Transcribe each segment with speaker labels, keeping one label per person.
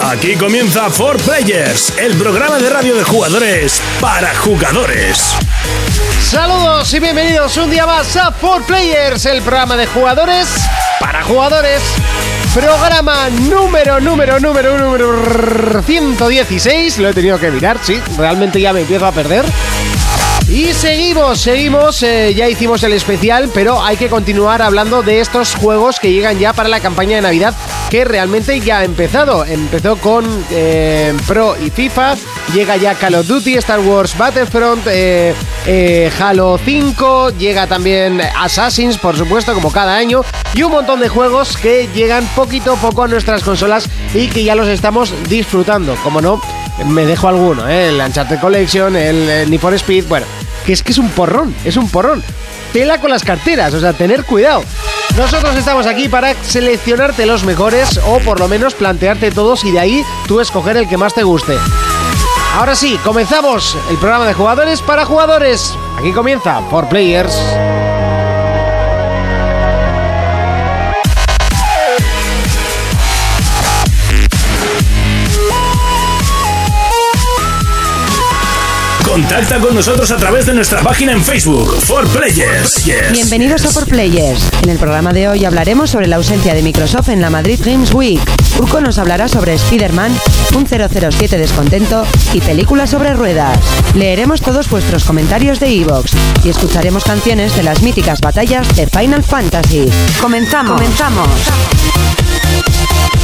Speaker 1: Aquí comienza For Players, el programa de radio de jugadores para jugadores.
Speaker 2: Saludos y bienvenidos un día más a For Players, el programa de jugadores para jugadores. Programa número, número, número, número 116. Lo he tenido que mirar, sí, realmente ya me empiezo a perder. Y seguimos, seguimos, eh, ya hicimos el especial, pero hay que continuar hablando de estos juegos que llegan ya para la campaña de Navidad, que realmente ya ha empezado. Empezó con eh, Pro y FIFA, llega ya Call of Duty, Star Wars Battlefront, eh, eh, Halo 5, llega también Assassins, por supuesto, como cada año, y un montón de juegos que llegan poquito a poco a nuestras consolas y que ya los estamos disfrutando, como no. Me dejo alguno, ¿eh? el Uncharted Collection, el, eh, Need for Speed, bueno, que es que es un porrón, es un porrón. Tela con las carteras, o sea, tener cuidado. Nosotros estamos aquí para seleccionarte los mejores o por lo menos plantearte todos y de ahí tú escoger el que más te guste. Ahora sí, comenzamos el programa de jugadores para jugadores. Aquí comienza por Players.
Speaker 1: Contacta con nosotros a través de nuestra página en Facebook, For Players. Yes.
Speaker 3: Bienvenidos a Por Players. En el programa de hoy hablaremos sobre la ausencia de Microsoft en la Madrid Games Week. Urco nos hablará sobre Spider-Man, un 007 descontento y películas sobre ruedas. Leeremos todos vuestros comentarios de Evox y escucharemos canciones de las míticas batallas de Final Fantasy. Comenzamos. Comenzamos.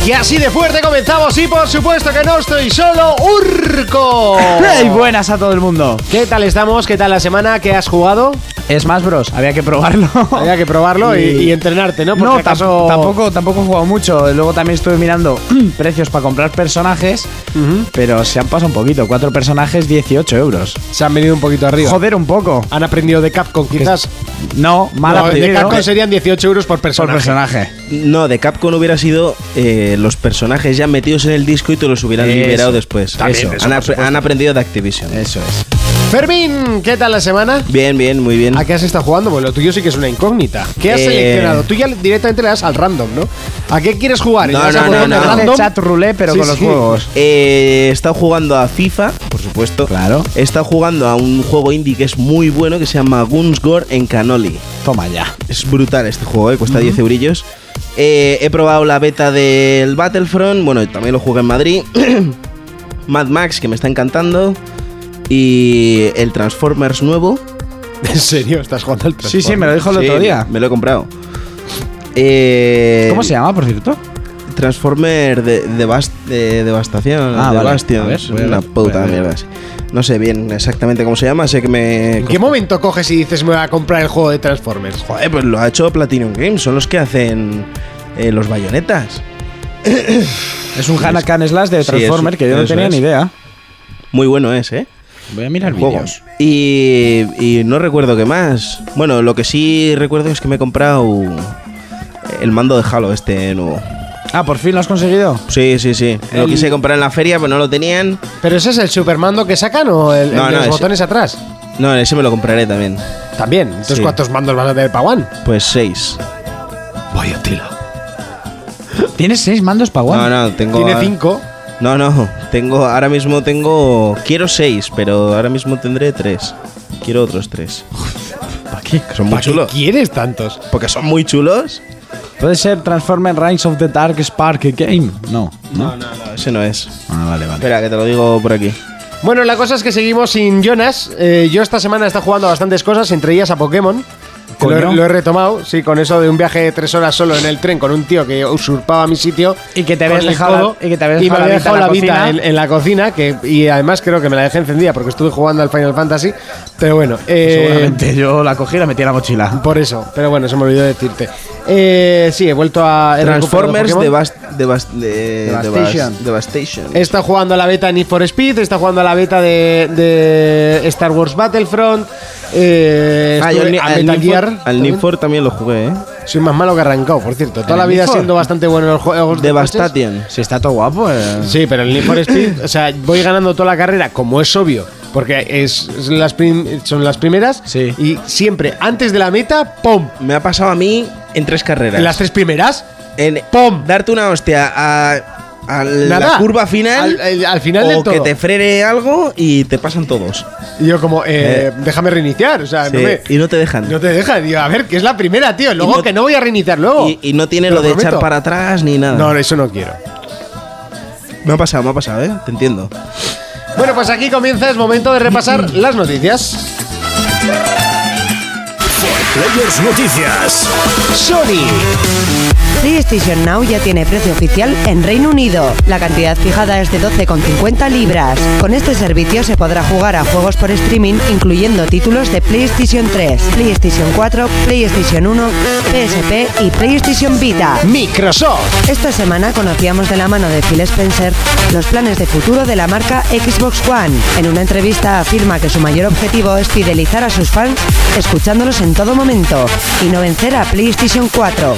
Speaker 2: Y así de fuerte comenzamos y por supuesto que no estoy solo, Urco.
Speaker 4: ¡Hey! Buenas a todo el mundo.
Speaker 2: ¿Qué tal estamos? ¿Qué tal la semana? ¿Qué has jugado?
Speaker 4: Es más, bros, había que probarlo.
Speaker 2: Había que probarlo y, y entrenarte, ¿no? Por
Speaker 4: no,
Speaker 2: si acaso-
Speaker 4: tam- tampoco, tampoco he jugado mucho. Luego también estuve mirando precios para comprar personajes, pero se han pasado un poquito. Cuatro personajes, 18 euros.
Speaker 2: Se han venido un poquito arriba.
Speaker 4: Joder, un poco.
Speaker 2: Han aprendido de Capcom, quizás.
Speaker 4: No, mal
Speaker 2: No, de
Speaker 4: aprendido.
Speaker 2: Capcom serían 18 euros por
Speaker 4: Por
Speaker 2: persona.
Speaker 4: personaje.
Speaker 5: No, de Capcom hubiera sido eh, los personajes ya metidos en el disco y te los hubieran
Speaker 4: Eso.
Speaker 5: liberado después.
Speaker 4: También, eso,
Speaker 5: han, apre- han aprendido de Activision.
Speaker 4: Eso es.
Speaker 2: Fermín, ¿qué tal la semana?
Speaker 5: Bien, bien, muy bien.
Speaker 2: ¿A qué has estado jugando? Bueno, lo tuyo sí que es una incógnita. ¿Qué has
Speaker 5: Eh,
Speaker 2: seleccionado? Tú ya directamente le das al random, ¿no? ¿A qué quieres jugar?
Speaker 5: No,
Speaker 2: ¿Le das al
Speaker 5: no,
Speaker 2: botón
Speaker 5: no,
Speaker 2: de
Speaker 5: no.
Speaker 2: random?
Speaker 4: Chat roulette, pero
Speaker 2: Sí,
Speaker 4: con los
Speaker 2: sí.
Speaker 4: juegos.
Speaker 5: Eh, he estado jugando a FIFA, por supuesto.
Speaker 4: Claro.
Speaker 5: He estado jugando a un juego indie que es muy bueno que se llama Gunsgore en Canoli.
Speaker 4: Toma ya.
Speaker 5: Es brutal este juego, ¿eh? cuesta 10 eurillos. Eh, he probado la beta del Battlefront, bueno, también lo jugué en Madrid. Mad Max, que me está encantando. Y el Transformers nuevo.
Speaker 2: ¿En serio? ¿Estás jugando al
Speaker 4: Sí, sí, me lo dijo el
Speaker 5: Sí,
Speaker 4: otro día.
Speaker 5: Me lo he comprado. Eh,
Speaker 4: ¿Cómo se llama, por cierto?
Speaker 5: Transformer de, de, Bast- de Devastación.
Speaker 4: Ah,
Speaker 5: de
Speaker 4: vale.
Speaker 5: Bastion.
Speaker 4: A ver, voy a
Speaker 5: una
Speaker 4: ver, voy
Speaker 5: puta
Speaker 4: a ver.
Speaker 5: mierda. sí. No sé bien exactamente cómo se llama, sé que me.
Speaker 2: ¿En qué momento coges y dices me voy a comprar el juego de Transformers?
Speaker 5: Joder, pues lo ha hecho Platinum Games, son los que hacen eh, los bayonetas.
Speaker 4: Es un Hanakan Slash de
Speaker 5: Sí,
Speaker 4: Transformer
Speaker 5: eso-
Speaker 4: que yo no
Speaker 5: eso
Speaker 4: tenía
Speaker 5: es.
Speaker 4: ni idea.
Speaker 5: Muy bueno es, ¿eh?
Speaker 4: Voy a mirar
Speaker 5: Juego. Y, y no recuerdo qué más. Bueno, lo que sí recuerdo es que me he comprado el mando de Halo este nuevo.
Speaker 4: Ah, por fin lo has conseguido.
Speaker 5: Sí, sí, sí. Lo
Speaker 4: El-
Speaker 5: quise comprar en la feria, pero no lo tenían.
Speaker 2: ¿Pero ese es el supermando que sacan o el, el
Speaker 5: No,
Speaker 2: de
Speaker 5: no,
Speaker 2: los
Speaker 5: ese-
Speaker 2: botones atrás?
Speaker 5: No, ese me lo compraré también.
Speaker 2: También. Entonces,
Speaker 5: Sí.
Speaker 2: ¿cuántos mandos vas a tener para One?
Speaker 5: Pues seis.
Speaker 2: Vaya tela.
Speaker 4: Tienes seis mandos para
Speaker 5: No, no, tengo.
Speaker 4: eh.
Speaker 2: Tiene cinco.
Speaker 5: No, no, tengo. Ahora mismo tengo. Quiero seis, pero ahora mismo tendré tres. Quiero otros tres.
Speaker 4: ¿Para qué?
Speaker 5: Que son muy
Speaker 2: ¿Para qué
Speaker 5: chulos.
Speaker 2: quieres tantos?
Speaker 5: Porque son muy chulos.
Speaker 4: ¿Puede ser Transformer Rise of the Dark Spark Game? No, no.
Speaker 5: No, no, ese no es.
Speaker 4: Ah, vale, vale.
Speaker 5: Espera, que te lo digo por aquí.
Speaker 2: Bueno, la cosa es que seguimos sin Jonas. Eh, yo esta semana he estado jugando a bastantes cosas, entre ellas a Pokémon. que Lo,
Speaker 4: Coño.
Speaker 2: he- lo he retomado, sí, con eso de un viaje de tres horas solo en el tren con un tío que usurpaba mi sitio.
Speaker 4: Y que te
Speaker 2: con
Speaker 4: habías
Speaker 2: el
Speaker 4: dejado la-
Speaker 2: codo,
Speaker 4: y que te habías
Speaker 2: y me
Speaker 4: dejado
Speaker 2: había
Speaker 4: la vita
Speaker 2: dejado
Speaker 4: en
Speaker 2: la
Speaker 4: la
Speaker 2: vita
Speaker 4: cocina.
Speaker 2: en, en la cocina, que, y además creo que me la dejé encendida porque estuve jugando al Final Fantasy. Pero bueno, eh,
Speaker 4: Seguramente yo la cogí y la metí en la mochila.
Speaker 2: por eso, pero bueno, se me olvidó decirte. Eh, sí, he vuelto a. he recuperado
Speaker 5: Transformers
Speaker 2: Pokémon.
Speaker 5: de Bast. De Bast. De,
Speaker 4: Devastation.
Speaker 5: Devastation. Devastation.
Speaker 2: Está jugando a la beta de Need for Speed, está jugando a la beta de, de Star Wars Battlefront, eh,
Speaker 5: Ah, yo
Speaker 2: estuve
Speaker 5: al, Ni-
Speaker 2: a
Speaker 5: al
Speaker 2: Metal
Speaker 5: Need for-
Speaker 2: Gear.
Speaker 5: al
Speaker 2: también.
Speaker 5: Need for también lo jugué, ¿eh?
Speaker 2: Soy más malo que arrancado, por cierto. Toda la
Speaker 4: el
Speaker 2: vida
Speaker 4: Need for?
Speaker 2: siendo bastante bueno en los juegos de coches.
Speaker 5: Devastation.
Speaker 4: Si está todo guapo, eh.
Speaker 2: Sí, pero el Need for Speed, o sea, voy ganando toda la carrera, como es obvio, porque es, es las prim- son las primeras
Speaker 4: Sí.
Speaker 2: y siempre antes de la meta, ¡pum!
Speaker 5: Me ha pasado a mí en tres carreras.
Speaker 2: En las tres primeras,
Speaker 5: En-
Speaker 2: ¡pum!
Speaker 5: Darte una hostia a a la
Speaker 2: Nada.
Speaker 5: curva final.
Speaker 2: Al- el- al final
Speaker 5: o
Speaker 2: del todo.
Speaker 5: que te frene algo y te pasan todos.
Speaker 2: Y yo como, eh, déjame reiniciar, o sea, no
Speaker 5: Sí,
Speaker 2: me...
Speaker 5: Y no te dejan.
Speaker 2: No te dejan, digo, a ver, que es la primera, tío. Luego
Speaker 5: no-
Speaker 2: que no voy a reiniciar luego.
Speaker 5: y, y no tiene
Speaker 2: Te lo
Speaker 5: lo, de
Speaker 2: prometo.
Speaker 5: echar para atrás ni nada.
Speaker 2: No, no, eso no quiero.
Speaker 5: Me ha pasado, me ha pasado, ¿eh? Te entiendo.
Speaker 2: Bueno, pues aquí comienza, es momento de repasar las noticias.
Speaker 1: Players Noticias.
Speaker 2: Sony.
Speaker 3: PlayStation Now ya tiene precio oficial en Reino Unido. La cantidad fijada es de 12,50 libras. Con este servicio se podrá jugar a juegos por streaming, incluyendo títulos de PlayStation 3, PlayStation 4, PlayStation 1, PSP y PlayStation Vita.
Speaker 2: Microsoft.
Speaker 3: Esta semana conocíamos de la mano de Phil Spencer los planes de futuro de la marca Xbox One. En una entrevista afirma que su mayor objetivo es fidelizar a sus fans escuchándolos en todo momento y no vencer a PlayStation 4.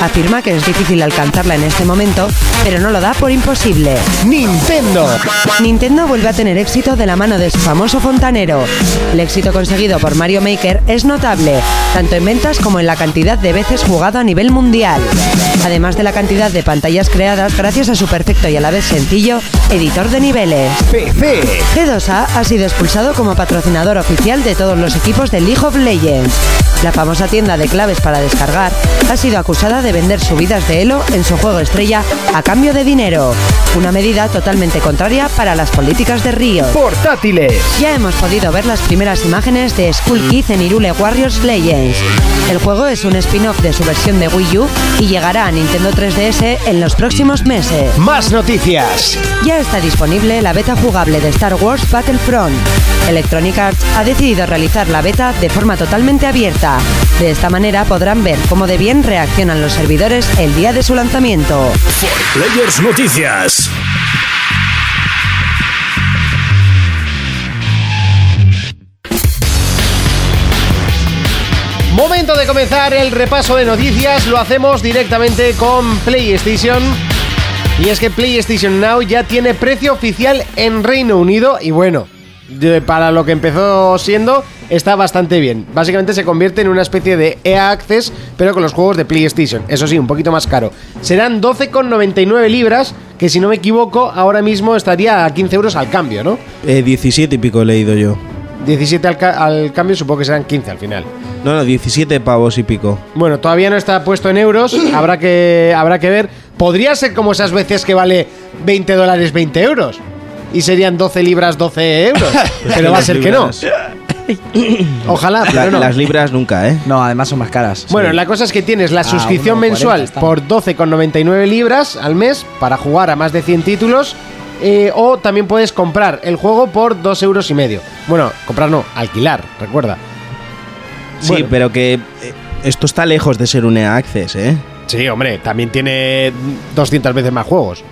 Speaker 3: Afirma que es difícil alcanzarla en este momento, pero no lo da por imposible.
Speaker 2: Nintendo.
Speaker 3: Nintendo vuelve a tener éxito de la mano de su famoso fontanero. El éxito conseguido por Mario Maker es notable, tanto en ventas como en la cantidad de veces jugado a nivel mundial, además de la cantidad de pantallas creadas gracias a su perfecto y a la vez sencillo editor de niveles.
Speaker 2: PC.
Speaker 3: G2A ha sido expulsado como patrocinador oficial de todos los equipos de League of Legends. La famosa tienda de claves para descargar ha sido acusada de vender subidas de Elo en su juego estrella a cambio de dinero, una medida totalmente contraria para las políticas de Río.
Speaker 2: Portátiles.
Speaker 3: Ya hemos podido ver las primeras imágenes de Skull Kids en Irule Warriors Legends. El juego es un spin-off de su versión de Wii U y llegará a Nintendo 3DS en los próximos meses.
Speaker 2: Más noticias.
Speaker 3: Ya está disponible la beta jugable de Star Wars Battlefront. Electronic Arts ha decidido realizar la beta de forma totalmente abierta. De esta manera podrán ver cómo de bien reaccionan los servidores el día de su lanzamiento.
Speaker 1: Players Noticias.
Speaker 2: Momento de comenzar el repaso de noticias. Lo hacemos directamente con PlayStation. Y es que PlayStation Now ya tiene precio oficial en Reino Unido. Y bueno, de- para lo que empezó siendo, está bastante bien. Básicamente se convierte en una especie de EA Access, pero con los juegos de PlayStation. Eso sí, un poquito más caro. Serán 12,99 libras, que si no me equivoco, ahora mismo estaría a 15 euros al cambio, ¿no?
Speaker 5: Eh, 17 y pico he leído yo.
Speaker 2: 17 al, ca- al cambio, supongo que serán 15 al final.
Speaker 5: No, no, 17 pavos y pico.
Speaker 2: Bueno, todavía no está puesto en euros, habrá que, habrá que ver. Podría ser como esas veces que vale 20 dólares 20 euros. Y serían 12 libras 12 euros. pero va a ser que no.
Speaker 5: Las
Speaker 2: Ojalá, pero no.
Speaker 5: Las libras nunca, ¿eh?
Speaker 4: No, además son más caras.
Speaker 2: Bueno, la cosa es que tienes la suscripción
Speaker 4: 1,40
Speaker 2: mensual
Speaker 4: está.
Speaker 2: por 12,99 libras al mes para jugar a más de 100 títulos. eh, o también puedes comprar el juego por 2 euros y medio. Bueno, comprar no, alquilar, recuerda.
Speaker 5: Sí,
Speaker 2: Bueno.
Speaker 5: pero que eh, esto está lejos de ser un EA Access, ¿eh?
Speaker 2: Sí, hombre, también tiene 200 veces más juegos.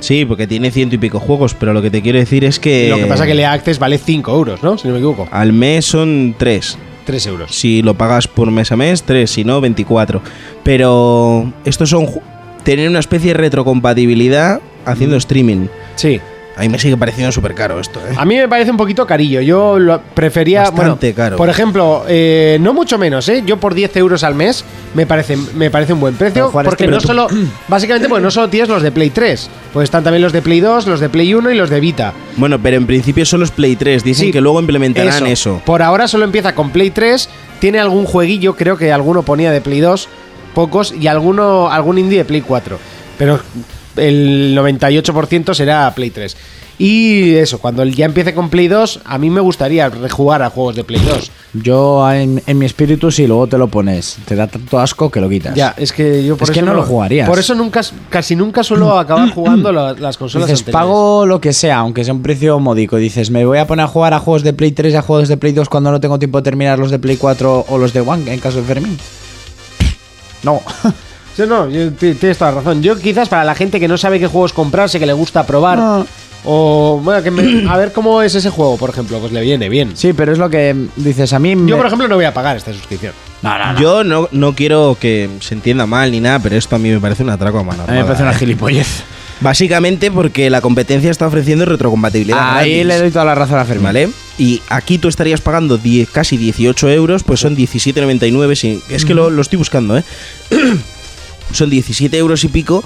Speaker 5: Sí, porque tiene ciento y pico juegos, pero lo que te quiero decir es que.
Speaker 4: Eh,
Speaker 2: Lo que pasa es que el E EA Access vale 5 euros, ¿no? Si no me equivoco.
Speaker 5: Al mes son 3.
Speaker 2: 3 euros.
Speaker 5: Si lo pagas por mes a mes, 3. Si no, 24. Pero estos son. ju- Tienen una especie de retrocompatibilidad
Speaker 4: Mm.
Speaker 5: haciendo streaming.
Speaker 2: Sí.
Speaker 5: A mí me sigue pareciendo súper caro esto,
Speaker 4: Ah.
Speaker 5: ¿eh?
Speaker 2: A mí me parece un poquito carillo. Yo lo prefería.
Speaker 5: Bastante
Speaker 2: bueno,
Speaker 5: caro.
Speaker 2: Por ejemplo, eh, no mucho menos, ¿eh? Yo por 10 euros al mes me parece, me parece un buen precio.
Speaker 4: Pero, Juan,
Speaker 2: porque
Speaker 4: es que-
Speaker 2: no solo. Básicamente, pues no solo tienes los de Play 3. Pues están también los de Play 2, los de Play 1 y los de Vita.
Speaker 5: Bueno, pero en principio son los Play 3. Dicen
Speaker 2: Sí,
Speaker 5: que luego implementarán eso.
Speaker 2: Por ahora solo empieza con Play 3. Tiene algún jueguillo, creo que alguno ponía de Play 2, pocos, y alguno, algún indie de Play 4. Pero el 98% será Play 3. Y eso, cuando ya empiece con Play 2, a mí me gustaría rejugar a juegos de Play 2.
Speaker 4: Yo ah, en, en mi espíritu sí, luego te lo pones. Te da tanto asco que lo quitas.
Speaker 2: Ya, es que yo por
Speaker 4: Es
Speaker 2: eso
Speaker 4: que no lo jugarías.
Speaker 2: Por eso nunca, casi nunca suelo acabar jugando la- las consolas
Speaker 4: Dices,
Speaker 2: anteriores.
Speaker 4: pago lo que sea, aunque sea un precio módico. Dices, me voy a poner a jugar a juegos de Play 3 y a juegos de Play 2 cuando no tengo tiempo de terminar los de Play 4 o los de One, en caso de Fermín. No.
Speaker 2: Yo no, yo- ti- tienes toda la razón. Yo quizás para la gente que no sabe qué juegos comprarse, que le gusta probar,
Speaker 4: No.
Speaker 2: o bueno, que me- a ver cómo es ese juego, por ejemplo, pues le viene bien.
Speaker 4: Sí, pero es lo que mm, dices a mí.
Speaker 2: Yo,
Speaker 4: me-
Speaker 2: por ejemplo, no voy a pagar esta suscripción.
Speaker 5: Yo no, no quiero que se entienda mal ni nada, pero esto a mí me parece un atraco a mano.
Speaker 4: a mí me parece una gilipollez.
Speaker 5: Básicamente porque la competencia está ofreciendo retrocompatibilidad.
Speaker 4: Ahí
Speaker 5: gratis,
Speaker 4: le doy toda la razón a Fermín.
Speaker 5: ¿Vale? Y aquí tú estarías pagando 10 casi 18 euros, pues son 17,99. si- Es que lo, lo estoy buscando, ¿eh? son 17 euros y pico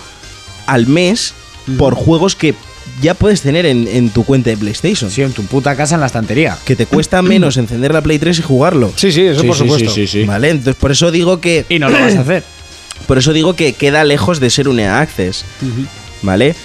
Speaker 5: al mes por juegos que ya puedes tener en, en tu cuenta de PlayStation.
Speaker 4: Sí, en tu puta casa en la estantería.
Speaker 5: Que te cuesta menos encender la Play 3 y jugarlo.
Speaker 2: Sí, sí, eso
Speaker 4: Sí,
Speaker 2: por
Speaker 4: sí,
Speaker 2: supuesto.
Speaker 4: sí, sí, sí.
Speaker 5: Vale, entonces por eso digo que.
Speaker 4: Y no lo vas a hacer.
Speaker 5: Por eso digo que queda lejos de ser un EA Access. ¿Vale?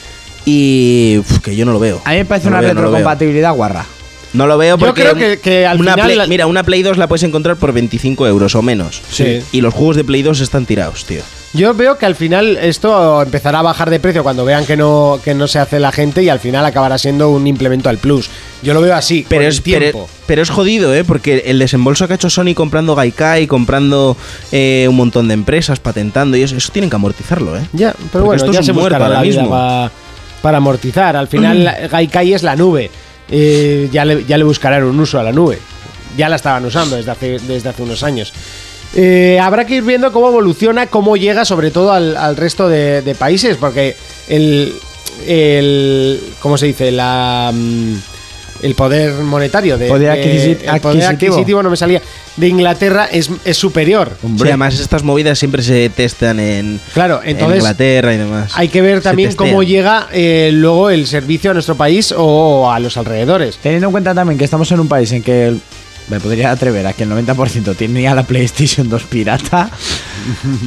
Speaker 5: Y. uf, que yo no lo veo.
Speaker 4: A mí me parece
Speaker 5: No lo
Speaker 4: una
Speaker 5: veo, no lo veo.
Speaker 4: retrocompatibilidad guarra.
Speaker 5: No lo veo
Speaker 2: Yo
Speaker 5: porque.
Speaker 2: creo que- que al
Speaker 5: una
Speaker 2: final
Speaker 5: Play-
Speaker 2: la-
Speaker 5: Mira, una Play 2 la puedes encontrar por 25 euros o menos.
Speaker 2: Sí.
Speaker 5: Y los juegos de Play 2 están tirados, tío.
Speaker 2: Yo veo que al final esto empezará a bajar de precio cuando vean que no, que no se hace la gente y al final acabará siendo un implemento al plus. Yo lo veo así,
Speaker 5: Pero
Speaker 2: por
Speaker 5: es,
Speaker 2: el tiempo.
Speaker 5: pero, pero es jodido, ¿eh? Porque el desembolso que ha hecho Sony comprando Gaikai, comprando eh, un montón de empresas, patentando y eso, eso tienen que amortizarlo, ¿eh?
Speaker 2: Ya, pero
Speaker 5: Porque
Speaker 2: bueno,
Speaker 5: esto es
Speaker 2: ya
Speaker 5: un
Speaker 2: se
Speaker 5: muerto
Speaker 2: buscará
Speaker 5: ahora
Speaker 2: la vida
Speaker 5: mismo. Mm.
Speaker 2: pa- para amortizar. Al final, la- Gaikai es la nube. Eh, ya, le, ya le buscarán un uso a la nube. Ya la estaban usando desde hace, desde hace unos años. Eh, habrá que ir viendo cómo evoluciona, cómo llega sobre todo al, al resto de, de países, porque el, el... ¿Cómo se dice? La... mm, el poder monetario de,
Speaker 4: Poder
Speaker 2: de-
Speaker 4: adquisici-
Speaker 2: el poder
Speaker 4: adquisitivo.
Speaker 2: adquisitivo no me salía de Inglaterra es, es superior
Speaker 5: Sí, además estas movidas siempre se testan en,
Speaker 2: Claro,
Speaker 5: en
Speaker 2: entonces,
Speaker 5: Inglaterra y demás.
Speaker 2: Hay que ver
Speaker 5: Se
Speaker 2: también
Speaker 5: testean.
Speaker 2: cómo llega eh, luego el servicio a nuestro país o a los alrededores.
Speaker 4: Teniendo en cuenta también que estamos en un país en que el- me podría atrever a que el 90% tenía la PlayStation 2 pirata,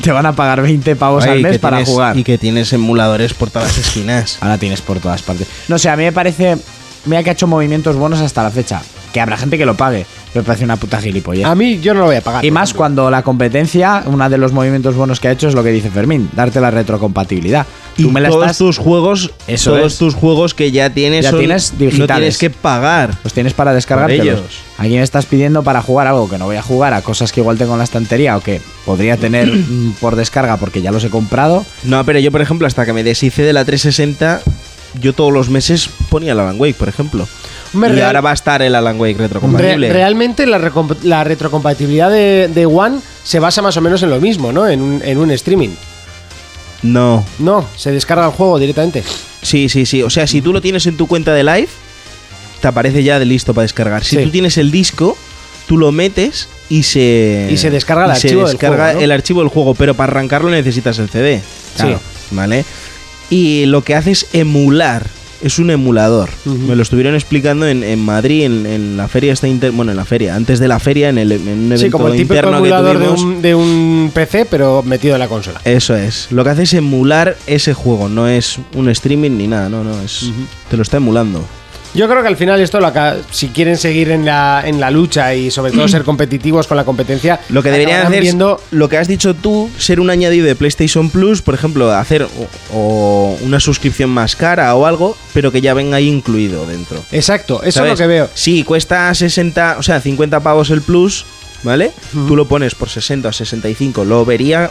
Speaker 4: te van a pagar 20 pavos
Speaker 5: Ay,
Speaker 4: al
Speaker 5: que
Speaker 4: mes para
Speaker 5: tienes-
Speaker 4: jugar.
Speaker 5: Y que tienes emuladores por todas las esquinas.
Speaker 4: Ahora tienes por todas partes. No sé, a mí me parece. Mira que ha hecho movimientos buenos hasta la fecha. Que habrá gente que lo pague. Pero me parece una puta gilipollez.
Speaker 2: A
Speaker 5: Ah,
Speaker 2: mí yo no lo voy a pagar.
Speaker 4: Y más cuando la competencia, uno de los movimientos buenos que ha hecho es lo que dice Fermín, darte la retrocompatibilidad. Tú
Speaker 5: Y
Speaker 4: me la
Speaker 5: todos
Speaker 4: estás,
Speaker 5: tus juegos,
Speaker 4: Eso
Speaker 5: todos
Speaker 4: es.
Speaker 5: tus juegos que ya tienes,
Speaker 4: Ya
Speaker 5: son-
Speaker 4: tienes
Speaker 5: no
Speaker 4: digitales.
Speaker 5: tienes que pagar.
Speaker 4: los tienes para
Speaker 5: ellos.
Speaker 4: descargártelos. Aquí me estás pidiendo para jugar algo que no voy a jugar, a cosas que igual tengo en la estantería o que podría tener mm, por descarga porque ya los he comprado.
Speaker 5: No, pero yo por ejemplo hasta que me deshice de la 360, yo todos los meses ponía el Alan Wake, por ejemplo.
Speaker 2: Hombre,
Speaker 5: y
Speaker 2: real-
Speaker 5: ahora va a estar el Alan Wake
Speaker 2: Re-
Speaker 5: retrocompatible.
Speaker 2: realmente la, recomp- la retrocompatibilidad de, de One se basa más o menos en lo mismo, ¿no? En un, en un streaming.
Speaker 5: No.
Speaker 2: No, se descarga el juego directamente.
Speaker 5: Sí, sí, sí. O sea, si tú lo tienes en tu cuenta de Live, te aparece ya de listo para descargar. Si
Speaker 2: Sí.
Speaker 5: tú tienes el disco, tú lo metes y se.
Speaker 2: Y se descarga el
Speaker 5: y se
Speaker 2: archivo del
Speaker 5: descarga
Speaker 2: juego, ¿no?
Speaker 5: el archivo del juego, pero para arrancarlo necesitas el CD. Claro. ¿Vale? Y lo que hace es emular. Es un emulador. Me lo estuvieron explicando en, en Madrid, en, en la feria esta inter- bueno, en la feria, antes de la feria, en, el, en un evento
Speaker 2: Sí, como el típico
Speaker 5: interno que
Speaker 2: emulador de
Speaker 5: tuvimos.
Speaker 2: un, de un PC, pero metido en la consola.
Speaker 5: Eso es. Lo que hace es emular ese juego. No es un streaming ni nada. No, no. Es, Te lo está emulando.
Speaker 2: Yo creo que al final esto, lo aca- si quieren seguir en la, en la lucha y sobre todo ser competitivos con la competencia,
Speaker 5: Lo que deberían
Speaker 2: acabarán
Speaker 5: hacer
Speaker 2: viendo
Speaker 5: es lo que has dicho tú, ser un añadido de PlayStation Plus, por ejemplo, hacer o, o una suscripción más cara o algo, pero que ya venga ahí incluido dentro.
Speaker 2: Exacto, eso
Speaker 5: ¿Sabes?
Speaker 2: es lo que veo.
Speaker 5: Sí, cuesta 60, o sea, 50 pavos el Plus, ¿vale? Tú lo pones por 60 o 65, lo vería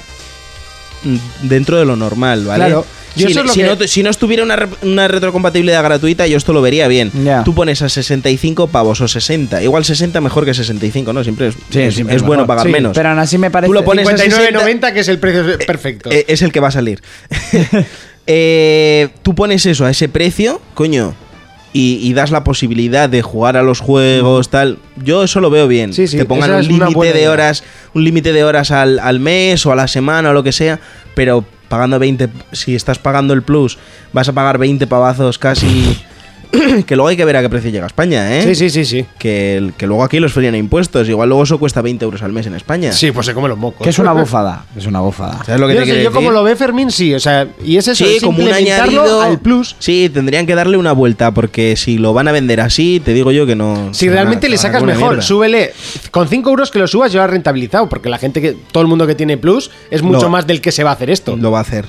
Speaker 5: mm, dentro de lo normal, ¿vale?
Speaker 2: Claro. Yo
Speaker 5: Si,
Speaker 2: eso es lo
Speaker 5: si
Speaker 2: que-
Speaker 5: no, si no estuviera una, re- una retrocompatibilidad gratuita, yo esto lo vería bien.
Speaker 4: Ya.
Speaker 5: Tú pones a 65 pavos o 60. Igual 60 mejor que 65, ¿no? Siempre es,
Speaker 4: Sí,
Speaker 5: es-
Speaker 4: siempre
Speaker 5: es bueno
Speaker 4: mejor.
Speaker 5: pagar
Speaker 4: Sí,
Speaker 5: menos.
Speaker 4: Pero aún así me parece.
Speaker 5: lo pones- Pues a
Speaker 2: 59.90 que es el precio perfecto.
Speaker 5: Eh, es el que va a salir. Eh, tú pones eso a ese precio, coño, y, y das la posibilidad de jugar a los juegos, tal. Yo eso lo veo bien.
Speaker 2: Sí, sí,
Speaker 5: que pongan
Speaker 2: esa
Speaker 5: un
Speaker 2: es una buena
Speaker 5: límite de
Speaker 2: idea.
Speaker 5: horas, un límite de horas al, al mes o a la semana o lo que sea, pero pagando 20, si estás pagando el plus, vas a pagar 20 pavazos casi. que luego hay que ver a qué precio llega España, ¿eh?
Speaker 2: Sí, sí, sí, sí.
Speaker 5: Que, el- que luego aquí los frían a impuestos. Igual luego eso cuesta 20 euros al mes en España.
Speaker 2: Sí, pues se come los mocos.
Speaker 4: Que es una bofada. Es una bofada.
Speaker 5: ¿Sabes lo que
Speaker 2: yo no
Speaker 5: te
Speaker 2: sé,
Speaker 5: quiero
Speaker 2: yo como
Speaker 5: decir?
Speaker 2: lo ve Fermín, sí, o sea, y es eso,
Speaker 5: Sí,
Speaker 2: es
Speaker 5: como un
Speaker 2: implementarlo
Speaker 5: añadido
Speaker 2: al plus.
Speaker 5: Sí, tendrían que darle una vuelta porque si lo van a vender así, te digo yo que no.
Speaker 2: Si
Speaker 5: no van a-
Speaker 2: realmente le
Speaker 5: no van a
Speaker 2: sacas
Speaker 5: comer
Speaker 2: mejor,
Speaker 5: mierda.
Speaker 2: súbele. Con 5 euros que lo subas, ya lo has rentabilizado, porque la gente que, todo el mundo que tiene plus es mucho
Speaker 5: Lo-
Speaker 2: más del que se va a hacer esto.
Speaker 5: Lo va a hacer.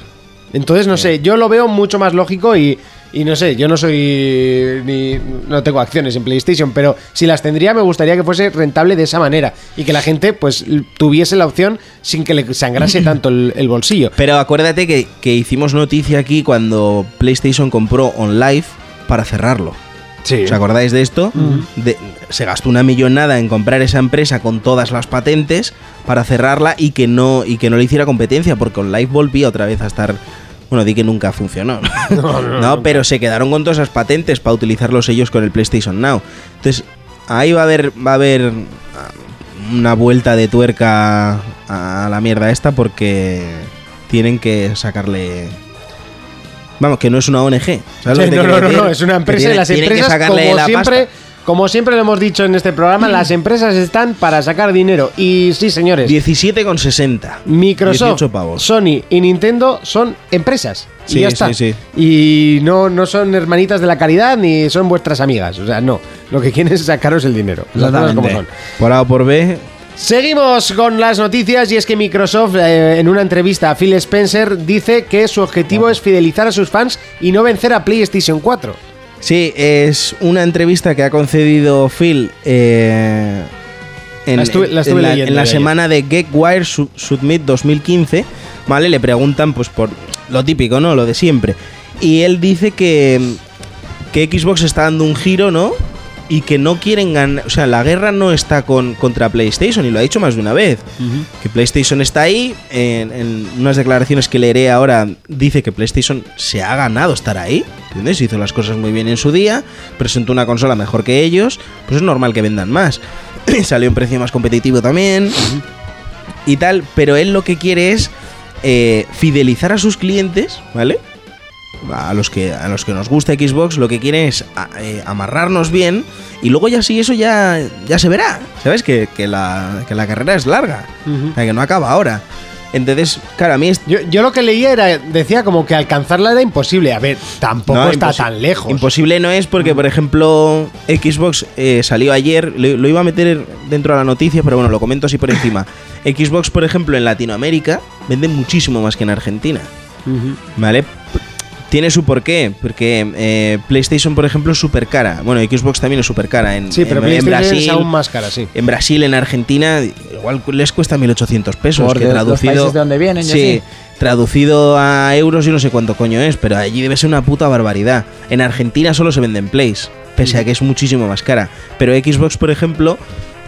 Speaker 2: Entonces, no sé, yo lo veo mucho más lógico y, y no sé, yo no soy ni no tengo acciones en PlayStation, pero si las tendría me gustaría que fuese rentable de esa manera y que la gente pues l- tuviese la opción sin que le sangrase tanto el, el bolsillo.
Speaker 5: Pero acuérdate que, que hicimos noticia aquí cuando PlayStation compró OnLive para cerrarlo.
Speaker 2: Sí.
Speaker 5: ¿Os acordáis de esto? De- se gastó una millonada en comprar esa empresa con todas las patentes para cerrarla y que no, y que no le hiciera competencia, porque OnLive volvía otra vez a estar. Bueno, di que nunca funcionó. No, pero se quedaron con todas esas patentes para utilizarlos ellos con el PlayStation Now. Entonces, ahí va a haber, va a haber ah, una vuelta de tuerca a la mierda esta porque tienen que sacarle Vamos, que no es una ONG. ¿sabes lo que
Speaker 2: Sí,
Speaker 5: te
Speaker 2: no,
Speaker 5: quiero
Speaker 2: no, no,
Speaker 5: decir?
Speaker 2: no, es una
Speaker 5: Que
Speaker 2: empresa
Speaker 5: tiene-
Speaker 2: y las
Speaker 5: tienen que
Speaker 2: empresas,
Speaker 5: sacarle
Speaker 2: como
Speaker 5: la
Speaker 2: siempre,
Speaker 5: pasta.
Speaker 2: como siempre lo hemos dicho en este programa, las empresas están para sacar dinero. Y sí, señores,
Speaker 5: 17,60.
Speaker 2: Microsoft,
Speaker 5: 18 pavos.
Speaker 2: Sony y Nintendo son empresas.
Speaker 5: Sí,
Speaker 2: y ya está.
Speaker 5: sí, sí.
Speaker 2: Y no, no son hermanitas de la caridad ni son vuestras amigas. O sea, no. Lo que quieren es sacaros el dinero. Las cosas como son.
Speaker 5: Por A o por B,
Speaker 2: Seguimos con las noticias y es que Microsoft eh, en una entrevista a Phil Spencer dice que su objetivo es fidelizar a sus fans y no vencer a PlayStation 4.
Speaker 5: Sí, es una entrevista que ha concedido Phil eh, en,
Speaker 2: La estuve- la
Speaker 5: en
Speaker 2: estuve
Speaker 5: la,
Speaker 2: leyendo
Speaker 5: en la
Speaker 2: de ayer.
Speaker 5: semana de GeekWire Su- Submit 2015. ¿Vale? Le preguntan, pues, por lo típico, ¿no? Lo de siempre. Y él dice que, que Xbox está dando un giro, ¿no? Y que no quieren ganar. O sea, la guerra no está con, contra PlayStation, y lo ha dicho más de una vez. Que PlayStation está ahí. En, en unas declaraciones que leeré ahora, dice que PlayStation se ha ganado estar ahí. ¿Entiendes? Hizo las cosas muy bien en su día. Presentó una consola mejor que ellos. Pues es normal que vendan más. Salió en precio más competitivo también y tal, pero él lo que quiere es eh, fidelizar a sus clientes, ¿vale? A los, que, a los que nos gusta Xbox, lo que quiere es a- eh, amarrarnos bien y luego ya sí, eso ya, ya se verá. ¿Sabes? Que, que la, que la carrera es larga, o sea, que no acaba ahora. Entonces, claro, a mí es...
Speaker 2: Yo, yo lo que leía era, decía como que alcanzarla era imposible. A ver, tampoco
Speaker 5: no,
Speaker 2: está
Speaker 5: imposi-
Speaker 2: tan lejos.
Speaker 5: Imposible no es porque, por ejemplo, Xbox eh, salió ayer, lo, lo iba a meter dentro de la noticia, pero bueno, lo comento así por encima. Xbox, por ejemplo, en Latinoamérica vende muchísimo más que en Argentina. ¿Vale? P- Tiene su porqué, porque eh, PlayStation, por ejemplo, es súper cara. Bueno, Xbox también es súper cara en,
Speaker 2: sí, pero
Speaker 5: en- en
Speaker 2: PlayStation
Speaker 5: Brasil.
Speaker 2: es aún más cara, sí.
Speaker 5: En Brasil, en Argentina, igual cu- les cuesta 1.800 pesos.
Speaker 4: Por
Speaker 5: que
Speaker 4: de- los
Speaker 5: traducido,
Speaker 4: países de donde vienen y
Speaker 5: sí,
Speaker 4: así.
Speaker 5: traducido a euros yo no sé cuánto coño es, pero allí debe ser una puta barbaridad. En Argentina solo se venden plays, pese a que es muchísimo más cara. Pero Xbox, por ejemplo,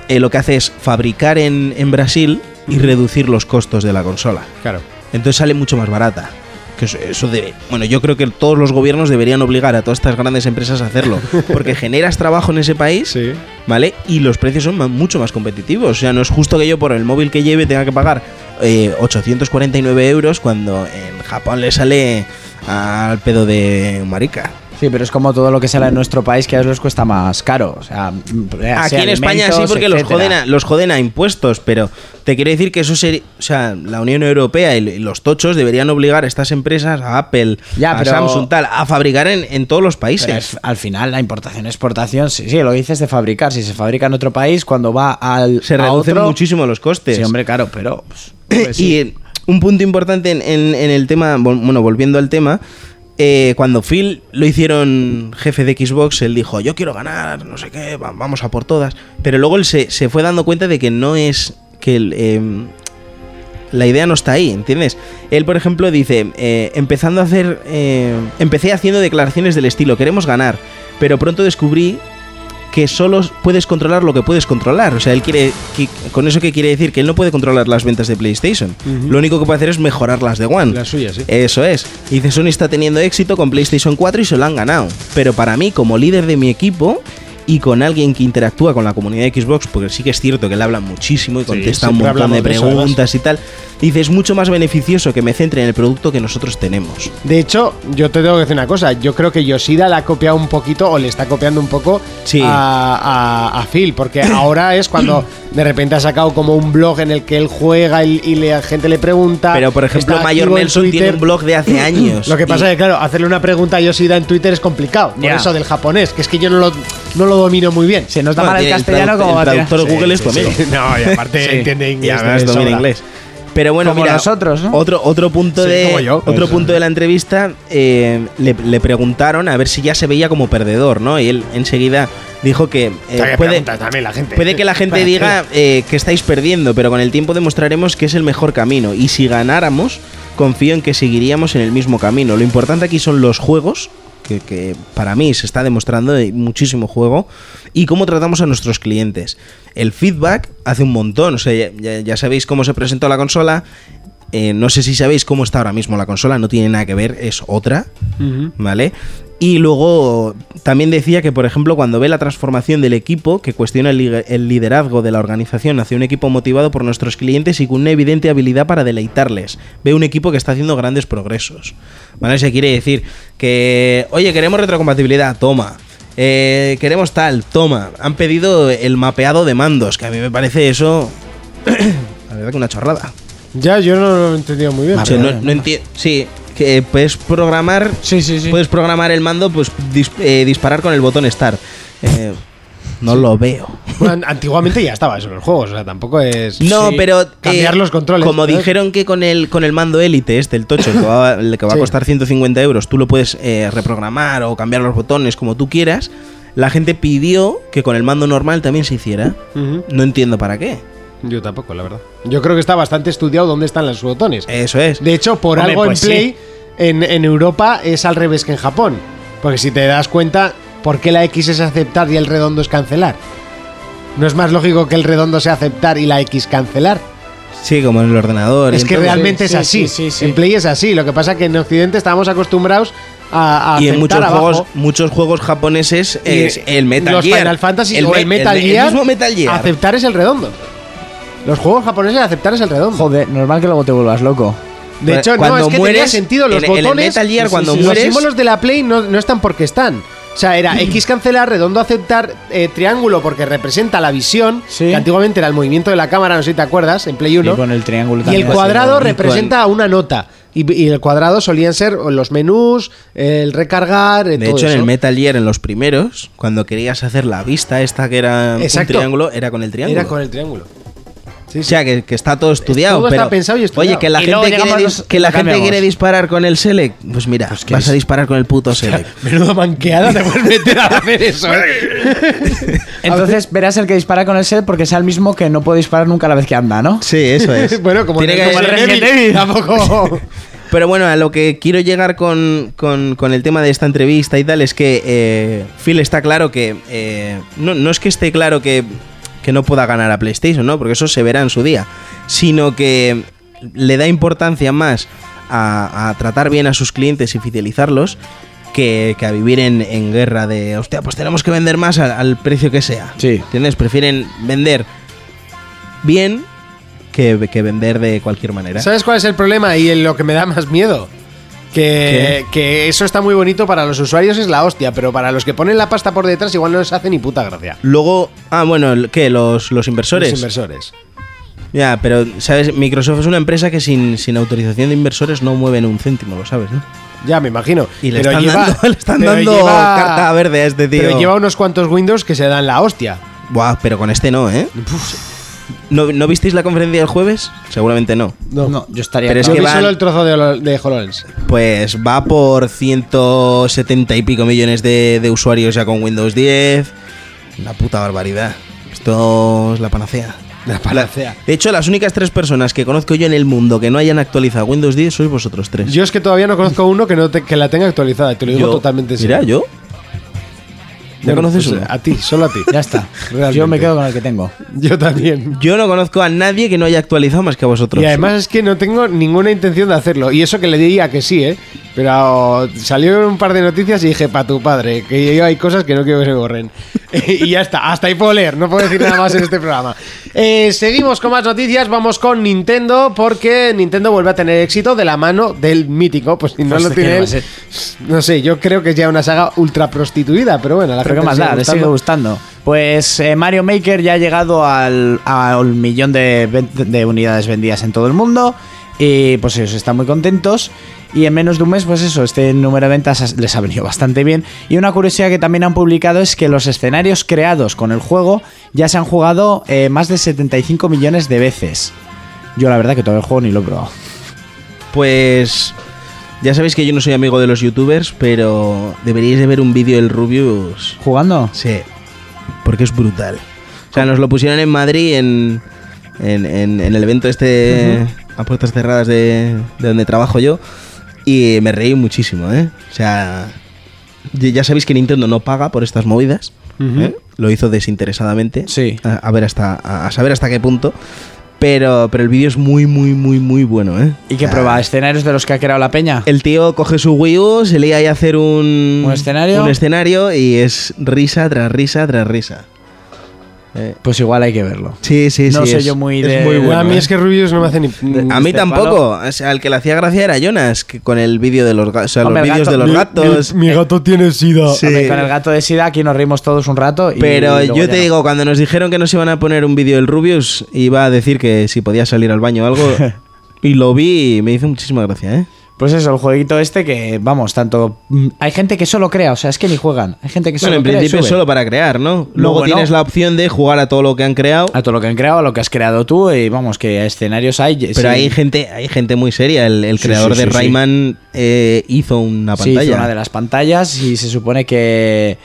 Speaker 5: eh, lo que hace es fabricar en, en Brasil y reducir los costos de la consola.
Speaker 2: Claro.
Speaker 5: Entonces sale mucho más barata. Que eso, eso debe- bueno, yo creo que todos los gobiernos deberían obligar a todas estas grandes empresas a hacerlo. Porque generas trabajo en ese país
Speaker 2: Sí.
Speaker 5: ¿vale? Y los precios son ma- mucho más competitivos. O sea, no es justo que yo por el móvil que lleve tenga que pagar eh, 849 euros cuando en Japón le sale al pedo de un marica.
Speaker 4: Sí, pero es como todo lo que sale en nuestro país que a ellos les cuesta más caro. O sea, m-
Speaker 5: Aquí
Speaker 4: sea
Speaker 5: en España sí,
Speaker 4: alimentos,
Speaker 5: porque los
Speaker 4: etcétera.
Speaker 5: joden, a, los joden a impuestos, pero te quiero decir que eso sería. O sea, la Unión Europea y y los tochos deberían obligar a estas empresas, a Apple,
Speaker 4: Ya,
Speaker 5: a
Speaker 4: pero-
Speaker 5: Samsung, tal, a fabricar en, en todos los países.
Speaker 4: Pero es- al final la importación exportación sí, sí lo que dices de fabricar si se fabrica en otro país cuando va al
Speaker 5: Se
Speaker 4: a
Speaker 5: reducen
Speaker 4: otro-
Speaker 5: muchísimo los costes.
Speaker 4: sí hombre claro pero pues,
Speaker 5: y eh, un punto importante en, en- en el tema, vol- bueno, volviendo al tema, eh, cuando Phil lo hicieron jefe de Xbox, él dijo, yo quiero ganar, no sé qué, va- vamos a por todas. Pero luego él se, se fue dando cuenta de que no es que el, em, la idea no está ahí, ¿entiendes? Él, por ejemplo, dice, eh, empezando a hacer, eh, empecé haciendo declaraciones del estilo, queremos ganar, pero pronto descubrí que solo puedes controlar lo que puedes controlar. O sea, él quiere. que- con eso que quiere decir que él no puede controlar las ventas de PlayStation. Lo único que puede hacer es mejorar las de One.
Speaker 2: Las suyas, sí.
Speaker 5: Eso es. Y dice, Sony está teniendo éxito con PlayStation 4 y se lo han ganado. Pero para mí, como líder de mi equipo y con alguien que interactúa con la comunidad de Xbox, porque sí que es cierto que le hablan muchísimo y contesta un
Speaker 2: siempre
Speaker 5: montón de
Speaker 2: hablamos de eso, además.
Speaker 5: preguntas y tal, dice, es mucho más beneficioso que me centre en el producto que nosotros tenemos.
Speaker 2: De hecho, yo te tengo que decir una cosa. Yo creo que Yoshida la ha copiado un poquito o le está copiando un poco
Speaker 5: Sí.
Speaker 2: a, a- a Phil, porque ahora es cuando de repente ha sacado como un blog en el que él juega y, y la gente le pregunta.
Speaker 5: Pero, por
Speaker 2: Ah,
Speaker 5: ejemplo,
Speaker 2: Está
Speaker 5: Mayor
Speaker 2: activo en
Speaker 5: Nelson tiene
Speaker 2: Twitter.
Speaker 5: un blog de hace años.
Speaker 2: Lo que pasa es
Speaker 5: Y-
Speaker 2: que, claro, hacerle una pregunta a Yoshida en Twitter es complicado. Por
Speaker 4: Ya.
Speaker 2: eso del japonés, que es que yo no lo, no lo domino muy bien.
Speaker 4: se nos da
Speaker 5: Bueno,
Speaker 4: mal el
Speaker 5: tiene el
Speaker 4: castellano
Speaker 5: tradu-
Speaker 4: como
Speaker 5: el
Speaker 4: va a tirar.
Speaker 5: traductor Google es tu amigo.
Speaker 2: No, y aparte entiende
Speaker 5: Y
Speaker 2: inglés.
Speaker 5: además
Speaker 2: de
Speaker 5: domina
Speaker 2: sobra.
Speaker 5: inglés. Pero bueno,
Speaker 4: Como
Speaker 5: mira,
Speaker 4: nosotros, ¿no?
Speaker 5: otro, otro punto,
Speaker 2: Sí, como
Speaker 5: de,
Speaker 2: yo.
Speaker 5: otro
Speaker 2: Pues,
Speaker 5: punto de la entrevista eh, le, le preguntaron a ver si ya se veía como perdedor, ¿no? Y él enseguida dijo que eh,
Speaker 2: Hay
Speaker 5: puede,
Speaker 2: preguntas también la gente.
Speaker 5: puede que la gente
Speaker 2: Para
Speaker 5: diga eh, que estáis perdiendo, pero con el tiempo demostraremos que es el mejor camino. Y si ganáramos, confío en que seguiríamos en el mismo camino. Lo importante aquí son los juegos, que, que para mí se está demostrando hay muchísimo juego, y cómo tratamos a nuestros clientes. El feedback hace un montón, o sea, ya, ya- ya sabéis cómo se presentó la consola. eh, no sé si sabéis cómo está ahora mismo la consola, no tiene nada que ver, es otra, ¿vale? Y luego también decía que, por ejemplo, cuando ve la transformación del equipo, que cuestiona el, liga- el liderazgo de la organización hacia un equipo motivado por nuestros clientes y con una evidente habilidad para deleitarles, ve un equipo que está haciendo grandes progresos. Bueno, eso quiere decir que, oye, queremos retrocompatibilidad, toma. Eh, queremos tal, toma. Han pedido el mapeado de mandos, que a mí me parece eso. la verdad que una chorrada.
Speaker 2: Ya, yo no lo he entendido muy bien.
Speaker 5: O sea, no, entiendo. Sí, que puedes programar.
Speaker 4: Sí, sí, sí.
Speaker 5: Puedes programar el mando, pues dis- eh, disparar con el botón Start. Eh, no lo veo.
Speaker 2: Bueno, antiguamente ya estaba eso en los juegos, o sea, tampoco es.
Speaker 5: No,
Speaker 2: Sí.
Speaker 5: pero. eh,
Speaker 2: Cambiar los controles.
Speaker 5: Como
Speaker 2: ¿sabes?
Speaker 5: dijeron que con el, con el mando Elite, este, el tocho, el que va, el que va
Speaker 2: Sí.
Speaker 5: a costar 150 euros, tú lo puedes eh, reprogramar o cambiar los botones como tú quieras. La gente pidió que con el mando normal también se hiciera.
Speaker 2: Ujú.
Speaker 5: No entiendo para qué.
Speaker 2: Yo tampoco, la verdad. Yo creo que está bastante estudiado dónde están los botones.
Speaker 5: Eso es.
Speaker 2: De hecho, por
Speaker 1: Hombre,
Speaker 2: algo
Speaker 1: pues
Speaker 2: en Play,
Speaker 1: sí.
Speaker 2: en, en Europa es al revés que en Japón. Porque si te das cuenta, ¿por qué la X es aceptar y el redondo es cancelar? ¿No es más lógico que el redondo sea aceptar y la X cancelar?
Speaker 5: Sí, como en el ordenador. y
Speaker 2: es
Speaker 5: en
Speaker 2: que
Speaker 5: todo.
Speaker 2: realmente
Speaker 4: Sí,
Speaker 2: es
Speaker 4: sí,
Speaker 2: así.
Speaker 4: sí, sí, sí.
Speaker 2: En Play es así. Lo que pasa que en Occidente estamos acostumbrados a, a
Speaker 5: y en
Speaker 2: aceptar
Speaker 5: muchos
Speaker 2: abajo.
Speaker 5: juegos, muchos juegos japoneses
Speaker 2: Y
Speaker 5: es el Metal
Speaker 2: Eh, los
Speaker 5: Gear.
Speaker 2: Final Fantasy
Speaker 5: el,
Speaker 2: o
Speaker 5: me-
Speaker 2: el Metal
Speaker 5: el- el
Speaker 2: Gear.
Speaker 5: mismo Metal Gear.
Speaker 2: Aceptar es el redondo. Los juegos japoneses aceptar es el redondo.
Speaker 4: Joder, normal que luego te vuelvas loco.
Speaker 2: De hecho,
Speaker 5: Cuando
Speaker 2: no, es que tenía
Speaker 5: mueres,
Speaker 2: sentido los
Speaker 5: en- en el
Speaker 2: botones.
Speaker 5: Metal Gear, cuando
Speaker 2: Los
Speaker 5: mueres-
Speaker 2: símbolos de la Play no, no están porque están. O sea, era X cancelar, redondo aceptar, eh, triángulo porque representa la visión,
Speaker 4: Sí.
Speaker 2: que antiguamente era el movimiento de la cámara, no sé si te acuerdas, en Play 1.
Speaker 4: Y con el triángulo
Speaker 2: Y
Speaker 4: también
Speaker 2: el
Speaker 4: ha sido
Speaker 2: cuadrado
Speaker 5: un icono.
Speaker 2: representa una nota. Y, y el cuadrado solían ser los menús, el recargar, eh,
Speaker 5: De
Speaker 2: todo
Speaker 5: hecho, en
Speaker 2: eso.
Speaker 5: el Metal Gear, en los primeros, cuando querías hacer la vista esta que era
Speaker 2: Exacto.
Speaker 5: un triángulo, era con el triángulo.
Speaker 2: Era con el triángulo. Sí,
Speaker 5: O
Speaker 2: sí.
Speaker 5: sea, que, que está todo estudiado.
Speaker 2: Todo está
Speaker 5: pero,
Speaker 2: pensado y estudiado.
Speaker 5: Oye, que la
Speaker 4: Y luego
Speaker 5: gente, quiere,
Speaker 4: llegamos
Speaker 5: dis-
Speaker 4: los-
Speaker 5: que la
Speaker 4: lo
Speaker 5: gente
Speaker 4: cambiamos.
Speaker 5: quiere disparar con el Select. Pues mira, vas a disparar con el puto Select.
Speaker 2: Menudo manqueada te puedes meter a hacer eso. ¿eh?
Speaker 4: Entonces verás el que dispara con el set porque sea el mismo que no puede disparar nunca a la vez que anda, ¿no?
Speaker 5: Sí, eso es.
Speaker 2: bueno, como,
Speaker 5: Tiene
Speaker 2: en-
Speaker 5: que
Speaker 2: como en
Speaker 5: ser-
Speaker 2: Resident Evil, tampoco.
Speaker 5: Pero bueno, a lo que quiero llegar con, con- con el tema de esta entrevista y tal es que eh, Phil está claro que. eh, no, no es que esté claro que, que no pueda ganar a PlayStation, ¿no? Porque eso se verá en su día. Sino que le da importancia más a, a tratar bien a sus clientes y fidelizarlos que, que a vivir en, en guerra de. Hostia, pues tenemos que vender más al, al precio que sea.
Speaker 4: Sí.
Speaker 5: ¿Entiendes? Prefieren vender bien que, que vender de cualquier manera.
Speaker 2: ¿Sabes cuál es el problema y en lo que me da más miedo? Que, que eso está muy bonito para los usuarios, es la hostia, pero para los que ponen la pasta por detrás igual no les hace ni puta gracia.
Speaker 5: Luego, ah, bueno, el- ¿qué? Los, los inversores.
Speaker 2: Los inversores.
Speaker 5: ya, pero, ¿sabes? Microsoft es una empresa que sin, sin autorización de inversores no mueven un céntimo, lo sabes, ¿no?
Speaker 2: Ya, me imagino.
Speaker 5: Y le
Speaker 2: Pero
Speaker 5: están
Speaker 2: lleva-
Speaker 5: dando, le están
Speaker 2: pero
Speaker 5: dando
Speaker 2: lleva-
Speaker 5: carta verde a este tío.
Speaker 2: Pero lleva unos cuantos Windows que se dan la hostia.
Speaker 5: Buah, pero con este no, ¿eh? ¿No, ¿No visteis la conferencia del jueves? Seguramente no.
Speaker 4: No, yo estaría.
Speaker 5: Pero es
Speaker 2: Yo
Speaker 5: que
Speaker 2: vi
Speaker 5: van-
Speaker 2: solo el trozo de, Holo- de HoloLens.
Speaker 5: Pues va por 170 y pico millones de, de usuarios ya con Windows 10. Una puta barbaridad. Esto es la panacea.
Speaker 2: La panacea.
Speaker 5: De hecho, las únicas tres personas que conozco yo en el mundo que no hayan actualizado Windows 10 sois vosotros tres.
Speaker 2: Yo es que todavía no conozco uno que, no te- que la tenga actualizada, te lo digo
Speaker 5: Yo-
Speaker 2: totalmente en
Speaker 5: Mira,
Speaker 2: serio.
Speaker 5: yo. ¿Ya
Speaker 2: Bueno,
Speaker 5: conoces
Speaker 2: pues,
Speaker 5: uno?
Speaker 2: A ti, solo a ti.
Speaker 4: Ya está.
Speaker 2: Realmente.
Speaker 4: Yo me quedo con el que tengo.
Speaker 2: Yo también.
Speaker 5: Yo no conozco a nadie que no haya actualizado más que a vosotros.
Speaker 2: Y además es que no tengo ninguna intención de hacerlo. Y eso que le diría que sí, ¿eh? Pero salió un par de noticias y dije, pa' tu padre, que yo hay cosas que no quiero que se borren. y ya está, hasta ahí puedo leer, no puedo decir nada más en este programa. Eh, seguimos con más noticias, vamos con Nintendo, porque Nintendo vuelve a tener éxito de la mano del mítico. Pues si no
Speaker 4: Pues,
Speaker 2: lo
Speaker 4: ¿qué
Speaker 2: tiene
Speaker 4: le
Speaker 2: él,
Speaker 4: va a ser?
Speaker 2: no sé, yo creo que es ya una saga ultra prostituida, pero bueno, a la
Speaker 4: Pero
Speaker 2: gente
Speaker 4: qué más
Speaker 2: le sigue
Speaker 4: da, le
Speaker 2: gustando.
Speaker 4: sigue gustando. Pues eh, Mario Maker ya ha llegado al, al millón de, ven- de unidades vendidas en todo el mundo. Y pues ellos están muy contentos. Y en menos de un mes, pues eso, este número de ventas has- les ha venido bastante bien. Y una curiosidad que también han publicado es que los escenarios creados con el juego ya se han jugado eh, más de 75 millones de veces. Yo la verdad que todavía el juego ni lo he probado.
Speaker 5: Pues. Ya sabéis que yo no soy amigo de los youtubers, pero deberíais de ver un vídeo del Rubius.
Speaker 4: ¿Jugando?
Speaker 5: Sí, porque es brutal. O sea, nos lo pusieron en Madrid en, en, en- en el evento este a puertas cerradas de, de donde trabajo yo y me reí muchísimo, ¿eh? O sea, ya ya sabéis que Nintendo no paga por estas movidas, ¿eh? lo hizo desinteresadamente,
Speaker 4: Sí.
Speaker 5: a, a ver hasta a, a saber hasta qué punto. Pero, pero el vídeo es muy, muy, muy, muy bueno, ¿eh?
Speaker 4: ¿Y qué
Speaker 5: O sea,
Speaker 4: prueba? ¿Escenarios de los que ha creado la peña?
Speaker 5: El tío coge su Wii U, se lía ahí a hacer un,
Speaker 4: ¿Un escenario?
Speaker 5: un escenario y es risa tras risa tras risa. Eh,
Speaker 4: Pues igual hay que verlo.
Speaker 5: sí, sí, sí.
Speaker 4: No soy
Speaker 5: es-
Speaker 4: yo muy
Speaker 5: es
Speaker 4: de-
Speaker 5: muy
Speaker 4: No,
Speaker 5: bueno,
Speaker 2: a mí
Speaker 5: ¿eh?
Speaker 2: es que Rubius no me hace ni. ni-
Speaker 5: A mí
Speaker 4: Este
Speaker 5: tampoco. O sea, el que le hacía gracia era Jonas, que con el vídeo de los, ga- o sea, los
Speaker 4: Hombre, el
Speaker 5: vídeos de
Speaker 4: gato.
Speaker 5: los gatos.
Speaker 2: Mi, mi gato tiene sida.
Speaker 5: Sí.
Speaker 4: Hombre, Pues con el gato de Sida aquí nos reímos todos un rato. y
Speaker 5: Eh, Pero
Speaker 4: luego
Speaker 5: yo
Speaker 4: ya
Speaker 5: te
Speaker 4: no.
Speaker 5: digo, cuando nos dijeron que nos iban a poner un vídeo del Rubius, iba a decir que si podía salir al baño o algo. y lo vi y me hizo muchísima gracia, ¿eh?
Speaker 4: Pues eso, el jueguito este que, vamos, tanto. mm, Hay gente que solo crea, o sea, es que ni juegan. Hay gente que solo
Speaker 5: Bueno, en
Speaker 4: crea y
Speaker 5: principio
Speaker 4: sube.
Speaker 5: solo para crear, ¿no? Luego
Speaker 4: bueno.
Speaker 5: tienes la opción de jugar a todo lo que han creado.
Speaker 4: A todo lo que han creado, a lo que has creado tú, y vamos, que escenarios hay.
Speaker 5: Pero
Speaker 4: sí.
Speaker 5: hay gente, hay gente muy seria. El, el
Speaker 4: Sí,
Speaker 5: creador
Speaker 4: sí,
Speaker 5: de
Speaker 4: sí, sí.
Speaker 5: Rayman eh, hizo una
Speaker 4: Sí,
Speaker 5: pantalla.
Speaker 4: hizo una de las pantallas y se supone que,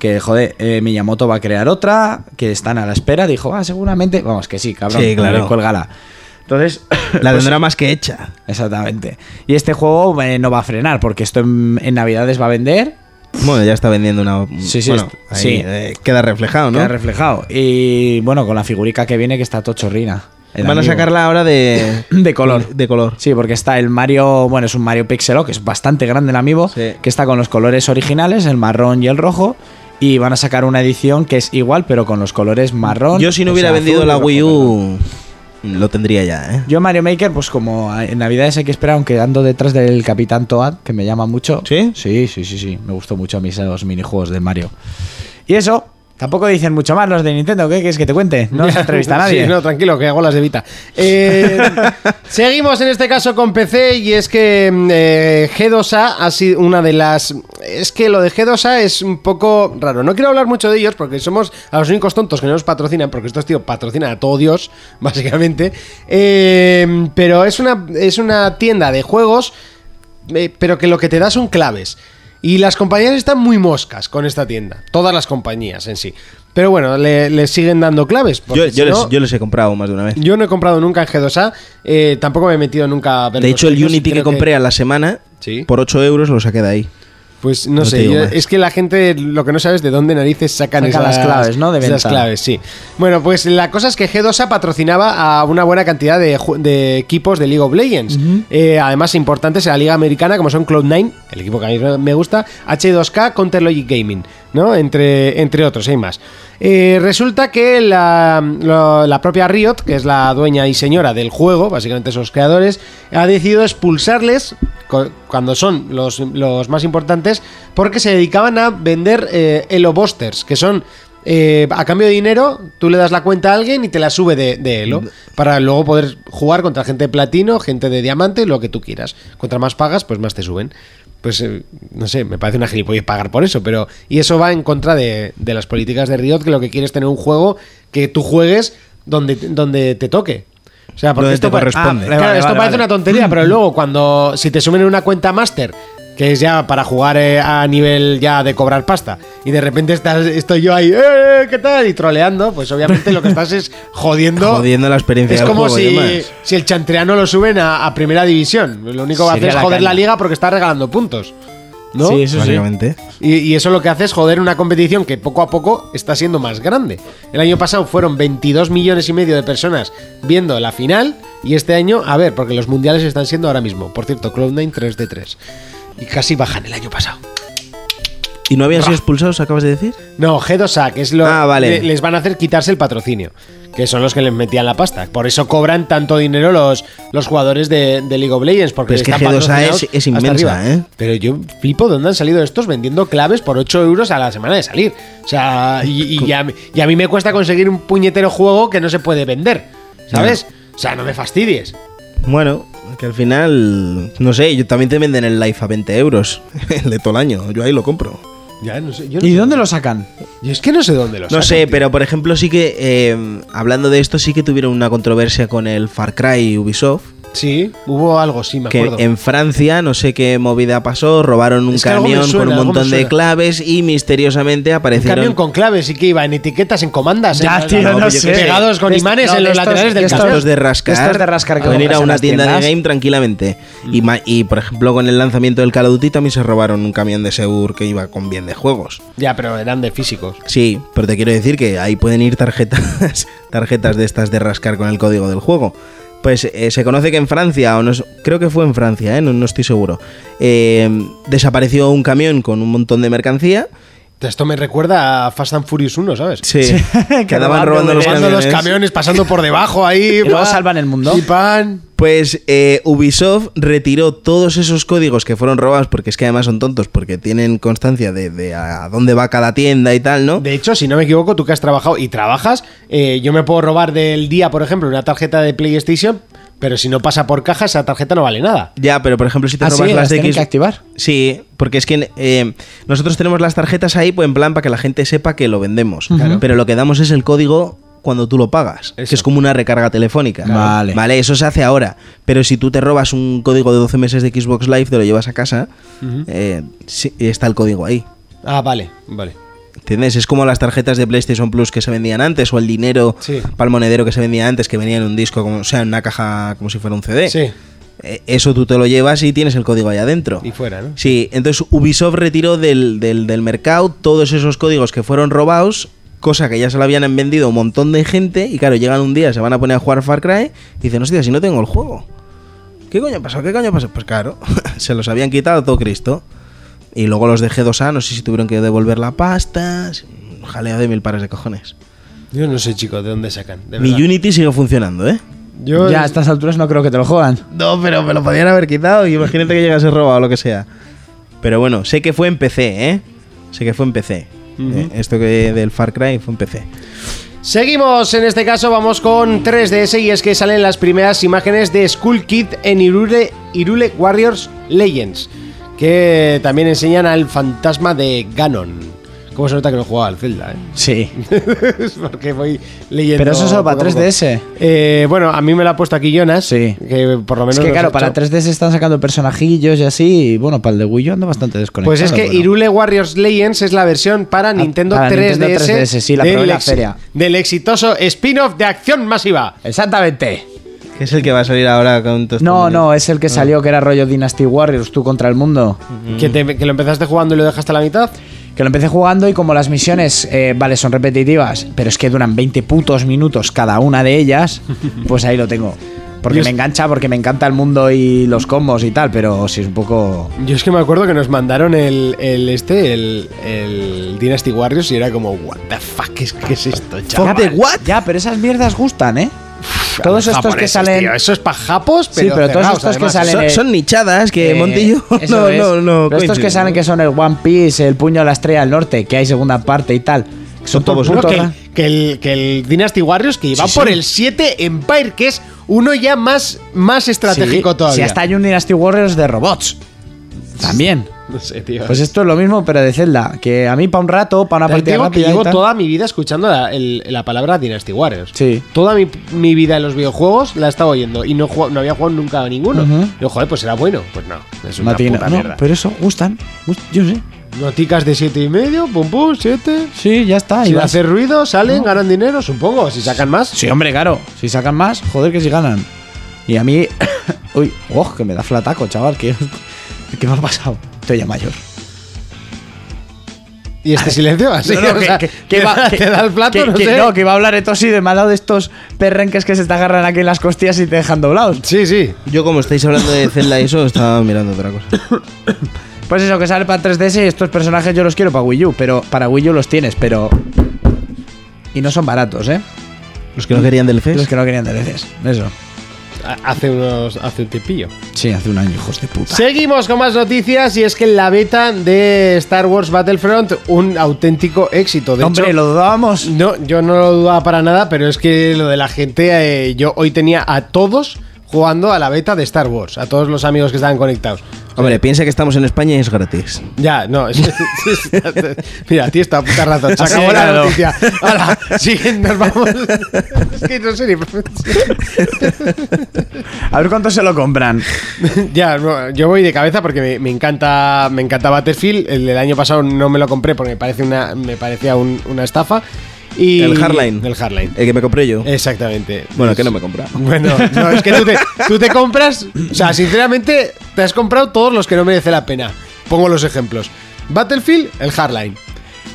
Speaker 4: que joder, eh, Miyamoto va a crear otra, que están a la espera. Dijo, ah, seguramente. Vamos, que sí, cabrón.
Speaker 5: Sí, claro.
Speaker 4: Cuélgala. Entonces,
Speaker 5: La tendrá más que hecha.
Speaker 4: exactamente. Y este juego eh, no va a frenar, porque esto en, en Navidades va a vender,
Speaker 5: Bueno, ya está vendiendo una.
Speaker 4: Sí, sí,
Speaker 5: bueno,
Speaker 4: es-
Speaker 5: ahí,
Speaker 4: sí.
Speaker 5: eh, queda reflejado, ¿no?
Speaker 4: queda reflejado. Y bueno, con la figurica que viene, que está tochorrina. el
Speaker 5: Eh, Van a
Speaker 4: amigo.
Speaker 5: sacarla ahora de,
Speaker 4: De color.
Speaker 5: De color.
Speaker 4: Sí, porque está el Mario, bueno, es un Mario Pixelo, que es bastante grande el amiibo,
Speaker 5: Sí.
Speaker 4: que está con los colores originales, el marrón y el rojo, y van a sacar una edición que es igual, pero con los colores marrón.
Speaker 5: Yo si no
Speaker 4: o
Speaker 5: hubiera
Speaker 4: sea,
Speaker 5: vendido
Speaker 4: azul y
Speaker 5: la
Speaker 4: rojo,
Speaker 5: Wii
Speaker 4: perdón.
Speaker 5: U, lo tendría ya, ¿eh?
Speaker 4: Yo Mario Maker, pues como en Navidades hay que esperar, aunque ando detrás del Capitán Toad, que me llama mucho.
Speaker 5: ¿Sí?
Speaker 4: Sí, sí, sí, sí. Me gustó mucho a mí esos minijuegos de Mario. Y eso, tampoco dicen mucho más los de Nintendo, ¿qué quieres que te cuente? No se entrevista a nadie.
Speaker 2: Sí, no, tranquilo, que hago las de Vita. Eh, seguimos en este caso con PC y es que eh, G2A ha sido una de las... Es que lo de G2A es un poco raro. No quiero hablar mucho de ellos porque somos a los únicos tontos que no nos patrocinan, porque estos tíos patrocinan a todo Dios, básicamente. Eh, pero es una, es una tienda de juegos eh, pero que lo que te da son claves. Y las compañías están muy moscas con esta tienda. Todas las compañías en sí. Pero bueno, le, le siguen dando claves. porque
Speaker 5: Yo,
Speaker 2: si
Speaker 5: yo
Speaker 2: no-
Speaker 5: les, yo les he comprado más de una vez.
Speaker 2: yo no he comprado nunca en G2A. eh, tampoco me he metido nunca a ver
Speaker 5: De
Speaker 2: los
Speaker 5: hecho, el
Speaker 2: vídeos,
Speaker 5: Unity
Speaker 2: creo
Speaker 5: que compré a la semana,
Speaker 2: Sí.
Speaker 5: por 8 euros, lo saqué de ahí.
Speaker 2: Pues no,
Speaker 5: No te
Speaker 2: sé,
Speaker 5: digo
Speaker 2: yo-
Speaker 5: más.
Speaker 2: es que la gente lo que no sabe es de dónde narices sacan
Speaker 4: Saca
Speaker 2: esas
Speaker 4: las claves, ¿no? De
Speaker 2: esas
Speaker 4: venta.
Speaker 2: claves, sí. Bueno, pues la cosa es que G2A patrocinaba a una buena cantidad de, ju- de equipos de League of Legends. Eh, además, importantes en la Liga Americana, como son Cloud9, el equipo que a mí me gusta, H2K, Counter Logic Gaming, ¿no? Entre, entre otros, hay más. Eh, resulta que la, lo- la propia Riot, que es la dueña y señora del juego, básicamente esos creadores, ha decidido expulsarles co- cuando son los, los más importantes, porque se dedicaban a vender eh, Elo Busters, que son eh, a cambio de dinero, tú le das la cuenta a alguien y te la sube de, de
Speaker 5: Mm.
Speaker 2: Elo, para luego poder jugar contra gente de platino, gente de diamante, lo que tú quieras. Contra más pagas, pues más te suben. Pues eh, no sé, me parece una gilipollez pagar por eso, pero. Y eso va en contra de, de las políticas de Riot, que lo que quieres es tener un juego que tú juegues donde, donde te toque. O sea, porque
Speaker 5: Donde
Speaker 2: esto
Speaker 5: te
Speaker 2: pa-
Speaker 5: corresponde.
Speaker 2: Ah, claro,
Speaker 4: Vale,
Speaker 2: esto
Speaker 4: vale,
Speaker 2: parece
Speaker 4: vale.
Speaker 2: una tontería, pero luego cuando si te sumen en una cuenta máster, que es ya para jugar eh, a nivel ya de cobrar pasta, y de repente estás, estoy yo ahí, "Eh, ¿qué tal? Y troleando, pues obviamente lo que estás es jodiendo.
Speaker 5: Jodiendo la experiencia
Speaker 2: Es
Speaker 5: del
Speaker 2: como
Speaker 5: juego y
Speaker 2: si,
Speaker 5: demás.
Speaker 2: si el chantreano lo suben a, a primera división. Lo único que va a hacer
Speaker 4: Sería
Speaker 2: es
Speaker 4: la
Speaker 2: joder
Speaker 4: caña.
Speaker 2: la liga porque está regalando puntos. ¿no?
Speaker 4: Sí, eso sí.
Speaker 5: Básicamente.
Speaker 2: Y, y eso lo que hace es joder una competición que poco a poco está siendo más grande. El año pasado fueron 22 millones y medio de personas viendo la final y este año, a ver, porque los mundiales están siendo ahora mismo. Por cierto, Cloud9 3 de 3. Y casi bajan el año pasado.
Speaker 5: ¿Y no habían sido expulsados, acabas de decir?
Speaker 2: No, G2A, que es lo
Speaker 5: Ah, vale.
Speaker 2: le- les van a hacer quitarse el patrocinio, que son los que les metían la pasta. Por eso cobran tanto dinero los, los jugadores de, de League of Legends, porque
Speaker 5: Pero es que
Speaker 2: están
Speaker 5: G2A
Speaker 2: patrocinados
Speaker 5: es- es
Speaker 2: hasta
Speaker 5: inmensa,
Speaker 2: arriba.
Speaker 5: ¿eh?
Speaker 2: Pero yo flipo dónde han salido estos vendiendo claves por 8 euros a la semana de salir. O sea, y, y ya- y a mí me cuesta conseguir un puñetero juego que no se puede vender, ¿sabes? O sea, no me fastidies.
Speaker 5: Bueno, que al final. No sé, yo también te venden el Life a 20 euros. el de todo el año. Yo ahí lo compro.
Speaker 2: Ya, no sé. Yo no
Speaker 4: ¿Y
Speaker 2: sé-
Speaker 4: dónde lo sacan?
Speaker 2: yo es que no sé dónde los
Speaker 5: No sé, pero por ejemplo, sí que. eh, hablando de esto, sí que tuvieron una controversia con el Far Cry y Ubisoft.
Speaker 2: Sí, hubo algo, sí, me
Speaker 5: que
Speaker 2: acuerdo.
Speaker 5: en Francia, no sé qué movida pasó, robaron un
Speaker 2: Es que algo me
Speaker 5: camión
Speaker 2: suena,
Speaker 5: con un
Speaker 2: algo me
Speaker 5: montón de
Speaker 2: suena.
Speaker 5: claves y misteriosamente
Speaker 2: Un
Speaker 5: aparecieron.
Speaker 2: camión con claves y que iba en etiquetas, en comandas.
Speaker 4: Ya,
Speaker 2: en-
Speaker 4: tío,
Speaker 5: no
Speaker 2: yo qué
Speaker 5: sé.
Speaker 2: Pegados con
Speaker 4: De-
Speaker 2: imanes
Speaker 4: no,
Speaker 2: en
Speaker 4: de
Speaker 2: los
Speaker 4: estos-
Speaker 2: laterales del
Speaker 4: de estos-
Speaker 2: camión.
Speaker 5: estos de rascar,
Speaker 4: estos de rascar que
Speaker 5: pueden ir
Speaker 4: compras
Speaker 5: a
Speaker 4: en
Speaker 5: una
Speaker 4: las
Speaker 5: tienda de
Speaker 4: tiendas.
Speaker 5: game tranquilamente. Y,
Speaker 2: Mm.
Speaker 5: ma- y, por ejemplo, con el lanzamiento del Call of Duty también se robaron un camión de Segur que iba con bien de juegos.
Speaker 2: Ya, pero eran de físicos.
Speaker 5: Sí, pero te quiero decir que ahí pueden ir tarjetas, tarjetas de estas de rascar con el código del juego. Pues eh, se conoce que en Francia, o no, es- creo que fue en Francia, eh, no, no estoy seguro, eh, desapareció un camión con un montón de mercancía.
Speaker 2: Esto me recuerda a Fast and Furious 1, ¿sabes?
Speaker 5: Sí,
Speaker 4: Que robaban
Speaker 5: que andaban robando los
Speaker 2: Cuando los
Speaker 5: camiones.
Speaker 2: camiones pasando por debajo ahí.
Speaker 4: luego
Speaker 2: pa,
Speaker 4: salvan el mundo.
Speaker 2: Y pan.
Speaker 5: Pues eh, Ubisoft retiró todos esos códigos que fueron robados, porque es que además son tontos, porque tienen constancia de, de a dónde va cada tienda y tal, ¿no?
Speaker 2: De hecho, si no me equivoco, tú que has trabajado y trabajas, eh, yo me puedo robar del día, por ejemplo, una tarjeta de PlayStation, pero si no pasa por caja, esa tarjeta no vale nada.
Speaker 5: Ya, pero por ejemplo, si te
Speaker 4: Ah,
Speaker 5: robas
Speaker 4: sí,
Speaker 5: las
Speaker 4: las
Speaker 5: de
Speaker 4: tienen
Speaker 5: Xbox-
Speaker 4: que activar.
Speaker 5: Sí, porque es que eh, nosotros tenemos las tarjetas ahí, pues en plan para que la gente sepa que lo vendemos. Pero lo que damos es el código cuando tú lo pagas, que es como una recarga telefónica.
Speaker 4: Claro. Vale.
Speaker 5: Vale, eso se hace ahora. Pero si tú te robas un código de 12 meses de Xbox Live, te lo llevas a casa, eh, sí, está el código ahí.
Speaker 2: Ah, vale, vale.
Speaker 5: ¿Entiendes? Es como las tarjetas de PlayStation Plus que se vendían antes, o el dinero
Speaker 2: Sí.
Speaker 5: para el monedero que se vendía antes, que venía en un disco, como, o sea, en una caja como si fuera un CD.
Speaker 2: Sí.
Speaker 5: Eh, Eso tú te lo llevas y tienes el código ahí adentro.
Speaker 2: Y fuera, ¿no?
Speaker 5: Sí, entonces Ubisoft retiró del, del- del mercado todos esos códigos que fueron robados, cosa que ya se lo habían vendido a un montón de gente, y claro, llegan un día, se van a poner a jugar Far Cry, y dicen, hostia, si no tengo el juego. ¿Qué coño pasó? ¿Qué coño pasó? Pues claro, se los habían quitado todo Cristo. Y luego los de G2A, no sé si tuvieron que devolver la pasta, un jaleo de mil pares de cojones.
Speaker 2: Yo no sé, chicos, de dónde sacan. De
Speaker 5: Mi
Speaker 2: verdad.
Speaker 5: Unity sigue funcionando, ¿eh?
Speaker 2: Yo-
Speaker 4: Ya a estas alturas no creo que te lo juegan.
Speaker 5: No, pero me lo podían haber quitado y imagínate que llegase robado o lo que sea. Pero bueno, sé que fue en PC, ¿eh? Sé que fue en PC. Eh, Esto que del Far Cry fue en PC.
Speaker 2: Seguimos, en este caso vamos con 3DS y es que salen las primeras imágenes de Skull Kid en Irule, Irule Warriors Legends, que también enseñan al fantasma de Ganon. ¿Cómo se nota que no jugaba al Zelda, eh?
Speaker 4: Sí.
Speaker 2: Es porque voy leyendo.
Speaker 4: Pero eso es solo para
Speaker 2: poco a poco.
Speaker 4: 3DS.
Speaker 2: Eh, bueno, a mí me lo ha puesto aquí Jonas.
Speaker 4: Sí.
Speaker 2: Que por lo menos.
Speaker 4: Es que
Speaker 2: nos
Speaker 4: claro,
Speaker 2: ha
Speaker 4: para
Speaker 2: hecho-
Speaker 4: 3D se están sacando personajillos y así. Y bueno, para el de Wii U anda bastante desconectado.
Speaker 2: Pues es que
Speaker 4: pero-
Speaker 2: Irule Warriors Legends es la versión para Nintendo
Speaker 4: Ah, para
Speaker 2: 3DS.
Speaker 4: Nintendo 3DS, sí, la
Speaker 2: del
Speaker 4: probé en la
Speaker 2: exi-
Speaker 4: feria.
Speaker 2: Del exitoso spin-off de acción masiva.
Speaker 4: Exactamente.
Speaker 5: Que es el que va a salir ahora con este todos
Speaker 4: No,
Speaker 5: estos-
Speaker 4: no, es
Speaker 2: Ah.
Speaker 4: el que salió que era rollo Dynasty Warriors, tú contra el mundo.
Speaker 2: Que, te- que lo empezaste jugando y lo dejaste a la mitad.
Speaker 4: Que lo empecé jugando y como las misiones, eh, vale, son repetitivas, pero es que duran 20 putos minutos cada una de ellas, pues ahí lo tengo. Porque me engancha, porque me encanta el mundo y los combos y tal, pero si es un poco...
Speaker 2: Yo es que me acuerdo que nos mandaron el, el este, el, el Dynasty Warriors, y era como, what the fuck, ¿qué es, qué es esto, chaval?
Speaker 4: Ya, Ya, pero esas mierdas gustan, ¿eh? Todos estos que
Speaker 2: Japoneses,
Speaker 4: salen...
Speaker 2: tío, eso es para japos, pero.
Speaker 4: Sí, pero todos
Speaker 2: cerrados,
Speaker 4: estos que
Speaker 2: además.
Speaker 4: salen-
Speaker 5: Son, son nichadas que
Speaker 4: Eh,
Speaker 5: Montillo.
Speaker 4: eso
Speaker 5: No,
Speaker 4: es.
Speaker 5: no, no.
Speaker 4: Pero estos
Speaker 5: coinciden.
Speaker 4: que saben que son el One Piece, el puño a la estrella del norte, que hay segunda parte y tal. que Son todos ¿eh?
Speaker 2: Bueno,
Speaker 4: putos
Speaker 2: que,
Speaker 4: ra-
Speaker 2: que el, que el Dynasty Warriors, que iba por el 7 Empire, que es uno ya más, más estratégico
Speaker 4: Sí,
Speaker 2: todavía.
Speaker 4: Si hasta hay un Dynasty Warriors de robots. También.
Speaker 2: No sé, tío.
Speaker 4: Pues esto es lo mismo, pero de Zelda. Que a mí para un rato, para una
Speaker 2: Te
Speaker 4: partida
Speaker 2: digo que
Speaker 4: rápida y
Speaker 2: llevo
Speaker 4: tal.
Speaker 2: toda mi vida escuchando la, el- la palabra Dynasty Warriors.
Speaker 4: Sí.
Speaker 2: Toda mi, mi vida en los videojuegos la he estado oyendo y no, he jugado- no había jugado nunca a ninguno.
Speaker 4: Ujú.
Speaker 2: Digo, joder, pues era bueno. Pues no, es
Speaker 4: No
Speaker 2: una
Speaker 4: tiene-
Speaker 2: puta
Speaker 4: no,
Speaker 2: mierda.
Speaker 4: pero eso, gustan. Gust- Yo sé.
Speaker 2: Noticas de 7 y medio, pum pum, 7.
Speaker 4: Sí, ya está.
Speaker 2: Si
Speaker 4: Ah, y
Speaker 2: va a
Speaker 4: vas.
Speaker 2: hacer ruido, salen, ganan dinero, supongo. Si sacan más.
Speaker 4: Sí, hombre, claro. Si sacan más, joder que si ganan. Y a mí... Uy, oh, que me da flataco, chaval. Que, que me ha pasado. Estoy ya mayor.
Speaker 2: Y este silencio así.
Speaker 4: No, no,
Speaker 2: o sea, te
Speaker 4: va-
Speaker 2: da-
Speaker 4: que-
Speaker 2: te da el plato,
Speaker 4: que-
Speaker 2: no
Speaker 4: que-
Speaker 2: sé.
Speaker 4: no, que iba a hablar de tos y de mal lado de estos perrenques que se te agarran aquí en las costillas y te dejan doblados.
Speaker 2: Sí, sí.
Speaker 5: Yo, como estáis hablando de Zelda y eso, estaba mirando otra cosa.
Speaker 4: Pues eso, que sale para 3DS y estos personajes yo los quiero para Wii U, pero para Wii U los tienes, pero. Y no son baratos, ¿eh?
Speaker 5: Los que no querían del
Speaker 4: Los
Speaker 5: FES.
Speaker 4: que no querían DLCs. Eso.
Speaker 2: A- Hace unos. Hace un tiempillo.
Speaker 4: Sí, hace un año, hijos de puta.
Speaker 2: Seguimos con más noticias y es que la beta de Star Wars Battlefront, un auténtico éxito. De
Speaker 4: Hombre,
Speaker 2: hecho,
Speaker 4: lo dudábamos.
Speaker 2: no, yo no lo dudaba para nada, pero es que lo de la gente, eh, yo hoy tenía a todos jugando a la beta de Star Wars, a todos los amigos que estaban conectados.
Speaker 5: Hombre, piensa que estamos en España y es gratis.
Speaker 2: Ya, no. es- es- es- mira, tío, esta puta razón. Se
Speaker 4: Así
Speaker 2: acabó
Speaker 4: de
Speaker 2: la
Speaker 4: claro.
Speaker 2: noticia. Hala, siguiente, nos vamos. Es que no sé ni.
Speaker 4: A ver cuánto se lo compran.
Speaker 2: Ya, no, yo voy de cabeza porque me, me encanta me encanta Battlefield. El del año pasado no me lo compré porque me parece una me parecía un- una estafa. Y
Speaker 5: el Hardline.
Speaker 2: El Hardline.
Speaker 5: El que me compré
Speaker 4: Eh,
Speaker 5: yo.
Speaker 2: Exactamente.
Speaker 5: Bueno, que no me compra.
Speaker 2: Bueno, no, es que tú te, tú te compras. O sea, sinceramente, te has comprado todos los que no merece la pena. Pongo los ejemplos: Battlefield, el Hardline.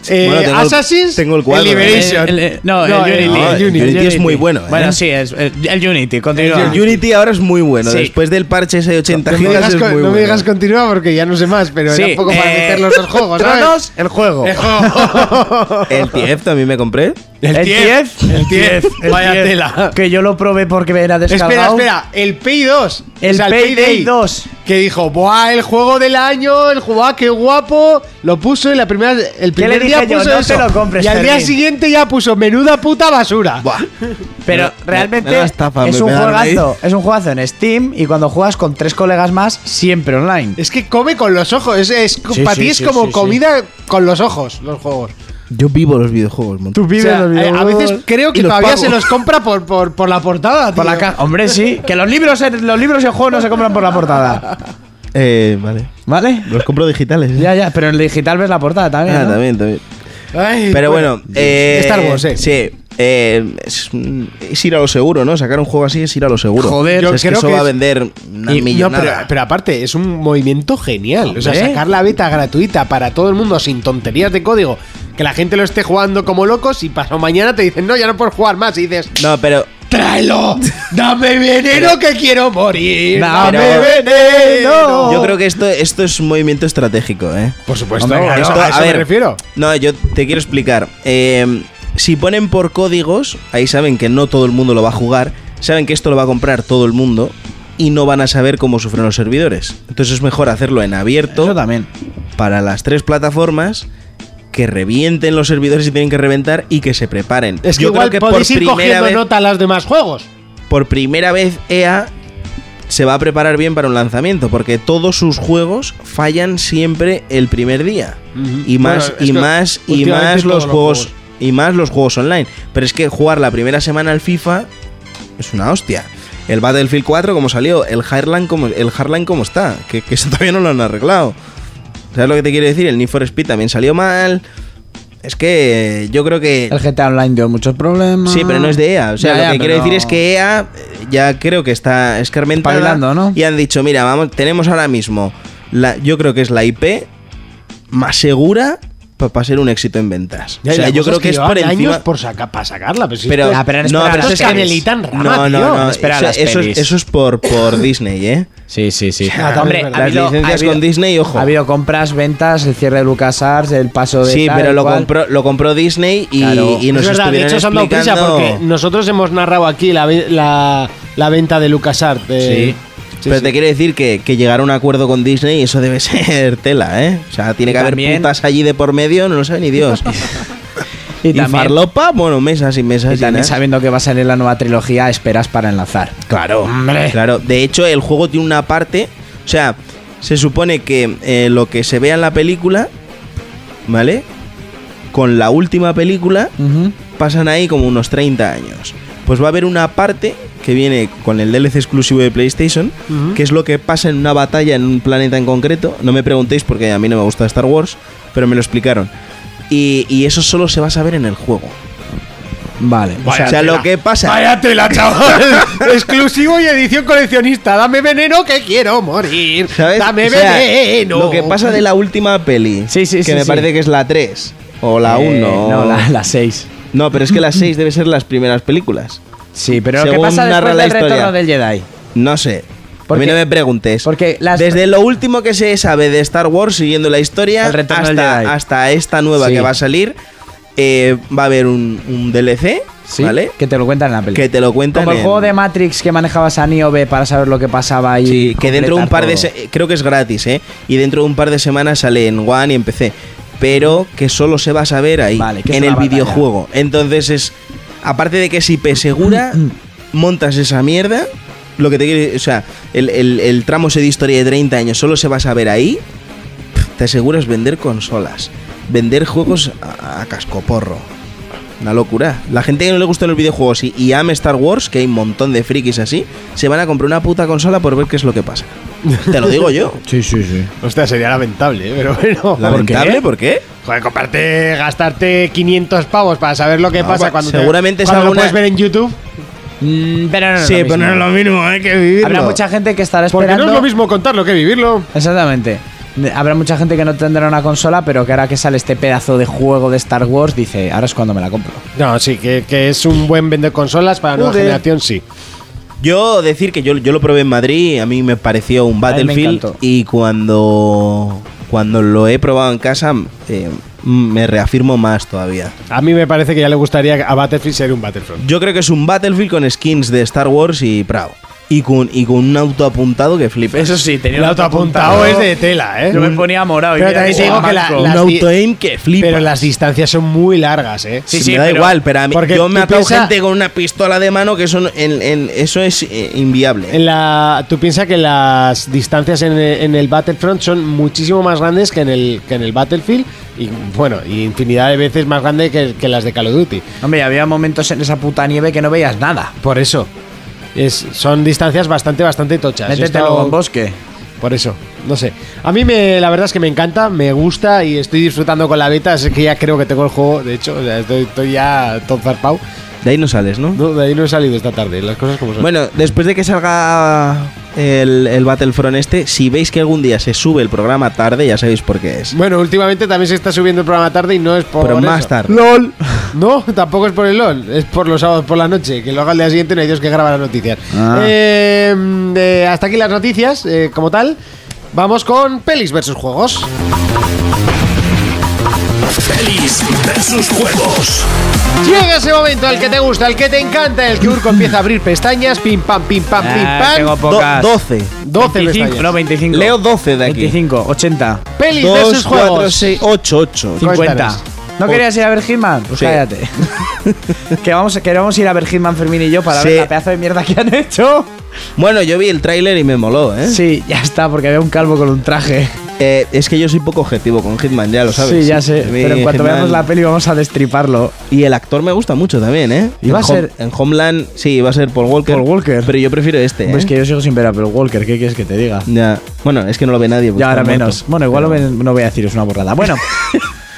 Speaker 2: Eh,
Speaker 5: Bueno, tengo el-
Speaker 2: Assassin's,
Speaker 5: tengo el cuadro,
Speaker 2: Liberation.
Speaker 4: El- el- no, el Unity.
Speaker 2: Ah,
Speaker 5: no, el Unity es muy bueno, ¿eh?
Speaker 4: Bueno, sí, es, el, el Unity, continúa.
Speaker 5: El Unity ahora es muy bueno.
Speaker 4: Sí.
Speaker 5: Después del parche ese de 80
Speaker 2: No me,
Speaker 5: gigas
Speaker 2: digas,
Speaker 5: es
Speaker 2: con-
Speaker 5: muy
Speaker 2: no me
Speaker 5: bueno.
Speaker 2: digas continúa porque ya no sé más, pero
Speaker 4: Sí,
Speaker 2: era un poco para
Speaker 4: eh,
Speaker 2: meter los dos juegos, ¿sabes?
Speaker 4: Tronos, el juego.
Speaker 2: El juego.
Speaker 5: El TF también me compré.
Speaker 4: El 10.
Speaker 2: El 10. Vaya tela.
Speaker 4: Que yo lo probé porque me era
Speaker 2: Espera,
Speaker 4: descargado.
Speaker 2: espera, el Pay2.
Speaker 4: El Payday 2.
Speaker 2: Que dijo, ¡buah, el juego del año! El juego, ah, qué guapo. Lo puso y la primera, el primer
Speaker 4: le
Speaker 2: día
Speaker 4: dije yo?
Speaker 2: puso
Speaker 4: No
Speaker 2: eso.
Speaker 4: te lo compres,
Speaker 2: y al día
Speaker 4: Fermín.
Speaker 2: siguiente ya puso, menuda puta basura.
Speaker 5: Buah.
Speaker 4: Pero
Speaker 5: Me- me-
Speaker 4: realmente
Speaker 5: me da estafa,
Speaker 4: es
Speaker 5: me
Speaker 4: un
Speaker 5: pegaron ahí.
Speaker 4: juegazo. Es un juegazo en Steam y cuando juegas con tres colegas más, siempre online.
Speaker 2: Es que come con los ojos. Es, es-
Speaker 4: Sí,
Speaker 2: para
Speaker 4: sí,
Speaker 2: ti es
Speaker 4: sí,
Speaker 2: como
Speaker 4: sí, sí.
Speaker 2: comida con los ojos, los juegos.
Speaker 5: Yo vivo los videojuegos, montón.
Speaker 2: O sea, eh, a veces creo que
Speaker 5: Y los
Speaker 2: todavía
Speaker 5: pago.
Speaker 2: se los compra por, por, por la portada,
Speaker 4: Por la
Speaker 2: tío.
Speaker 4: ca- Hombre, sí. Que los libros, los libros y el juego no se compran por la portada.
Speaker 5: Eh, vale.
Speaker 4: ¿Vale?
Speaker 5: Los compro digitales. ¿eh?
Speaker 4: Ya, ya. Pero en digital ves la portada también.
Speaker 5: Ah,
Speaker 4: ¿no?
Speaker 5: también, también.
Speaker 2: Ay,
Speaker 5: Pero bueno, eh,
Speaker 2: pues, Star Wars, eh.
Speaker 5: Sí. eh, es, mm, es ir a lo seguro, ¿no? Sacar un juego así es ir a lo seguro.
Speaker 4: Joder,
Speaker 5: yo
Speaker 2: yo
Speaker 5: es que
Speaker 2: creo
Speaker 5: eso
Speaker 2: que
Speaker 5: va a
Speaker 2: es-
Speaker 5: vender una
Speaker 2: Y- no,
Speaker 5: millonada.
Speaker 2: pero, pero aparte, es un movimiento genial. O sea,
Speaker 4: Hombre.
Speaker 2: sacar la beta gratuita para todo el mundo sin tonterías de código, que la gente lo esté jugando como locos y pasado mañana te dicen, no, ya no puedes jugar más. Y dices,
Speaker 5: No, pero
Speaker 2: tráelo, dame veneno que quiero morir.
Speaker 4: Dame
Speaker 2: veneno.
Speaker 5: yo creo que esto, esto es un movimiento estratégico, ¿eh?
Speaker 2: Por supuesto,
Speaker 4: Hombre,
Speaker 2: claro,
Speaker 5: Esto,
Speaker 2: a eso
Speaker 5: a ver,
Speaker 2: me refiero.
Speaker 5: No, yo te quiero explicar. Eh, si ponen por códigos, ahí saben que no todo el mundo lo va a jugar, saben que esto lo va a comprar todo el mundo y no van a saber cómo sufren los servidores. Entonces es mejor hacerlo en abierto
Speaker 4: Eso también.
Speaker 5: para las tres plataformas. Que revienten los servidores si tienen que reventar y que se preparen.
Speaker 2: Es que
Speaker 5: Yo
Speaker 2: igual
Speaker 5: creo que
Speaker 2: podéis
Speaker 5: por
Speaker 2: ir
Speaker 5: primera
Speaker 2: cogiendo
Speaker 5: vez,
Speaker 2: nota a los demás juegos.
Speaker 5: por primera vez EA se va a preparar bien para un lanzamiento, porque todos sus juegos fallan siempre el primer día.
Speaker 2: Ujú.
Speaker 5: Y más,
Speaker 2: Bueno, es
Speaker 5: y
Speaker 2: que
Speaker 5: más, y
Speaker 2: últimamente
Speaker 5: más los
Speaker 2: todos los
Speaker 5: juegos,
Speaker 2: juegos.
Speaker 5: Y más los juegos online. Pero es que jugar la primera semana al FIFA es una hostia. El Battlefield 4 como salió, el Hardline como, el Hardline como está, que, que eso todavía no lo han arreglado. ¿Sabes lo que te quiero decir? El Need for Speed también salió mal. Es que yo creo que
Speaker 4: El GTA Online dio muchos problemas.
Speaker 5: Sí, pero no es de EA. O sea,
Speaker 4: Ya,
Speaker 5: lo
Speaker 4: ya,
Speaker 5: que
Speaker 4: pero
Speaker 5: quiero decir
Speaker 4: no.
Speaker 5: es que EA eh, ya creo que está escarmentada.
Speaker 4: Espabilando, ¿no?
Speaker 5: Y han dicho, mira, vamos, tenemos ahora mismo, la, yo creo que es la IP más segura para ser un éxito en ventas.
Speaker 2: Ya,
Speaker 5: o
Speaker 2: y
Speaker 5: sea,
Speaker 2: la
Speaker 5: yo
Speaker 2: cosa
Speaker 5: creo que es
Speaker 2: llevaban
Speaker 5: por encima...
Speaker 2: años por saca- para sacarla. pues Pero, si
Speaker 5: Pero,
Speaker 2: esto-
Speaker 4: Ah, pero han
Speaker 5: no,
Speaker 4: esperado
Speaker 5: pero
Speaker 4: las
Speaker 5: es que-
Speaker 2: Canelita en rama,
Speaker 5: no, no,
Speaker 2: tío.
Speaker 5: no,
Speaker 4: Han esperado
Speaker 5: o sea,
Speaker 4: las
Speaker 5: eso, es-
Speaker 4: pelis.
Speaker 5: eso es por, por Disney, ¿eh?
Speaker 4: Sí, sí, sí.
Speaker 2: Ah, también es verdad.
Speaker 5: Las licencias con Disney, ojo.
Speaker 4: Ha habido compras, ventas, el cierre de LucasArts, el paso de.
Speaker 5: Sí,
Speaker 4: Pues tal,
Speaker 5: pero lo
Speaker 4: cual.
Speaker 5: compró, lo compró Disney y,
Speaker 4: Claro.
Speaker 5: y nos
Speaker 2: es verdad, de
Speaker 5: estuvieron
Speaker 2: hecho se han dado prisa
Speaker 5: explicando-
Speaker 2: porque nosotros hemos narrado aquí la, ve- la, la venta de LucasArts. eh.
Speaker 5: Pero te quiero decir que, que llegar a un acuerdo con Disney, eso debe ser tela, ¿eh? O sea, tiene
Speaker 4: Y
Speaker 5: que haber
Speaker 4: también-
Speaker 5: putas allí de por medio, no lo sabe ni Dios.
Speaker 4: Y,
Speaker 5: y
Speaker 4: también,
Speaker 5: farlopa, bueno, mesas y mesas.
Speaker 4: y
Speaker 5: y
Speaker 4: también
Speaker 5: nada.
Speaker 4: sabiendo que va a salir la nueva trilogía, esperas para enlazar.
Speaker 5: Claro,
Speaker 4: Hombre.
Speaker 5: Claro, de hecho, el juego tiene una parte. O sea, se supone que eh, lo que se vea en la película, ¿vale? Con la última película, pasan ahí como unos 30 años. Pues va a haber una parte que viene con el DLC exclusivo de PlayStation, que es lo que pasa en una batalla en un planeta en concreto. No me preguntéis porque a mí no me gusta Star Wars, pero me lo explicaron. Y, y eso solo se va a saber en el juego.
Speaker 4: Vale.
Speaker 5: O sea, lo que pasa.
Speaker 2: tela, chaval. Exclusivo y edición coleccionista. Dame veneno que quiero morir.
Speaker 5: ¿Sabes?
Speaker 2: Dame
Speaker 5: O sea,
Speaker 2: veneno.
Speaker 5: Lo que pasa de la última peli.
Speaker 4: Sí, sí,
Speaker 5: Que
Speaker 4: sí,
Speaker 5: me
Speaker 4: sí.
Speaker 5: parece que es la 3. O la 1.
Speaker 4: Eh, no, la, la 6.
Speaker 5: No, pero es que la 6 debe ser las primeras películas.
Speaker 4: Sí, pero ¿qué
Speaker 5: Según
Speaker 4: pasa
Speaker 5: narra
Speaker 4: después
Speaker 5: la
Speaker 4: del
Speaker 5: historia.
Speaker 4: retorno del Jedi?
Speaker 5: No sé.
Speaker 4: ¿Por
Speaker 5: a mí
Speaker 4: qué?
Speaker 5: no me preguntes.
Speaker 4: Porque las-
Speaker 5: Desde lo último que se sabe de Star Wars, siguiendo la historia,
Speaker 4: El retorno del Jedi.
Speaker 5: hasta, hasta esta nueva
Speaker 4: Sí.
Speaker 5: que va a salir, eh, va a haber un, un DLC,
Speaker 4: Sí,
Speaker 5: ¿vale?
Speaker 4: que te lo cuentan en la película.
Speaker 5: Que te lo cuentan
Speaker 4: Como el
Speaker 5: en-
Speaker 4: juego de Matrix que manejabas a Niobe para saber lo que pasaba ahí.
Speaker 5: Sí, que dentro de un par de...
Speaker 4: completar
Speaker 5: se- creo que es gratis, ¿eh? Y dentro de un par de semanas sale en One y en PC. Pero que solo se va a saber ahí,
Speaker 4: Vale, que es
Speaker 5: en
Speaker 4: una
Speaker 5: el
Speaker 4: batalla. Mm,
Speaker 5: videojuego. Entonces es... Aparte de que es IP segura, montas esa mierda lo que te quiero o sea, el, el- el tramo ese de historia de 30 años solo se va a saber ahí, te aseguras vender consolas, vender juegos a, a cascoporro. Una locura. La gente que no le gustan los videojuegos y, y ame Star Wars, que hay un montón de frikis así, se van a comprar una puta consola por ver qué es lo que pasa. Te lo digo yo.
Speaker 4: Sí, sí, sí.
Speaker 2: Hostia, sería lamentable, ¿eh? pero bueno.
Speaker 5: Lamentable, ¿por qué?
Speaker 2: Joder, comparte, gastarte 500 pavos para saber lo que
Speaker 5: No,
Speaker 2: pasa
Speaker 5: pa-
Speaker 2: cuando te-
Speaker 5: seguramente
Speaker 2: cuando
Speaker 5: salga
Speaker 2: lo
Speaker 5: una-
Speaker 2: puedes ver en YouTube.
Speaker 4: Mm, pero no es
Speaker 5: sí,
Speaker 4: lo
Speaker 5: pero
Speaker 4: mismo.
Speaker 5: no es lo mismo, hay que vivirlo.
Speaker 4: Habrá mucha gente que estará
Speaker 2: Porque
Speaker 4: esperando.
Speaker 2: no es lo mismo contarlo que vivirlo.
Speaker 4: Exactamente. De- Habrá mucha gente que no tendrá una consola, pero que ahora que sale este pedazo de juego de Star Wars, dice, ahora es cuando me la compro.
Speaker 2: No, sí, que, que es un buen vender consolas para la nueva
Speaker 4: Joder.
Speaker 2: generación, sí.
Speaker 5: Yo decir que yo, yo lo probé en Madrid, a mí me pareció un
Speaker 4: A mí me
Speaker 5: Battlefield
Speaker 4: encantó.
Speaker 5: y cuando, cuando lo he probado en casa eh, me reafirmo más todavía.
Speaker 2: A mí me parece que ya le gustaría a Battlefield ser un Battlefront.
Speaker 5: Yo creo que es un Battlefield con skins de Star Wars y Prado. Y con, y con un auto apuntado que flipas.
Speaker 4: sí, tenía
Speaker 2: El autoapuntado es de tela, ¿eh?
Speaker 4: Yo me ponía morado. y
Speaker 2: Pero
Speaker 4: mira,
Speaker 2: también te digo que la-
Speaker 4: blanco.
Speaker 5: un
Speaker 2: las di-
Speaker 5: auto-aim que flipas.
Speaker 2: Pero las distancias son muy largas, ¿eh?
Speaker 5: Sí,
Speaker 4: Sí, sí,
Speaker 5: me da
Speaker 4: pero-
Speaker 5: igual, pero a mí,
Speaker 2: porque
Speaker 5: yo me
Speaker 2: tú
Speaker 5: atado
Speaker 2: piensa-
Speaker 5: gente con una pistola de mano que eso, no- en- en- eso es eh, inviable.
Speaker 2: En la, tú piensas que las distancias en, e- en el Battlefront son muchísimo más grandes que en el, que en el Battlefield y, bueno, y infinidad de veces más grandes que, que las de Call of Duty.
Speaker 4: Hombre, había momentos en esa puta nieve que no veías nada.
Speaker 2: Por eso. Es, son distancias bastante, bastante tochas. Yo he
Speaker 4: Métete
Speaker 2: estado-
Speaker 4: luego en bosque.
Speaker 2: Por eso, no sé. A mí me, la verdad es que me encanta, me gusta y estoy disfrutando con la beta. Es que ya creo que tengo el juego, de hecho, o sea, estoy, estoy ya todo zarpado.
Speaker 5: de ahí no sales, ¿no?
Speaker 2: No, de ahí no he salido esta tarde, las cosas como son.
Speaker 5: Bueno, después de que salga el, el Battlefront este, si veis que algún día se sube el programa tarde, ya sabéis por qué es.
Speaker 2: Bueno, últimamente también se está subiendo el programa tarde y no es por.
Speaker 5: Pero más
Speaker 2: eso.
Speaker 5: tarde.
Speaker 2: ¡LOL! No, tampoco es por el LOL, es por los sábados por la noche. Que lo haga al día siguiente, no hay Dios que graba las noticias.
Speaker 4: Ah.
Speaker 2: Eh, mm, eh, hasta aquí las noticias, eh, como tal. Vamos con pelis versus juegos.
Speaker 1: Pelis versus juegos.
Speaker 2: Llega ese momento, el que te gusta, el que te encanta, el que Urco empieza a abrir pestañas, pim pam, pim pam, pim
Speaker 4: Ah,
Speaker 2: pam.
Speaker 4: tengo
Speaker 5: Do-
Speaker 4: pocas.
Speaker 5: 12.
Speaker 2: 12
Speaker 4: 25,
Speaker 2: pestañas.
Speaker 4: no, 25.
Speaker 5: Leo 12 de aquí.
Speaker 4: 25, 80,
Speaker 2: Pelis
Speaker 5: 2,
Speaker 2: versus
Speaker 5: 4,
Speaker 2: juegos.
Speaker 5: 6, 8, 8.
Speaker 2: Cinco.
Speaker 4: 50.
Speaker 2: Cuéntanos.
Speaker 4: ¿No querías ir a ver Hitman? Pues
Speaker 5: Sí.
Speaker 4: cállate. que, vamos, que vamos a ir a ver Hitman Fermín y yo para
Speaker 5: Sí.
Speaker 4: ver la pedazo de mierda que han hecho.
Speaker 5: Bueno, yo vi el tráiler y me moló, ¿eh?
Speaker 4: Sí, ya está, porque había un calvo con un traje.
Speaker 5: Eh, Es que yo soy poco objetivo con Hitman, ya lo sabes.
Speaker 4: Sí, ya sé.
Speaker 5: A mí
Speaker 4: Pero en cuanto
Speaker 5: Hitman-
Speaker 4: veamos la peli vamos a destriparlo.
Speaker 5: Y el actor me gusta mucho también, ¿eh?
Speaker 4: Y va
Speaker 5: En
Speaker 4: a
Speaker 5: Hom-
Speaker 4: ser-
Speaker 5: En Homeland, sí, va a ser Paul Walker.
Speaker 4: Paul Walker.
Speaker 5: Pero yo prefiero este, ¿eh?
Speaker 4: Es Pues que yo sigo sin ver a Pearl Walker, ¿qué quieres que te diga?
Speaker 5: Ya. Bueno, es que no lo ve nadie. porque
Speaker 4: Ya ahora
Speaker 5: está muerto.
Speaker 4: menos. Bueno, igual lo ven- no voy a decir, es una borrada. Bueno.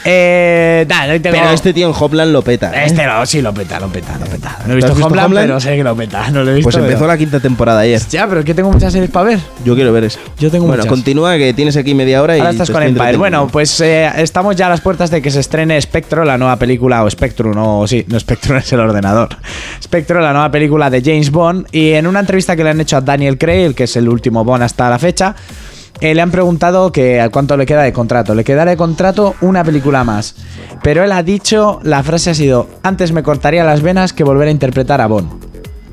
Speaker 4: eh, nada, hoy tengo...
Speaker 5: Pero este tío en Homeland lo peta. ¿eh?
Speaker 4: Este lo, sí, lo peta, lo peta, lo peta. No he
Speaker 5: ¿Te has
Speaker 4: visto,
Speaker 5: visto
Speaker 4: Homeland,
Speaker 5: Homeland?
Speaker 4: pero sé que lo peta. No lo he visto.
Speaker 5: Pues empezó
Speaker 4: pero-
Speaker 5: la quinta temporada ayer.
Speaker 4: Ya, pero es que tengo muchas series para ver.
Speaker 5: Yo quiero ver esa.
Speaker 4: Yo tengo
Speaker 5: Bueno,
Speaker 4: muchas.
Speaker 5: continúa que tienes aquí media hora y.
Speaker 4: Ahora estás
Speaker 5: te
Speaker 4: con
Speaker 5: estoy
Speaker 4: Empire.
Speaker 5: entreteniendo.
Speaker 4: Bueno, pues eh, estamos ya a las puertas de que se estrene Spectro, la nueva película, o Spectrum, o sí, no Spectrum es el ordenador. Spectro, la nueva película de James Bond. Y en una entrevista que le han hecho a Daniel Craig, el que es el último Bond hasta la fecha, eh, le han preguntado que a cuánto le queda de contrato. Le quedará de contrato una película más. Pero él ha dicho, la frase ha sido, antes me cortaría las venas que volver a interpretar a Bond.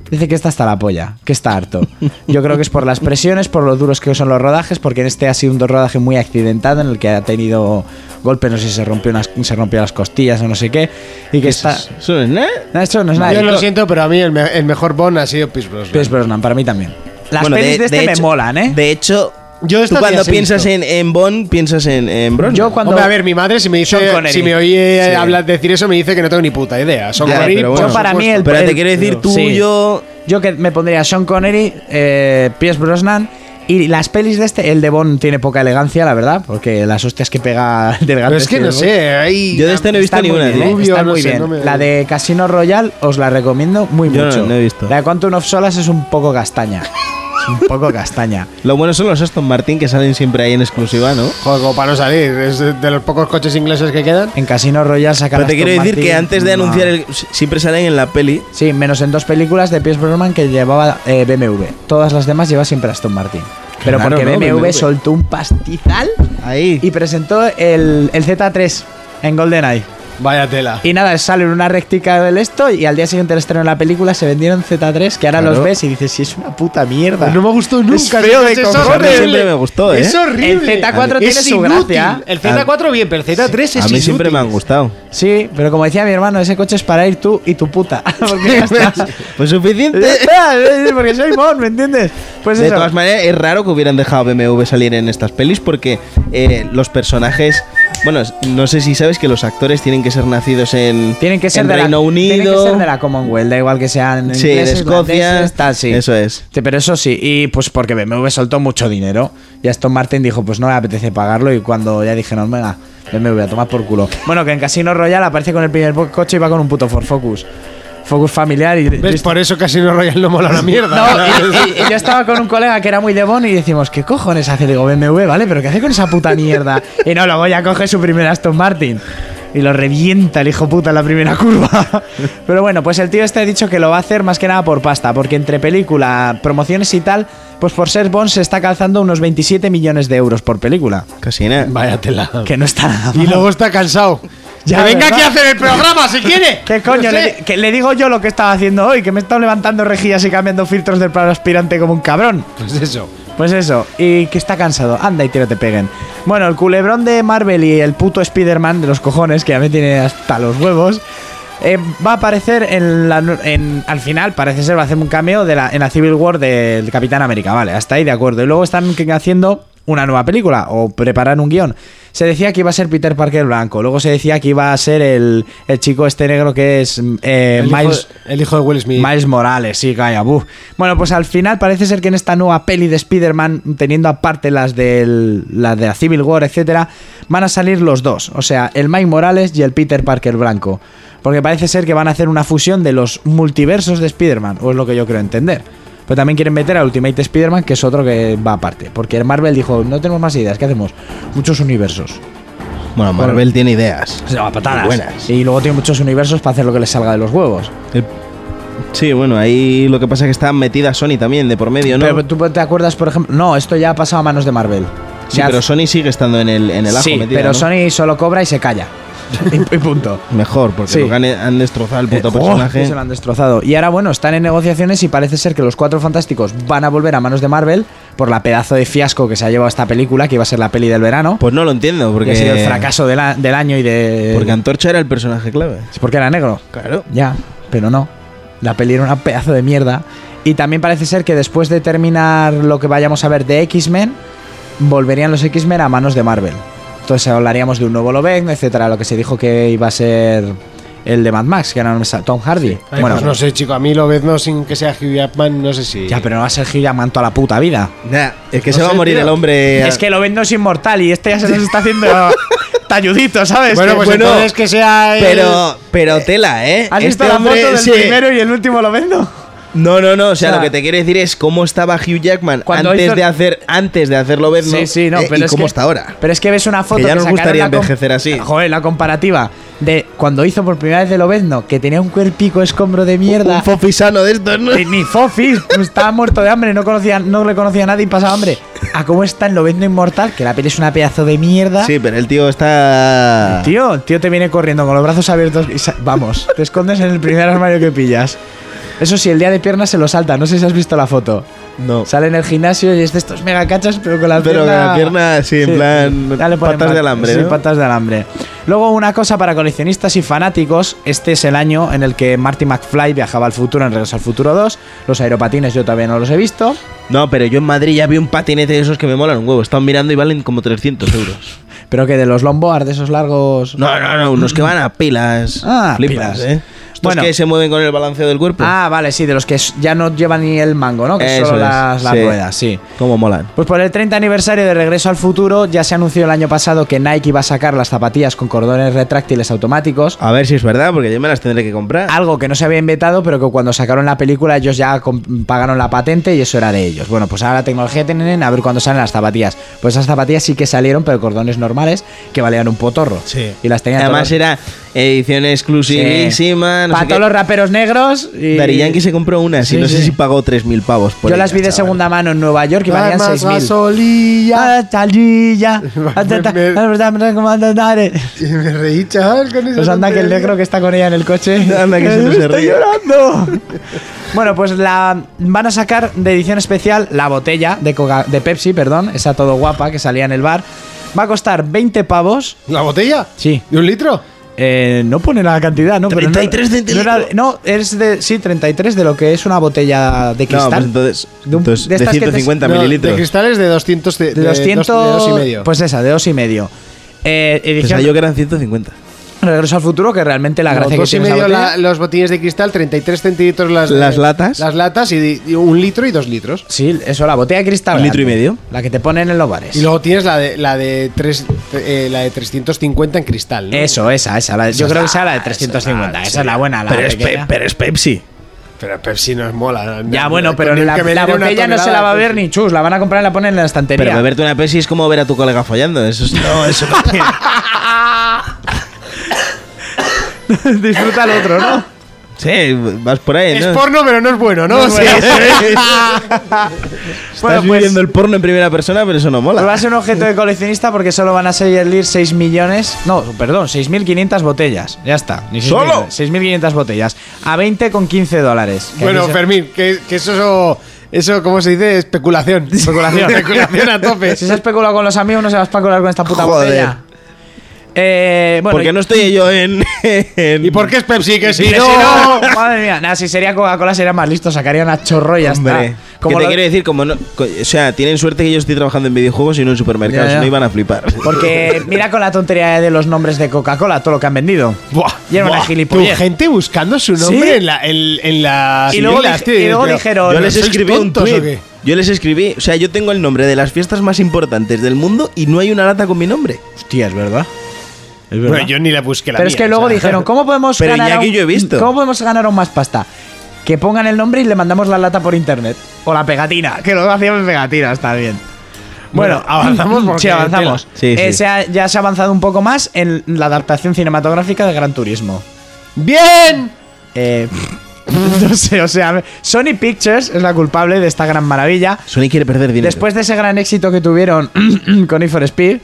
Speaker 4: Dice que está hasta la polla, que está harto. Yo creo que es por las presiones, por lo duros que son los rodajes, porque en este ha sido un rodaje muy accidentado en el que ha tenido golpes, no sé si se rompió unas, se rompió las costillas o no sé qué, y que está.
Speaker 5: Eso es, ¿eh?
Speaker 4: No, esto no es nada.
Speaker 2: Yo lo
Speaker 4: Pierce
Speaker 2: siento, pero a mí el, me- el mejor Bond ha sido Pierce Brosnan.
Speaker 4: Brosnan, para mí también. Las
Speaker 5: Bueno,
Speaker 4: pelis de, este me
Speaker 5: hecho-
Speaker 4: molan, ¿eh?
Speaker 5: De hecho,
Speaker 2: Yo
Speaker 5: tú
Speaker 2: estas
Speaker 5: cuando
Speaker 2: las he
Speaker 5: piensas
Speaker 2: visto.
Speaker 5: en, en Bond, piensas en, en Brosnan.
Speaker 4: Yo cuando.
Speaker 2: Hombre, a ver, mi madre si me
Speaker 4: Sean
Speaker 2: dice,
Speaker 4: Connery.
Speaker 2: si me oye
Speaker 5: Sí.
Speaker 2: hablar decir eso me dice que no tengo ni puta idea. Son
Speaker 5: Ya,
Speaker 2: Connery,
Speaker 5: pero
Speaker 2: por
Speaker 5: bueno.
Speaker 4: yo para mí
Speaker 2: supuesto.
Speaker 4: el.
Speaker 5: Pero te
Speaker 4: el-
Speaker 5: quiero decir tú,
Speaker 4: Sí.
Speaker 5: yo.
Speaker 4: Yo que me pondría Sean Connery, eh, Pierce Brosnan y las pelis de este. El de Bond tiene poca elegancia, la verdad, porque las hostias que pega del gato.
Speaker 2: Pero es que no sé, ahí
Speaker 5: Yo de este no he visto
Speaker 4: Está
Speaker 5: ni
Speaker 4: muy
Speaker 5: una,
Speaker 4: bien,
Speaker 5: ¿eh?
Speaker 4: ¿eh?
Speaker 2: Rubio,
Speaker 4: Está
Speaker 2: no
Speaker 4: muy
Speaker 2: sé,
Speaker 4: bien.
Speaker 2: no me-
Speaker 4: La de Casino Royale os la recomiendo muy
Speaker 5: Yo no-
Speaker 4: mucho.
Speaker 5: no he visto.
Speaker 4: La de Quantum of Solas es un poco castaña. es un poco castaña.
Speaker 5: Lo bueno son los Aston Martin que salen siempre ahí en exclusiva, ¿no?
Speaker 2: Joder, como para no salir, es de los pocos coches ingleses que quedan.
Speaker 4: En Casino Royale sacan
Speaker 5: Pero te
Speaker 4: Aston
Speaker 5: quiero decir
Speaker 4: Martin,
Speaker 5: que antes de
Speaker 4: no.
Speaker 5: anunciar el. si- Siempre salen en la peli.
Speaker 4: Sí, menos en dos películas de Pierce Brosnan que llevaba eh, BMW. Todas las demás lleva siempre Aston Martin. Pero
Speaker 5: Claro,
Speaker 4: porque
Speaker 5: ¿no?
Speaker 4: BMW,
Speaker 5: BMW.
Speaker 4: soltó un pastizal
Speaker 5: Ahí.
Speaker 4: y presentó el, el Z3 en GoldenEye.
Speaker 2: Vaya tela.
Speaker 4: Y nada, sale en una rectica del esto y al día siguiente del estreno de la película se vendieron Z3 que ahora
Speaker 5: Claro.
Speaker 4: los ves y dices, sí, es una puta mierda.
Speaker 2: No me gustó nunca.
Speaker 4: feo de
Speaker 2: es
Speaker 4: cojones.
Speaker 2: horrible.
Speaker 5: A mí siempre me gustó, ¿eh?
Speaker 2: Es horrible.
Speaker 4: El Z4
Speaker 2: Es
Speaker 4: tiene su
Speaker 2: inútil.
Speaker 4: gracia.
Speaker 2: El Z4 bien, pero el Z3 es
Speaker 5: A mí
Speaker 2: inútil.
Speaker 5: siempre me han gustado.
Speaker 4: Sí, pero como decía mi hermano, ese coche es para ir tú y tu puta. Porque ya está.
Speaker 5: Pues
Speaker 4: Ya
Speaker 5: suficiente.
Speaker 4: está, eh, Porque soy mon, ¿me entiendes? Pues
Speaker 5: De
Speaker 4: eso.
Speaker 5: todas maneras, es raro que hubieran dejado a BMW salir en estas pelis porque eh, los personajes. Bueno, no sé si sabes que los actores tienen que ser nacidos en.
Speaker 4: Tienen que ser
Speaker 5: en
Speaker 4: de
Speaker 5: Reino
Speaker 4: la,
Speaker 5: Unido.
Speaker 4: Tienen que ser de la Commonwealth, da igual que sean
Speaker 5: Sí, de
Speaker 4: ingleses,
Speaker 5: Escocia.
Speaker 4: irlandeses, tal, sí.
Speaker 5: Eso es.
Speaker 4: Sí, Pero eso sí, y pues porque BMW soltó mucho dinero. Y Aston Martin dijo, pues no me apetece pagarlo. Y cuando ya dijeron, venga, BMW, a tomar por culo. Bueno, que en Casino Royal aparece con el primer po- coche y va con un puto Ford Focus. Focus familiar y...
Speaker 2: ¿Ves? Por eso Casino Royal no mola una mierda.
Speaker 4: No, y, y- y yo estaba con un colega que era muy de Bon y decimos, ¿qué cojones hace? Digo, BMW, ¿vale? ¿Pero qué hace con esa puta mierda? Y no, luego ya coge su primer Aston Martin. Y lo revienta el hijo puta en la primera curva. Pero bueno, pues el tío este ha dicho que lo va a hacer más que nada por pasta, porque entre película, promociones y tal, pues por ser Bond se está calzando unos 27 millones de euros por película.
Speaker 5: Casi nada.
Speaker 2: Vaya tela.
Speaker 4: Que no está nada mal.
Speaker 2: Y luego está cansado.
Speaker 4: Ya,
Speaker 2: que venga
Speaker 4: ¿verdad?
Speaker 2: aquí a hacer el programa si quiere.
Speaker 4: ¿Qué coño?
Speaker 2: No
Speaker 4: Le,
Speaker 2: sé.
Speaker 4: di- que le digo yo lo que estaba haciendo hoy, que me he estado levantando rejillas y cambiando filtros del plano aspirante como un cabrón.
Speaker 2: Pues eso.
Speaker 4: Pues eso, y que está cansado. Anda y tiro te peguen. Bueno, el culebrón de Marvel y el puto Spider-Man de los cojones, que ya me tiene hasta los huevos, eh, va a aparecer en la, nu- en- al final, parece ser, va a hacer un cameo de la, en la Civil War del Capitán América. Vale, hasta ahí de acuerdo. Y luego están que- haciendo una nueva película o preparan un guión. Se decía que iba a ser Peter Parker blanco, luego se decía que iba a ser el, el chico este negro que es mm, eh,
Speaker 2: el,
Speaker 4: Miles...
Speaker 2: hijo, el hijo de Will Smith.
Speaker 4: Miles Morales, sí, calla, buf. Bueno, pues al final parece ser que en esta nueva peli de Spider-Man, teniendo aparte las, del, las de la Civil War, etcétera, van a salir los dos. O sea, el Mike Morales y el Peter Parker Blanco. Porque parece ser que van a hacer una fusión de los multiversos de Spider-Man, o es lo que yo creo entender. Pero también quieren meter al Ultimate Spider-Man, que es otro que va aparte. Porque Marvel dijo, no tenemos más ideas, ¿qué hacemos? Muchos universos.
Speaker 5: Bueno, Marvel tiene ideas.
Speaker 4: O sea, patadas.
Speaker 5: Buenas.
Speaker 4: Y luego tiene muchos universos para hacer lo que les salga de los huevos.
Speaker 5: Eh, Sí, bueno, ahí lo que pasa es que está metida Sony también de por medio, ¿no?
Speaker 4: Pero tú te acuerdas, por ejemplo. No, esto ya ha pasado a manos de Marvel.
Speaker 5: sí,
Speaker 4: Ya-
Speaker 5: pero Sony sigue estando en el, en el ajo
Speaker 4: Sí,
Speaker 5: metida,
Speaker 4: pero
Speaker 5: ¿no?
Speaker 4: Sony solo cobra y se calla. y, y punto.
Speaker 5: Mejor, porque
Speaker 4: Sí.
Speaker 5: lo que han, han destrozado el puto
Speaker 4: Eh,
Speaker 5: personaje.
Speaker 4: oh, se lo han destrozado. Y ahora, bueno, están en negociaciones y parece ser que los cuatro fantásticos van a volver a manos de Marvel por la pedazo de fiasco que se ha llevado esta película, que iba a ser la peli del verano.
Speaker 5: Pues no lo entiendo,
Speaker 4: porque
Speaker 5: porque.
Speaker 4: ha sido el fracaso del a- del año y de.
Speaker 5: Porque Antorcha era el personaje clave.
Speaker 4: Es porque era negro.
Speaker 5: Claro.
Speaker 4: Ya, pero no. La peli era una pedazo de mierda. Y también parece ser que después de terminar lo que vayamos a ver de X-Men, volverían los X-Men a manos de Marvel. Entonces hablaríamos de un nuevo Loven, etcétera, lo que se dijo que iba a ser el de Mad Max, que era un- Tom Hardy.
Speaker 2: Ay, pues no sé, chico, a mí lo ves no sin que sea Hugh Jackman, no sé si.
Speaker 4: Ya, pero no va a ser Hugh Jackman toda la puta vida.
Speaker 5: es que
Speaker 2: No
Speaker 5: se va
Speaker 2: sé,
Speaker 5: a morir
Speaker 2: tío.
Speaker 5: el hombre. ah,
Speaker 4: Es que Loven no es inmortal y este ya se nos está haciendo talludito, ¿sabes?
Speaker 2: bueno,
Speaker 4: Que-
Speaker 2: pues entonces que sea el-
Speaker 5: Pero, pero tela, ¿eh?
Speaker 4: ¿Has visto
Speaker 5: Este
Speaker 4: la foto
Speaker 5: hombre,
Speaker 4: del
Speaker 5: sí.
Speaker 4: primero y el último Loven? no?
Speaker 5: No, no, no. O sea,
Speaker 4: O sea,
Speaker 5: lo que te quiero decir es cómo estaba Hugh Jackman
Speaker 4: Cuando
Speaker 5: antes
Speaker 4: hizo-
Speaker 5: de hacer antes de hacerlo ver,
Speaker 4: Sí, sí, no,
Speaker 5: Eh,
Speaker 4: pero
Speaker 5: y
Speaker 4: es
Speaker 5: cómo
Speaker 4: que-
Speaker 5: está ahora.
Speaker 4: Pero es que ves una foto
Speaker 5: Que ya nos
Speaker 4: sacaron
Speaker 5: gustaría
Speaker 4: la com-
Speaker 5: envejecer así.
Speaker 4: Joder, la comparativa de cuando hizo por primera vez de Lobezno, que tenía un cuerpico escombro de mierda.
Speaker 5: Un fofisano de estos, ¿no?
Speaker 4: y ni fofis, estaba muerto de hambre, no, conocía, no le conocía a nadie y pasaba hambre. A cómo está en Lobezno Inmortal, que la peli es una pedazo de mierda.
Speaker 5: Sí, pero el tío está.
Speaker 4: Tío, el tío te viene corriendo con los brazos abiertos y sa- vamos, te escondes en el primer armario que pillas. Eso sí, el día de piernas se lo salta, no sé si has visto la foto.
Speaker 5: No.
Speaker 4: Sale en el gimnasio y es de estos mega cachas, pero con la
Speaker 5: Pero con
Speaker 4: pierna.
Speaker 5: la pierna, sí, en plan,
Speaker 4: Ya le ponen
Speaker 5: patas de alambre,
Speaker 4: Sí,
Speaker 5: ¿no?
Speaker 4: patas de alambre. Luego, una cosa para coleccionistas y fanáticos: este es el año en el que Marty McFly viajaba al futuro en Regreso al Futuro 2. Los aeropatines yo todavía no los he visto.
Speaker 5: No, pero yo en Madrid ya vi un patinete de esos que me molan un huevo. Están mirando y valen como 300 euros.
Speaker 4: Pero que de los longboard, de esos largos.
Speaker 5: No, no, no, unos que van a pilas.
Speaker 4: Ah,
Speaker 5: Flipas,
Speaker 4: pilas.
Speaker 5: ¿eh? Estos
Speaker 4: Bueno.
Speaker 5: que se mueven con el balanceo del cuerpo.
Speaker 4: Ah, vale, sí, de los que s- ya no llevan ni el mango, ¿no? Que
Speaker 5: Eso
Speaker 4: solo
Speaker 5: es,
Speaker 4: las, las
Speaker 5: sí.
Speaker 4: ruedas, sí.
Speaker 5: Cómo molan.
Speaker 4: Pues por el 30 aniversario de Regreso al Futuro, ya se anunció el año pasado que Nike iba a sacar las zapatillas con cordones retráctiles automáticos.
Speaker 5: A ver si es verdad, porque yo me las tendré que comprar.
Speaker 4: Algo que no se había inventado, pero que cuando sacaron la película ellos ya com- pagaron la patente y eso era de ellos. Bueno, pues ahora la tecnología tienen a ver cuándo salen las zapatillas. Pues esas zapatillas sí que salieron, pero cordones normales que valían un potorro.
Speaker 5: Sí.
Speaker 4: Y las tenían
Speaker 5: Además
Speaker 4: todas-
Speaker 5: era, Edición exclusivísima. no sé
Speaker 4: Para
Speaker 5: qué.
Speaker 4: todos los raperos negros. Y...
Speaker 5: Daddy Yankee se compró unas y
Speaker 4: Sí,
Speaker 5: no sé
Speaker 4: sí.
Speaker 5: si pagó 3.000 pavos por
Speaker 4: Yo las vi de
Speaker 5: ellas, chaval.
Speaker 4: segunda mano en Nueva York y valían
Speaker 2: Además,
Speaker 4: 6.000.
Speaker 2: gasolilla.
Speaker 4: Ah, chalilla. Ah, ta, ta,
Speaker 2: Me- me-
Speaker 4: ah, verdad, verdad, como anda, dale.
Speaker 2: Y me reí, chaval, con eso.
Speaker 4: Pues anda que el negro que está con ella en el coche.
Speaker 5: Anda, que se nos
Speaker 4: Estoy
Speaker 5: ríe.
Speaker 4: llorando. bueno, pues la van a sacar de edición especial la botella de, Coca- de Pepsi, perdón, esa todo guapa que salía en el bar. Va a costar 20 pavos.
Speaker 2: ¿La botella?
Speaker 4: Sí.
Speaker 2: ¿De un litro?
Speaker 4: Eh, no pone la cantidad, ¿no? Pero no-
Speaker 5: 33
Speaker 4: no, era-
Speaker 5: centilitros.
Speaker 4: no, es de. Sí, 33 de lo que es una botella de
Speaker 5: No,
Speaker 4: cristal.
Speaker 5: pues entonces.
Speaker 4: De un-
Speaker 5: entonces,
Speaker 4: de
Speaker 5: de,
Speaker 4: estas que te-
Speaker 5: 150
Speaker 2: No, De
Speaker 5: mililitros.
Speaker 2: cristales de 200. De,
Speaker 4: de
Speaker 2: de
Speaker 4: 200.
Speaker 2: dos- de dos y medio.
Speaker 4: Pues esa, de dos y medio. Eh, edición
Speaker 5: Pensaba Pues yo que eran 150.
Speaker 4: Regreso al futuro, que realmente la
Speaker 2: No,
Speaker 4: gracia que
Speaker 2: dos y
Speaker 4: tiene esa
Speaker 2: medio
Speaker 4: botella-
Speaker 2: la- los botines de cristal, 33 centilitros las,
Speaker 5: Las latas.
Speaker 2: Las latas y, y un litro y dos litros.
Speaker 4: Sí, eso, la botella de cristal.
Speaker 5: ¿Un
Speaker 4: grande,
Speaker 5: litro y medio?
Speaker 4: La que te ponen en los bares.
Speaker 2: Y luego tienes la de la de tres, eh, la de 350 en cristal. ¿no?
Speaker 4: Eso, esa, esa. la- yo creo que esa es la de 350. Esa es la buena, la
Speaker 1: Pero es,
Speaker 4: pequeña.
Speaker 1: Pe- pero es Pepsi.
Speaker 2: Pero Pepsi nos mola.
Speaker 4: Ya,
Speaker 2: No,
Speaker 4: bueno,
Speaker 2: no,
Speaker 4: pero
Speaker 2: con el
Speaker 4: la,
Speaker 2: que me
Speaker 4: la
Speaker 2: den una
Speaker 4: botella no se la
Speaker 2: tonelada
Speaker 4: va a
Speaker 2: de
Speaker 4: ver
Speaker 2: Pepsi.
Speaker 4: ni chus. La van a comprar y la ponen en la estantería.
Speaker 5: Pero beberte una Pepsi es como ver a tu colega follando. Eso es-
Speaker 1: No, eso no tiene.
Speaker 4: Disfruta el otro, ¿no?
Speaker 5: Sí, vas por ahí,
Speaker 2: Es
Speaker 5: ¿no?
Speaker 2: porno, pero no es bueno, ¿no?
Speaker 4: No es
Speaker 2: O sea,
Speaker 4: bueno.
Speaker 5: Estás
Speaker 4: Bueno, pues-
Speaker 5: viviendo el porno en primera persona, pero eso no mola.
Speaker 4: Pues va a ser un objeto de coleccionista porque solo van a salir 6 millones. No, perdón, 6.500 botellas. Ya está. ni 6.000,
Speaker 5: ¿Solo?
Speaker 4: 6.500 botellas. A 20 con 15 dólares. Que
Speaker 2: Bueno,
Speaker 4: aquí se-
Speaker 2: Fermín, que, que eso, eso, ¿cómo se dice? Especulación. Especulación. Especulación a tope.
Speaker 4: Si se especula con los amigos, no se va a especular con esta puta
Speaker 5: Joder.
Speaker 4: botella. Eh, bueno,
Speaker 5: Porque no estoy yo en. en-
Speaker 2: ¿Y por qué es Pepsi? Que si
Speaker 4: y-
Speaker 2: no...
Speaker 4: si no, madre mía, nada, si sería Coca-Cola sería más listo, sacaría una chorro y ya está.
Speaker 5: Hombre,
Speaker 4: Como
Speaker 5: que te
Speaker 4: lo-
Speaker 5: quiero decir, como no, co- o sea, tienen suerte que yo estoy trabajando en videojuegos y no en supermercados,
Speaker 4: Ya, ya.
Speaker 5: no iban a flipar.
Speaker 4: Porque mira con la tontería de los nombres de Coca-Cola, todo lo que han vendido. Y era una
Speaker 2: tu
Speaker 4: gilipollez.
Speaker 2: gente buscando su nombre
Speaker 4: Sí.
Speaker 2: en, la, en, en las
Speaker 4: Y luego
Speaker 2: siglas,
Speaker 4: dij-
Speaker 2: tío,
Speaker 4: y luego
Speaker 2: pero-
Speaker 4: dijeron-
Speaker 5: yo
Speaker 4: ¿no
Speaker 5: les
Speaker 2: sois
Speaker 5: escribí un
Speaker 2: tontos o
Speaker 5: tweet.
Speaker 2: qué?
Speaker 5: Yo les escribí, o sea, yo tengo el nombre de las fiestas más importantes del mundo y no hay una lata con mi nombre.
Speaker 4: Hostia, es verdad. Es
Speaker 2: Bueno, yo ni la busqué la
Speaker 4: Pero es
Speaker 2: mía,
Speaker 4: que
Speaker 2: o
Speaker 4: luego
Speaker 2: sea.
Speaker 4: dijeron, ¿cómo podemos
Speaker 5: Pero
Speaker 4: ganar
Speaker 5: Iñaki
Speaker 4: aún-
Speaker 5: yo he visto.
Speaker 4: ¿Cómo podemos ganar aún más pasta? Que pongan el nombre y le mandamos la lata por internet. O la pegatina, que luego hacíamos pegatina, está bien. Bueno,
Speaker 2: Bueno, avanzamos porque-
Speaker 4: Sí, avanzamos.
Speaker 5: Sí,
Speaker 4: Eh,
Speaker 5: sí.
Speaker 4: se ha- ya se ha avanzado un poco más en la adaptación cinematográfica de Gran Turismo.
Speaker 2: ¡Bien!
Speaker 4: Eh, no sé, o sea, Sony Pictures es la culpable de esta gran maravilla.
Speaker 5: Sony quiere perder dinero.
Speaker 4: Después de ese gran éxito que tuvieron con Need for Speed,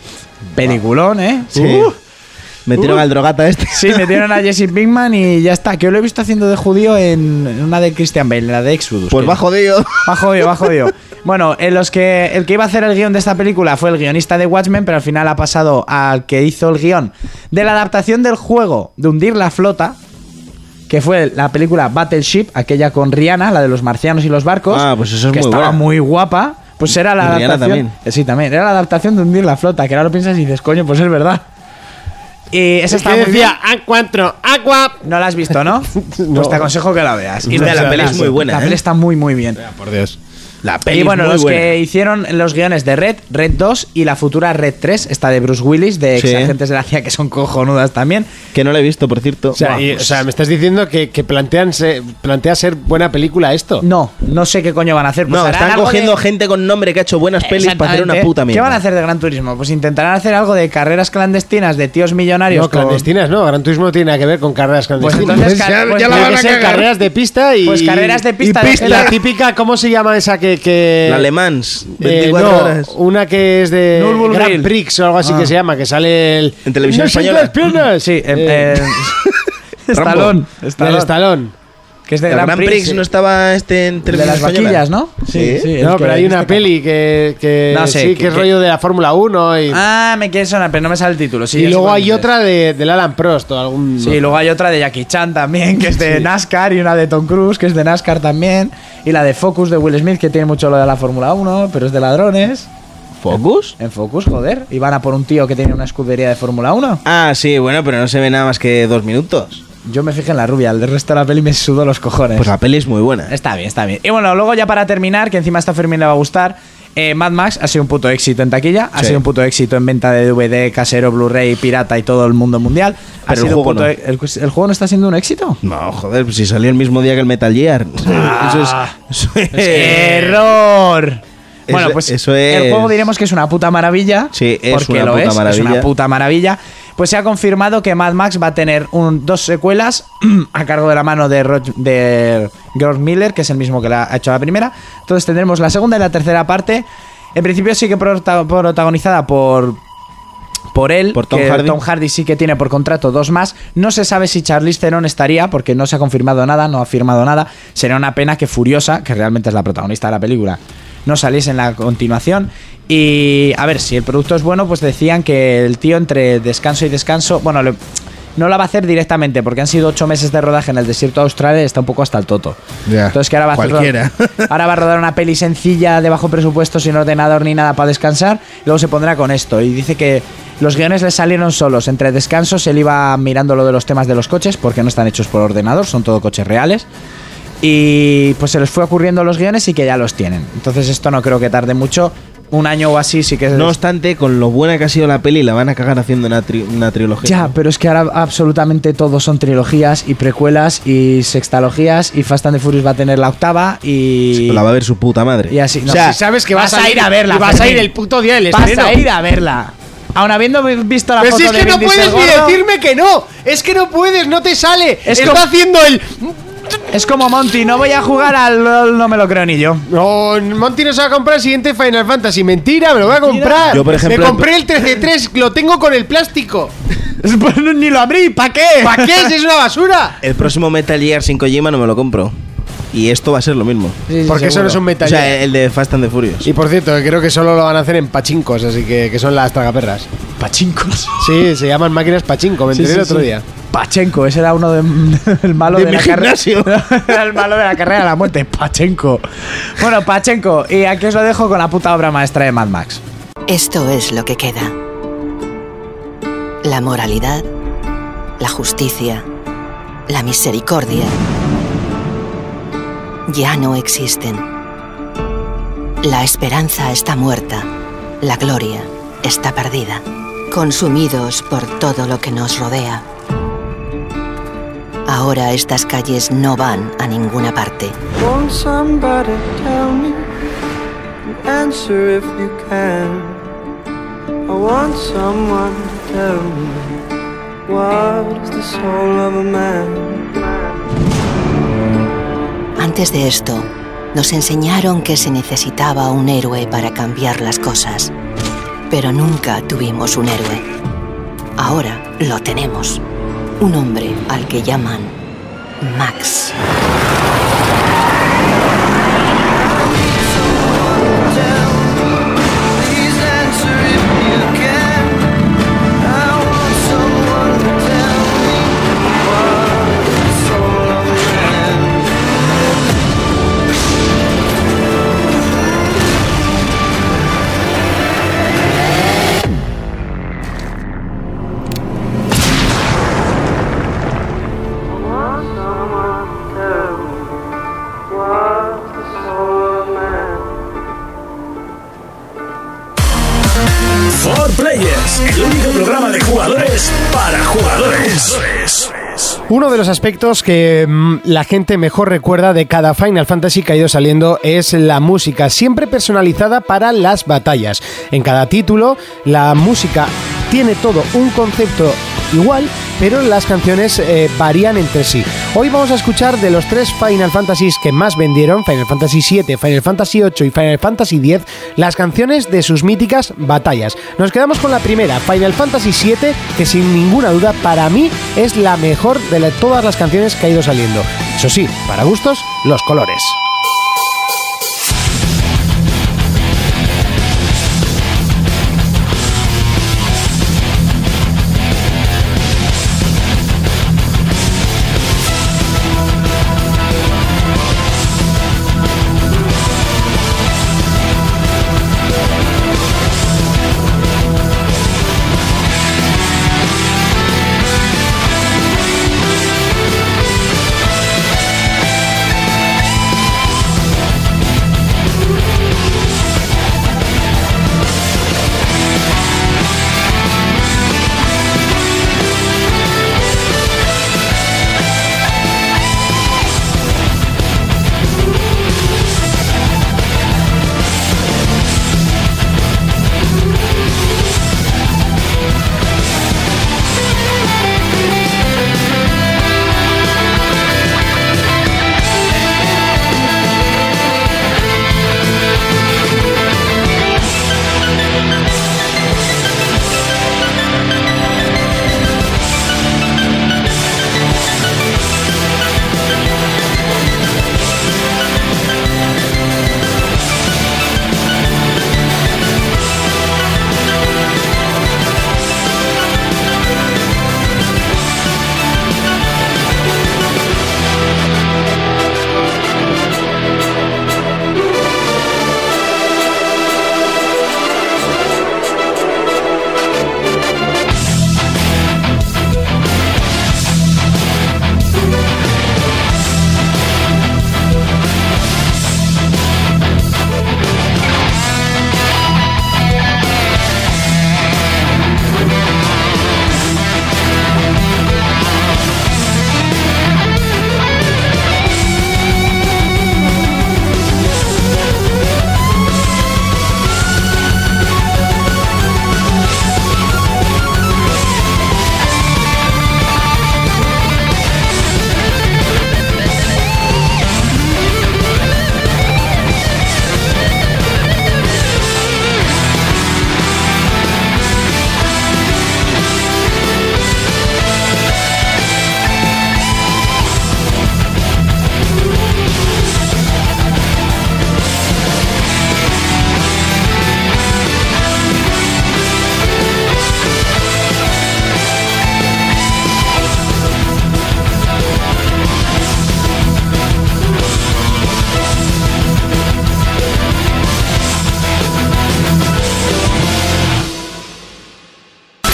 Speaker 4: peliculón, ¿eh?
Speaker 5: Sí.
Speaker 4: Uh.
Speaker 5: metieron
Speaker 4: Uh.
Speaker 5: al drogata este.
Speaker 4: Sí, metieron a Jesse Pinkman y ya está. Que yo lo he visto haciendo de judío en en una de Christian Bale, en la de Exodus.
Speaker 5: Pues
Speaker 4: que-
Speaker 5: va jodido.
Speaker 4: Va jodido, va jodido. Bueno, en los que el que iba a hacer el guión de esta película fue el guionista de Watchmen, pero al final ha pasado al que hizo el guión de la adaptación del juego de hundir la flota, que fue la película Battleship, aquella con Rihanna, la de los marcianos y los barcos.
Speaker 5: Ah, pues eso es
Speaker 4: que
Speaker 5: muy
Speaker 4: estaba
Speaker 5: buena.
Speaker 4: muy guapa. Pues era la
Speaker 5: Y Rihanna
Speaker 4: adaptación.
Speaker 5: también.
Speaker 4: Eh, Sí, también. Era la adaptación de hundir la flota, que ahora lo piensas y dices, coño, pues es verdad. Y esa
Speaker 2: Es que
Speaker 4: estaba muy bien.
Speaker 2: decía, encuentro agua.
Speaker 4: No la has visto, ¿no? Pues te aconsejo que la veas. Y
Speaker 5: Hostia,
Speaker 4: te
Speaker 5: la peli es muy buena,
Speaker 4: La
Speaker 5: ¿eh?
Speaker 4: peli está muy, muy bien.
Speaker 2: Por Dios.
Speaker 5: La peli
Speaker 4: Y
Speaker 5: es
Speaker 4: bueno,
Speaker 5: muy
Speaker 4: los
Speaker 5: buena.
Speaker 4: que hicieron los guiones de Red, Red 2 y la futura Red 3, esta de Bruce Willis, de ex
Speaker 5: Sí.
Speaker 4: agentes de la CIA que son cojonudas también.
Speaker 5: Que no lo he visto, por cierto.
Speaker 2: O sea,
Speaker 5: Buah,
Speaker 2: y- o
Speaker 5: pues-
Speaker 2: sea, me estás diciendo que, que plantean se- plantea ser buena película esto.
Speaker 4: No, no sé qué coño van a hacer. Pues
Speaker 5: no,
Speaker 4: harán
Speaker 5: están
Speaker 4: algo
Speaker 5: cogiendo
Speaker 4: de-
Speaker 5: gente con nombre que ha hecho buenas pelis para hacer una
Speaker 4: Exactamente.
Speaker 5: puta mierda.
Speaker 4: ¿Qué van a hacer de Gran Turismo? Pues intentarán hacer algo de carreras clandestinas de tíos millonarios.
Speaker 2: No,
Speaker 4: con-
Speaker 2: clandestinas, no. Gran Turismo no tiene nada que ver con carreras clandestinas.
Speaker 4: entonces car- pues tiene que ser
Speaker 2: carreras de pista y.
Speaker 4: Pues carreras de pista
Speaker 2: Y
Speaker 4: de
Speaker 2: pista.
Speaker 4: gente-
Speaker 2: La típica, ¿cómo se llama esa que. que
Speaker 5: La Alemans,
Speaker 2: eh,
Speaker 5: 24
Speaker 2: no,
Speaker 5: horas.
Speaker 2: una que es de
Speaker 4: Nürburgring.
Speaker 2: Grand Prix o algo así
Speaker 4: Ah.
Speaker 2: que se llama, que sale el.
Speaker 5: En televisión
Speaker 2: ¡No son
Speaker 5: española.
Speaker 2: las piernas!
Speaker 4: Sí, eh,
Speaker 2: Eh,
Speaker 4: eh, Estalón.
Speaker 2: del
Speaker 4: Estalón,
Speaker 2: Estalón.
Speaker 4: Que es de
Speaker 5: El
Speaker 4: Gran
Speaker 5: Gran Prix
Speaker 4: sí.
Speaker 5: no estaba este en
Speaker 4: de las
Speaker 5: televisión española?
Speaker 4: vaquillas, ¿no?
Speaker 5: Sí.
Speaker 4: el
Speaker 2: No,
Speaker 4: que-
Speaker 2: pero hay una
Speaker 4: este-
Speaker 2: peli que, que
Speaker 4: No sé,
Speaker 2: sí, que,
Speaker 4: que-
Speaker 2: es
Speaker 4: que-
Speaker 2: rollo de la Fórmula 1 y,
Speaker 4: Ah, me quiere sonar, pero no me sale el título. Sí,
Speaker 2: y
Speaker 4: ya sé
Speaker 2: luego
Speaker 4: cuál
Speaker 2: hay
Speaker 4: dices.
Speaker 2: otra de, del Alan Prost o algún...
Speaker 4: Sí, luego hay otra de Jackie Chan también, que es de NASCAR, y una de Tom Cruise, que es de NASCAR también, y la de Focus de Will Smith, que tiene mucho lo de la Fórmula 1, pero es de ladrones.
Speaker 5: ¿Focus?
Speaker 4: En Focus, joder, y van a por un tío que tiene una escudería de Fórmula 1.
Speaker 5: Ah, sí, bueno, pero no se ve nada más que dos minutos.
Speaker 4: Yo me fijé en la rubia, el resto de la peli me sudó los cojones.
Speaker 5: Pues la peli es muy buena.
Speaker 4: Está bien, está bien. Y bueno, luego ya para terminar, que encima a esta Fermín le va a gustar, eh, Mad Max ha sido un puto éxito en taquilla, ha
Speaker 5: Sí.
Speaker 4: sido un puto éxito en venta de DVD, casero, Blu-ray, pirata y todo el mundo mundial. Ha
Speaker 5: Pero el
Speaker 4: sido un
Speaker 5: juego
Speaker 4: puto
Speaker 5: no.
Speaker 4: e- el, el juego no está siendo un éxito.
Speaker 5: No, joder, pues si salió el mismo día que el Metal Gear.
Speaker 4: Ah.
Speaker 5: eso Ah, es. eso es-
Speaker 4: ¡Error!
Speaker 5: Eso-
Speaker 4: bueno, pues
Speaker 5: eso
Speaker 4: el
Speaker 5: es-
Speaker 4: juego diremos que es una puta maravilla.
Speaker 5: Sí, es
Speaker 4: porque
Speaker 5: una
Speaker 4: lo
Speaker 5: puta
Speaker 4: es, es una
Speaker 5: maravilla.
Speaker 4: puta maravilla. pues se ha confirmado que Mad Max va a tener un- dos secuelas a cargo de la mano de, Rod- de George Miller, que es el mismo que la ha hecho la primera. Entonces tendremos la segunda y la tercera parte. En principio sigue prota- protagonizada por por él,
Speaker 5: Por Tom
Speaker 4: que
Speaker 5: Hardy.
Speaker 4: Tom Hardy sí que tiene por contrato dos más. No se sabe si Charlize Theron estaría, porque no se ha confirmado nada, no ha firmado nada. Sería una pena que Furiosa, que realmente es la protagonista de la película, no saliese en la continuación. Y a ver, si el producto es bueno, pues decían que el tío entre descanso y descanso, bueno, le- no la va a hacer directamente, porque han sido ocho meses de rodaje en el desierto austral, está un poco hasta el toto.
Speaker 6: Ya,
Speaker 4: Entonces que ahora va a hacer-
Speaker 6: cualquiera.
Speaker 4: ahora va a rodar una peli sencilla de bajo presupuesto sin ordenador ni nada para descansar. Luego se pondrá con esto y dice que los guiones le salieron solos. Entre descansos él iba mirando lo de los temas de los coches porque no están hechos por ordenador, son todo coches reales. Y pues se les fue ocurriendo los guiones y que ya los tienen. Entonces esto no creo que tarde mucho. Un año o así sí que
Speaker 5: No obstante, con lo buena que ha sido la peli, la van a cagar haciendo una, tri- una trilogía.
Speaker 4: Ya, pero es que ahora absolutamente todo son trilogías y precuelas y sextalogías y Fast and the Furious va a tener la octava y...
Speaker 5: Sí, pero La va a ver su puta madre.
Speaker 4: Y así, no,
Speaker 2: O sea,
Speaker 4: si
Speaker 2: sabes que vas,
Speaker 4: a ir a verla.
Speaker 2: y vas a
Speaker 4: Fermín.
Speaker 2: ir el puto día del
Speaker 4: Vas
Speaker 2: estreno.
Speaker 4: a ir a verla. Aún habiendo vi- visto la
Speaker 2: Pero
Speaker 4: foto
Speaker 2: si es que
Speaker 4: de Vin
Speaker 2: no
Speaker 4: Diesel
Speaker 2: puedes ni
Speaker 4: gordo,
Speaker 2: decirme que no. Es que no puedes, no te sale.
Speaker 4: Es
Speaker 2: Está
Speaker 4: como-
Speaker 2: haciendo el.
Speaker 4: Es como Monty, no voy a jugar al LOL, no me lo creo ni yo.
Speaker 2: No, Monty no se va a comprar el siguiente Final Fantasy. Mentira, me lo voy a comprar.
Speaker 5: Yo, por ejemplo,
Speaker 2: me compré el 13-3, lo tengo con el plástico.
Speaker 4: Pues no- ni lo abrí, ¿para qué?
Speaker 2: ¿Para qué? Si es una basura.
Speaker 5: El próximo Metal Gear 5 Kojima no me lo compro. Y esto va a ser lo mismo.
Speaker 2: Porque eso no es un
Speaker 5: O
Speaker 2: metal. Gear.
Speaker 5: sea, el de Fast and the Furious.
Speaker 2: y por cierto, creo que solo lo van a hacer en pachincos, así que, que son las tragaperras.
Speaker 4: Pachincos.
Speaker 2: Sí, se llaman máquinas pachinko, me
Speaker 4: Sí,
Speaker 2: enteré
Speaker 4: sí,
Speaker 2: el otro
Speaker 4: sí.
Speaker 2: día.
Speaker 4: Pachenko, ese era uno de, el malo
Speaker 5: De
Speaker 4: de,
Speaker 5: mi
Speaker 4: la carrera.
Speaker 5: gimnasio.
Speaker 4: era el malo de la carrera de la muerte, Pachenko. Bueno, Pachenko, y aquí os lo dejo con la puta obra maestra de Mad Max.
Speaker 7: Esto es lo que queda. La moralidad, la justicia, la misericordia ya no existen. La esperanza está muerta, la gloria está perdida, consumidos por todo lo que nos rodea. Ahora estas calles no van a ninguna parte.
Speaker 8: Won't somebody tell me? Answer if you can. I want someone to tell me what is the soul of a man.
Speaker 7: Antes de esto, nos enseñaron que se necesitaba un héroe para cambiar las cosas. Pero nunca tuvimos un héroe. Ahora lo tenemos. Un hombre al que llaman Max.
Speaker 8: Please answer if you can. I want someone to tell me what is the soul of a man. I want someone to tell me what is the soul of a man.
Speaker 1: 4 Players, el único programa de jugadores para jugadores.
Speaker 2: Uno de los aspectos que mm, la gente mejor recuerda de cada Final Fantasy que ha ido saliendo es la música, siempre personalizada para las batallas. En cada título, la música tiene todo un concepto igual, pero las canciones eh, varían entre sí. Hoy vamos a escuchar de los tres Final Fantasies que más vendieron, Final Fantasy VII, Final Fantasy VIII y Final Fantasy X, las canciones de sus míticas batallas. Nos quedamos con la primera, Final Fantasy VII, que sin ninguna duda para mí es la mejor de la- todas las canciones que ha ido saliendo. Eso sí, para gustos, los colores.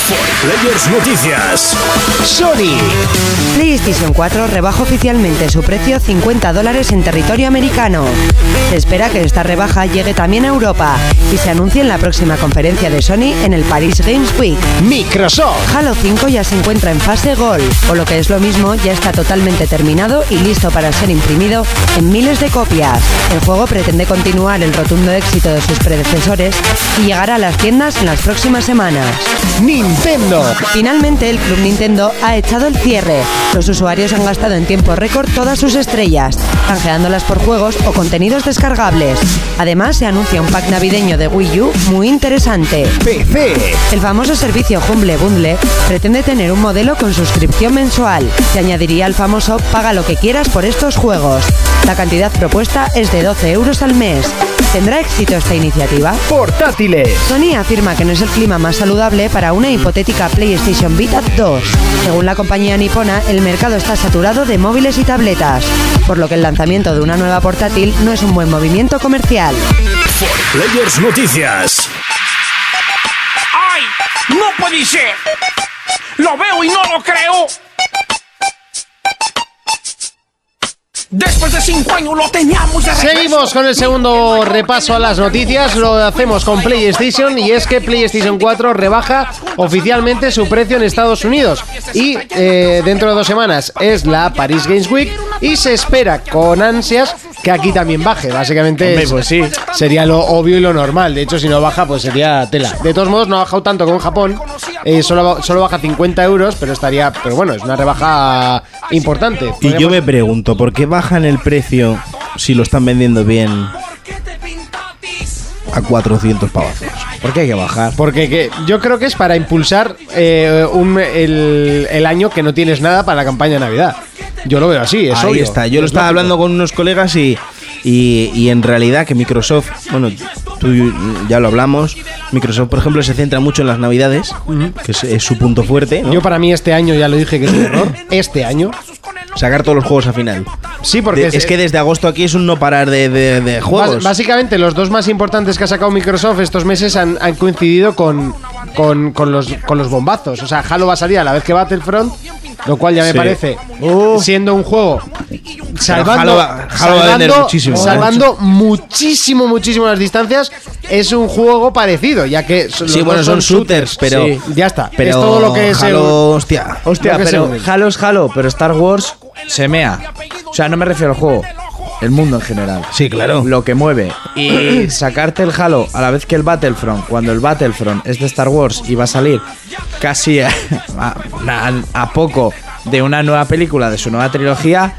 Speaker 1: Más noticias.
Speaker 2: Sony.
Speaker 3: PlayStation 4 rebaja oficialmente su precio 50 dólares en territorio americano. Se espera que esta rebaja llegue también a Europa y se anuncie en la próxima conferencia de Sony en el Paris Games Week.
Speaker 2: Microsoft.
Speaker 3: Halo 5 ya se encuentra en fase Gold, o lo que es lo mismo, ya está totalmente terminado y listo para ser imprimido en miles de copias. El juego pretende continuar el rotundo éxito de sus predecesores y llegará a las tiendas en las próximas semanas.
Speaker 2: Nintendo.
Speaker 3: Finalmente, el Club Nintendo ha echado el cierre. Los usuarios han gastado en tiempo récord todas sus estrellas, canjeándolas por juegos o contenidos descargables. Además, se anuncia un pack navideño de Wii U muy interesante.
Speaker 2: PC.
Speaker 3: El famoso servicio Humble Bundle pretende tener un modelo con suscripción mensual. Se añadiría al famoso paga lo que quieras por estos juegos. La cantidad propuesta es de 12 euros al mes. ¿Tendrá éxito esta iniciativa?
Speaker 2: Portátiles.
Speaker 3: Sony afirma que no es el clima más saludable para una hipotética PlayStation Vita 2. Según la compañía nipona, el mercado está saturado de móviles y tabletas, por lo que el lanzamiento de una nueva portátil no es un buen movimiento comercial.
Speaker 1: Players Noticias.
Speaker 6: ¡Ay! ¡No puede ser! ¡Lo veo y no lo creo! Después de cinco años lo teníamos de regreso.
Speaker 2: Seguimos con el segundo repaso a las noticias. Lo hacemos con PlayStation y es que PlayStation 4 rebaja oficialmente su precio en Estados Unidos. Y eh, dentro de dos semanas es la Paris Games Week y se espera con ansias que aquí también baje. Básicamente
Speaker 4: Hombre,
Speaker 2: es-
Speaker 4: pues sí.
Speaker 2: sería lo obvio y lo normal. De hecho, si no baja, pues sería tela. De todos modos, no ha bajado tanto con Japón. Eh, solo, ba- solo baja 50 euros, pero estaría. Pero bueno, es una rebaja importante.
Speaker 5: Y yo
Speaker 2: Podríamos-
Speaker 5: me pregunto, ¿por qué bajan el precio si lo están vendiendo bien a 400 pavazos?
Speaker 4: ¿Por qué hay que bajar?
Speaker 2: Porque que- yo creo que es para impulsar eh, un- el, el año que no tienes nada para la campaña de Navidad. Yo lo veo así, es
Speaker 5: Ahí
Speaker 2: obvio.
Speaker 5: está. Yo lo
Speaker 2: Es
Speaker 5: estaba
Speaker 2: lógico.
Speaker 5: hablando con unos colegas y, y, y en realidad que Microsoft, bueno, tú y- ya lo hablamos, Microsoft, por ejemplo, se centra mucho en las navidades, que es, es su punto fuerte, ¿no?
Speaker 2: Yo para mí este año, ya lo dije que es un error, este año.
Speaker 5: sacar todos los juegos a final.
Speaker 2: Sí, porque
Speaker 5: De- es que desde agosto aquí es un no parar de, de- de
Speaker 2: bas-
Speaker 5: juegos.
Speaker 2: básicamente los dos más importantes que ha sacado Microsoft estos meses han, han coincidido con, con, con los, con los bombazos. O sea, Halo va a salir a la vez que Battlefront, lo cual ya me
Speaker 5: Sí.
Speaker 2: parece,
Speaker 5: Uh.
Speaker 2: siendo un juego salvando,
Speaker 5: Halo va- Halo va a vender
Speaker 2: salvando-
Speaker 5: muchísimo, ¿eh?
Speaker 2: salvando muchísimo, muchísimo las distancias, es un juego parecido, ya que son- los
Speaker 5: Sí,
Speaker 2: dos
Speaker 5: bueno, son shooters, pero.
Speaker 2: Sí, ya está.
Speaker 5: Pero
Speaker 2: es todo lo que es el-
Speaker 5: Halo, hostia.
Speaker 4: Hostia,
Speaker 2: Lo que se
Speaker 4: pero
Speaker 2: une.
Speaker 4: Halo es Halo, pero Star Wars se mea. O sea, no me refiero al juego, el mundo en general.
Speaker 5: Sí, claro.
Speaker 4: Lo que mueve. Y sacarte el Halo a la vez que el Battlefront, cuando el Battlefront es de Star Wars y va a salir casi a, a- a poco de una nueva película, de su nueva trilogía,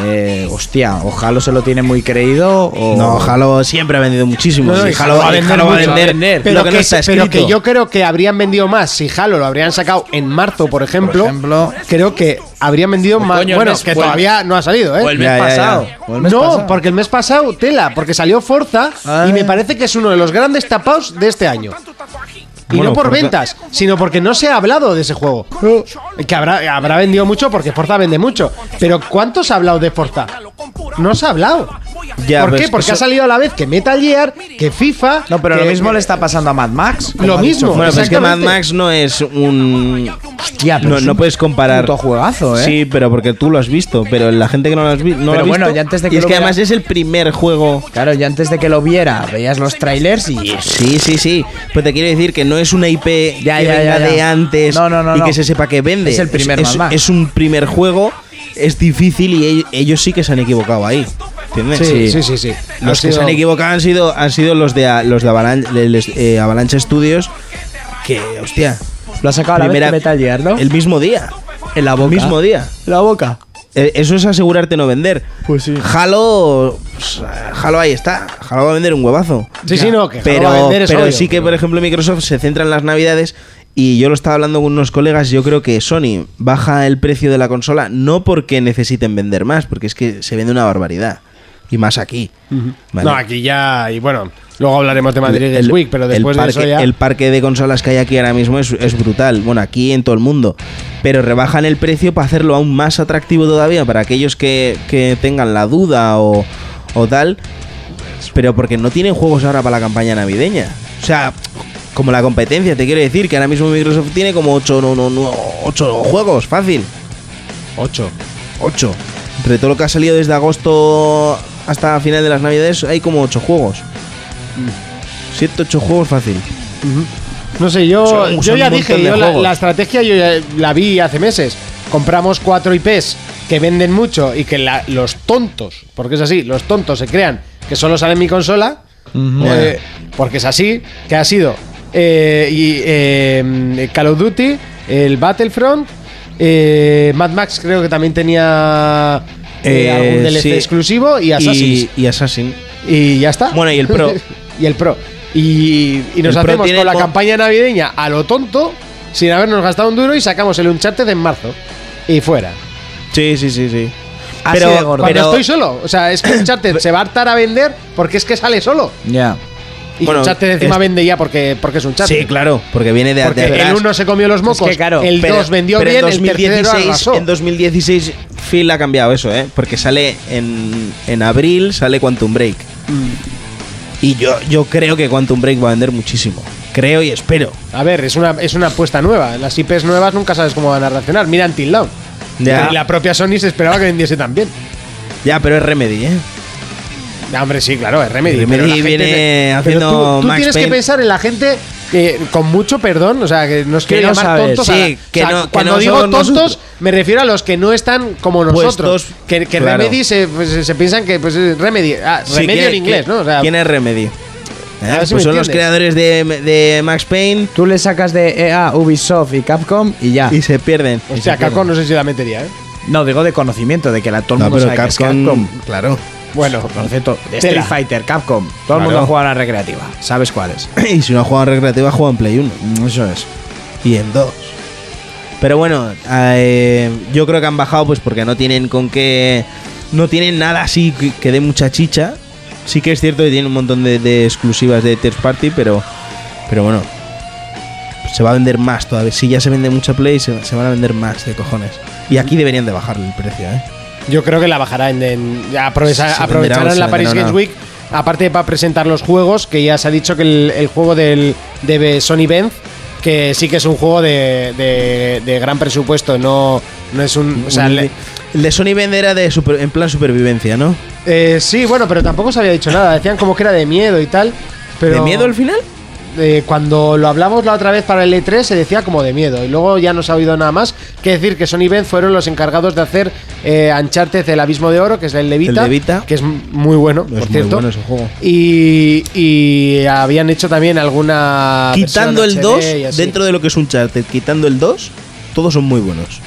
Speaker 4: eh, hostia, o Halo se lo tiene muy creído o...
Speaker 5: No, Halo siempre ha vendido muchísimo.
Speaker 2: No, no,
Speaker 5: Sí,
Speaker 2: y
Speaker 5: Halo,
Speaker 2: Halo va a
Speaker 5: Halo
Speaker 2: vender
Speaker 5: va a
Speaker 2: mucho,
Speaker 5: vender
Speaker 2: pero,
Speaker 5: lo
Speaker 2: que,
Speaker 5: no está
Speaker 2: pero
Speaker 5: escrito.
Speaker 2: que yo creo que habrían vendido más si Halo lo habrían sacado en marzo, por ejemplo.
Speaker 4: ejemplo.
Speaker 2: creo que habrían vendido
Speaker 5: Pues
Speaker 2: más.
Speaker 4: coño, el
Speaker 2: bueno,
Speaker 4: mes
Speaker 2: que
Speaker 4: fue-
Speaker 2: todavía no ha salido, ¿eh?
Speaker 4: O el mes
Speaker 5: Ya, ya, ya.
Speaker 4: pasado. o el mes
Speaker 2: no,
Speaker 4: pasado.
Speaker 2: porque el mes pasado, tela, porque salió Forza y
Speaker 4: Ah.
Speaker 2: me parece que es uno de los grandes tapados de este año. Y
Speaker 5: Bueno,
Speaker 2: no por
Speaker 5: porque-
Speaker 2: ventas, sino porque no se ha hablado de ese juego. Que habrá, habrá vendido mucho porque Forza vende mucho. Pero ¿cuánto se ha hablado de Forza? No se ha hablado.
Speaker 5: Ya,
Speaker 2: ¿Por
Speaker 5: ves,
Speaker 2: qué? Porque
Speaker 5: eso-
Speaker 2: ha salido a la vez que Metal Gear, que FIFA.
Speaker 4: No, pero
Speaker 2: que-
Speaker 4: lo mismo le está pasando a Mad Max. como
Speaker 2: Lo
Speaker 4: ha dicho
Speaker 2: mismo.
Speaker 4: Fer.
Speaker 5: Bueno, pero es que Mad
Speaker 2: Exactamente.
Speaker 5: Max no es un.
Speaker 4: Hostia, pero
Speaker 5: No,
Speaker 4: es
Speaker 5: no
Speaker 4: un
Speaker 5: puedes comparar.
Speaker 4: puto juegazo, ¿eh?
Speaker 5: Sí, pero porque tú lo has visto. Pero la gente que no lo, has vi- no lo
Speaker 4: Pero
Speaker 5: ha
Speaker 4: bueno,
Speaker 5: visto-
Speaker 4: ya antes de
Speaker 5: y
Speaker 4: que
Speaker 5: es
Speaker 4: lo
Speaker 5: que
Speaker 4: vea-
Speaker 5: además es el primer juego.
Speaker 4: Claro, yo antes de que lo viera, veías los trailers y
Speaker 5: Sí, sí, sí. Pero te quiero decir que no es una IP
Speaker 4: Ya,
Speaker 5: que
Speaker 4: ya,
Speaker 5: venga
Speaker 4: ya, ya.
Speaker 5: de antes
Speaker 4: No, no, no,
Speaker 5: y
Speaker 4: no.
Speaker 5: que se sepa que vende.
Speaker 4: Es el primer
Speaker 5: es,
Speaker 4: Mad Max.
Speaker 5: es un primer juego, es difícil y e- ellos sí que se han equivocado ahí. ¿Entiendes?
Speaker 2: Sí, sí, sí. sí.
Speaker 5: Los
Speaker 2: Ha
Speaker 5: que se
Speaker 2: sido-
Speaker 5: han equivocado han sido, han sido los de, a- los de Avalan- de les- eh, Avalanche, Studios. Que, hostia.
Speaker 4: lo ha sacado a la
Speaker 5: primera-
Speaker 4: vez que Metal Gear, ¿no?
Speaker 5: El mismo día.
Speaker 4: en la boca.
Speaker 5: mismo día.
Speaker 4: La boca.
Speaker 5: Eh, Eso es asegurarte no vender.
Speaker 4: Pues sí.
Speaker 5: Halo. pues, eh, Halo ahí está. Halo va a vender un huevazo.
Speaker 2: Sí, sí, no, que Halo
Speaker 5: pero,
Speaker 2: va a vender, es
Speaker 5: pero
Speaker 2: obvio.
Speaker 5: sí que, por ejemplo, Microsoft se centra en las navidades. Y yo lo estaba hablando con unos colegas. Yo creo que Sony baja el precio de la consola no porque necesiten vender más, porque es que se vende una barbaridad. Y más aquí. ¿vale?
Speaker 2: No, aquí ya. Y bueno, luego hablaremos de Madrid
Speaker 5: El-
Speaker 2: Games
Speaker 5: el-
Speaker 2: Week, pero
Speaker 5: el
Speaker 2: después
Speaker 5: parque,
Speaker 2: de eso ya.
Speaker 5: El parque de consolas que hay aquí ahora mismo es, es brutal. Bueno, aquí en todo el mundo. Pero rebajan el precio para hacerlo aún más atractivo todavía para aquellos que, que tengan la duda o, o tal. Pero porque no tienen juegos ahora para la campaña navideña. O sea, como la competencia. Te quiero decir que ahora mismo Microsoft tiene como 8, no, no, no, ocho juegos, fácil. 8. 8. Entre todo lo que ha salido desde agosto hasta final de las navidades, hay como 8 juegos. 7, 8 juegos fácil.
Speaker 2: No sé, yo,
Speaker 5: Son-
Speaker 2: yo
Speaker 5: son
Speaker 2: ya
Speaker 5: un
Speaker 2: dije,
Speaker 5: montón de
Speaker 2: yo la,
Speaker 5: juegos.
Speaker 2: la estrategia yo ya la vi hace meses. Compramos cuatro IPs que venden mucho y que la- los tontos, porque es así, los tontos se crean que solo sale en mi consola, eh, porque es así, que ha sido eh, y, eh, Call of Duty, el Battlefront, eh, Mad Max creo que también tenía eh,
Speaker 5: Eh,
Speaker 2: algún DLC
Speaker 5: sí.
Speaker 2: exclusivo y Assassin's.
Speaker 5: Y, y Assassin.
Speaker 2: Y ya está.
Speaker 5: Bueno, y el Pro.
Speaker 2: y el Pro. Y, y nos
Speaker 5: El Pro
Speaker 2: hacemos
Speaker 5: tiene
Speaker 2: con la
Speaker 5: co-
Speaker 2: campaña navideña a lo tonto, sin habernos gastado un duro, y sacamos el Uncharted en marzo. Y fuera.
Speaker 5: Sí, sí, sí, sí.
Speaker 4: Así de gordo.
Speaker 2: Cuando
Speaker 5: pero-
Speaker 2: estoy solo. O sea, es que Uncharted se va a hartar a vender porque es que sale solo.
Speaker 4: Ya.
Speaker 2: Y
Speaker 5: Bueno,
Speaker 2: Uncharted encima
Speaker 5: es-
Speaker 2: vende ya porque, porque es Uncharted.
Speaker 5: Sí, claro, porque viene de,
Speaker 2: Porque
Speaker 5: de atrás.
Speaker 2: el 1 se comió los mocos,
Speaker 4: que, claro,
Speaker 2: el
Speaker 5: Pero-
Speaker 2: 2 vendió
Speaker 5: pero
Speaker 2: bien,
Speaker 5: en 2016,
Speaker 2: el tercero arrasó.
Speaker 5: En 2016 Phil ha cambiado eso, ¿eh? Porque sale en, en abril, sale Quantum Break.
Speaker 2: Mm.
Speaker 5: Y yo, yo creo que Quantum Break va a vender muchísimo. Creo y espero.
Speaker 2: A ver, es una, es una apuesta nueva. Las IPs nuevas nunca sabes cómo van a reaccionar. Mira Until Dawn.
Speaker 5: Ya.
Speaker 2: Y la propia Sony se esperaba que vendiese también.
Speaker 5: Ya, pero es Remedy, ¿eh?
Speaker 2: Ya, hombre, sí, claro, es Remedy.
Speaker 5: Remedy
Speaker 2: pero la gente
Speaker 5: viene
Speaker 2: se-
Speaker 5: haciendo
Speaker 2: pero tú, tú
Speaker 5: Max
Speaker 2: tienes que
Speaker 5: Payne.
Speaker 2: pensar en la gente que, con mucho perdón, o sea, que nos
Speaker 5: Que
Speaker 2: quiere
Speaker 5: no
Speaker 2: llamar
Speaker 5: sabe,
Speaker 2: tontos.
Speaker 5: sí,
Speaker 2: a la-
Speaker 5: que
Speaker 2: o sea,
Speaker 5: no- que
Speaker 2: cuando
Speaker 5: no
Speaker 2: digo
Speaker 5: somos
Speaker 2: tontos,
Speaker 5: nosotros.
Speaker 2: me refiero a los que no están como nosotros.
Speaker 5: Puestos,
Speaker 2: que que
Speaker 5: claro.
Speaker 2: Remedy se, pues, se piensan que pues, es Remedy. Ah,
Speaker 5: Sí,
Speaker 2: remedio
Speaker 5: ¿quién-
Speaker 2: en inglés,
Speaker 5: quién-
Speaker 2: ¿no? O sea,
Speaker 5: ¿Quién es Remedy? Eh,
Speaker 2: ver si
Speaker 5: pues
Speaker 2: me
Speaker 5: son
Speaker 2: entiendes.
Speaker 5: los creadores de, de Max Payne
Speaker 4: Tú le sacas de EA, Ubisoft y Capcom y
Speaker 2: Ah.
Speaker 4: ya.
Speaker 5: y se pierden.
Speaker 2: o sea, Capcom no sé si la metería, ¿eh?
Speaker 4: No, digo de conocimiento, de que la, todo el
Speaker 5: No,
Speaker 4: mundo
Speaker 5: pero
Speaker 4: sabe que es
Speaker 5: Capcom-
Speaker 4: Claro.
Speaker 2: Bueno,
Speaker 4: Conoce todo. De
Speaker 2: Tela.
Speaker 4: Street Fighter, Capcom. Todo el mundo
Speaker 5: Claro.
Speaker 4: ha jugado a la recreativa. ¿Sabes cuál es?
Speaker 5: y si no ha jugado en recreativa, ha jugado en Play 1.
Speaker 2: Mm,
Speaker 4: Eso es.
Speaker 5: y en dos. Pero bueno, eh, yo creo que han bajado pues porque no tienen con qué... No tienen nada así que, que dé mucha chicha. Sí que es cierto que tienen un montón de, de exclusivas de third party, pero... Pero bueno, se va a vender más todavía. Si ya se vende mucha Play, se, se van a vender más de cojones. Y aquí deberían de bajarle el precio, ¿eh?
Speaker 2: Yo creo que la bajará en, en- ya aprovechar-
Speaker 5: Se venderá,
Speaker 2: aprovecharán
Speaker 5: se
Speaker 2: la Paris
Speaker 5: venderá
Speaker 2: Games
Speaker 5: una-
Speaker 2: Week. Aparte para presentar los juegos, que ya se ha dicho que el, el juego del, de Sony Benz, que sí que es un juego de, de- de gran presupuesto, no, no es un... o sea, le-
Speaker 5: el de Sony Bender era de super- en plan supervivencia, ¿no?
Speaker 2: eh, sí, bueno, pero tampoco se había dicho nada, decían como que era de miedo y tal. Pero
Speaker 5: ¿De miedo al final?
Speaker 2: eh, cuando lo hablamos la otra vez para el E3 se decía como de miedo y luego ya no se ha oído nada más que decir que Sony Benz fueron los encargados de hacer eh, Uncharted El Abismo de Oro, que es el de Vita,
Speaker 5: El de Vita.
Speaker 2: que es muy bueno, por
Speaker 5: muy
Speaker 2: cierto.
Speaker 5: bueno ese juego.
Speaker 2: Y, y habían hecho también alguna...
Speaker 5: Quitando el
Speaker 2: versión
Speaker 5: 2,
Speaker 2: HD y así.
Speaker 5: dentro de lo que es un charter, quitando el 2, todos son muy buenos.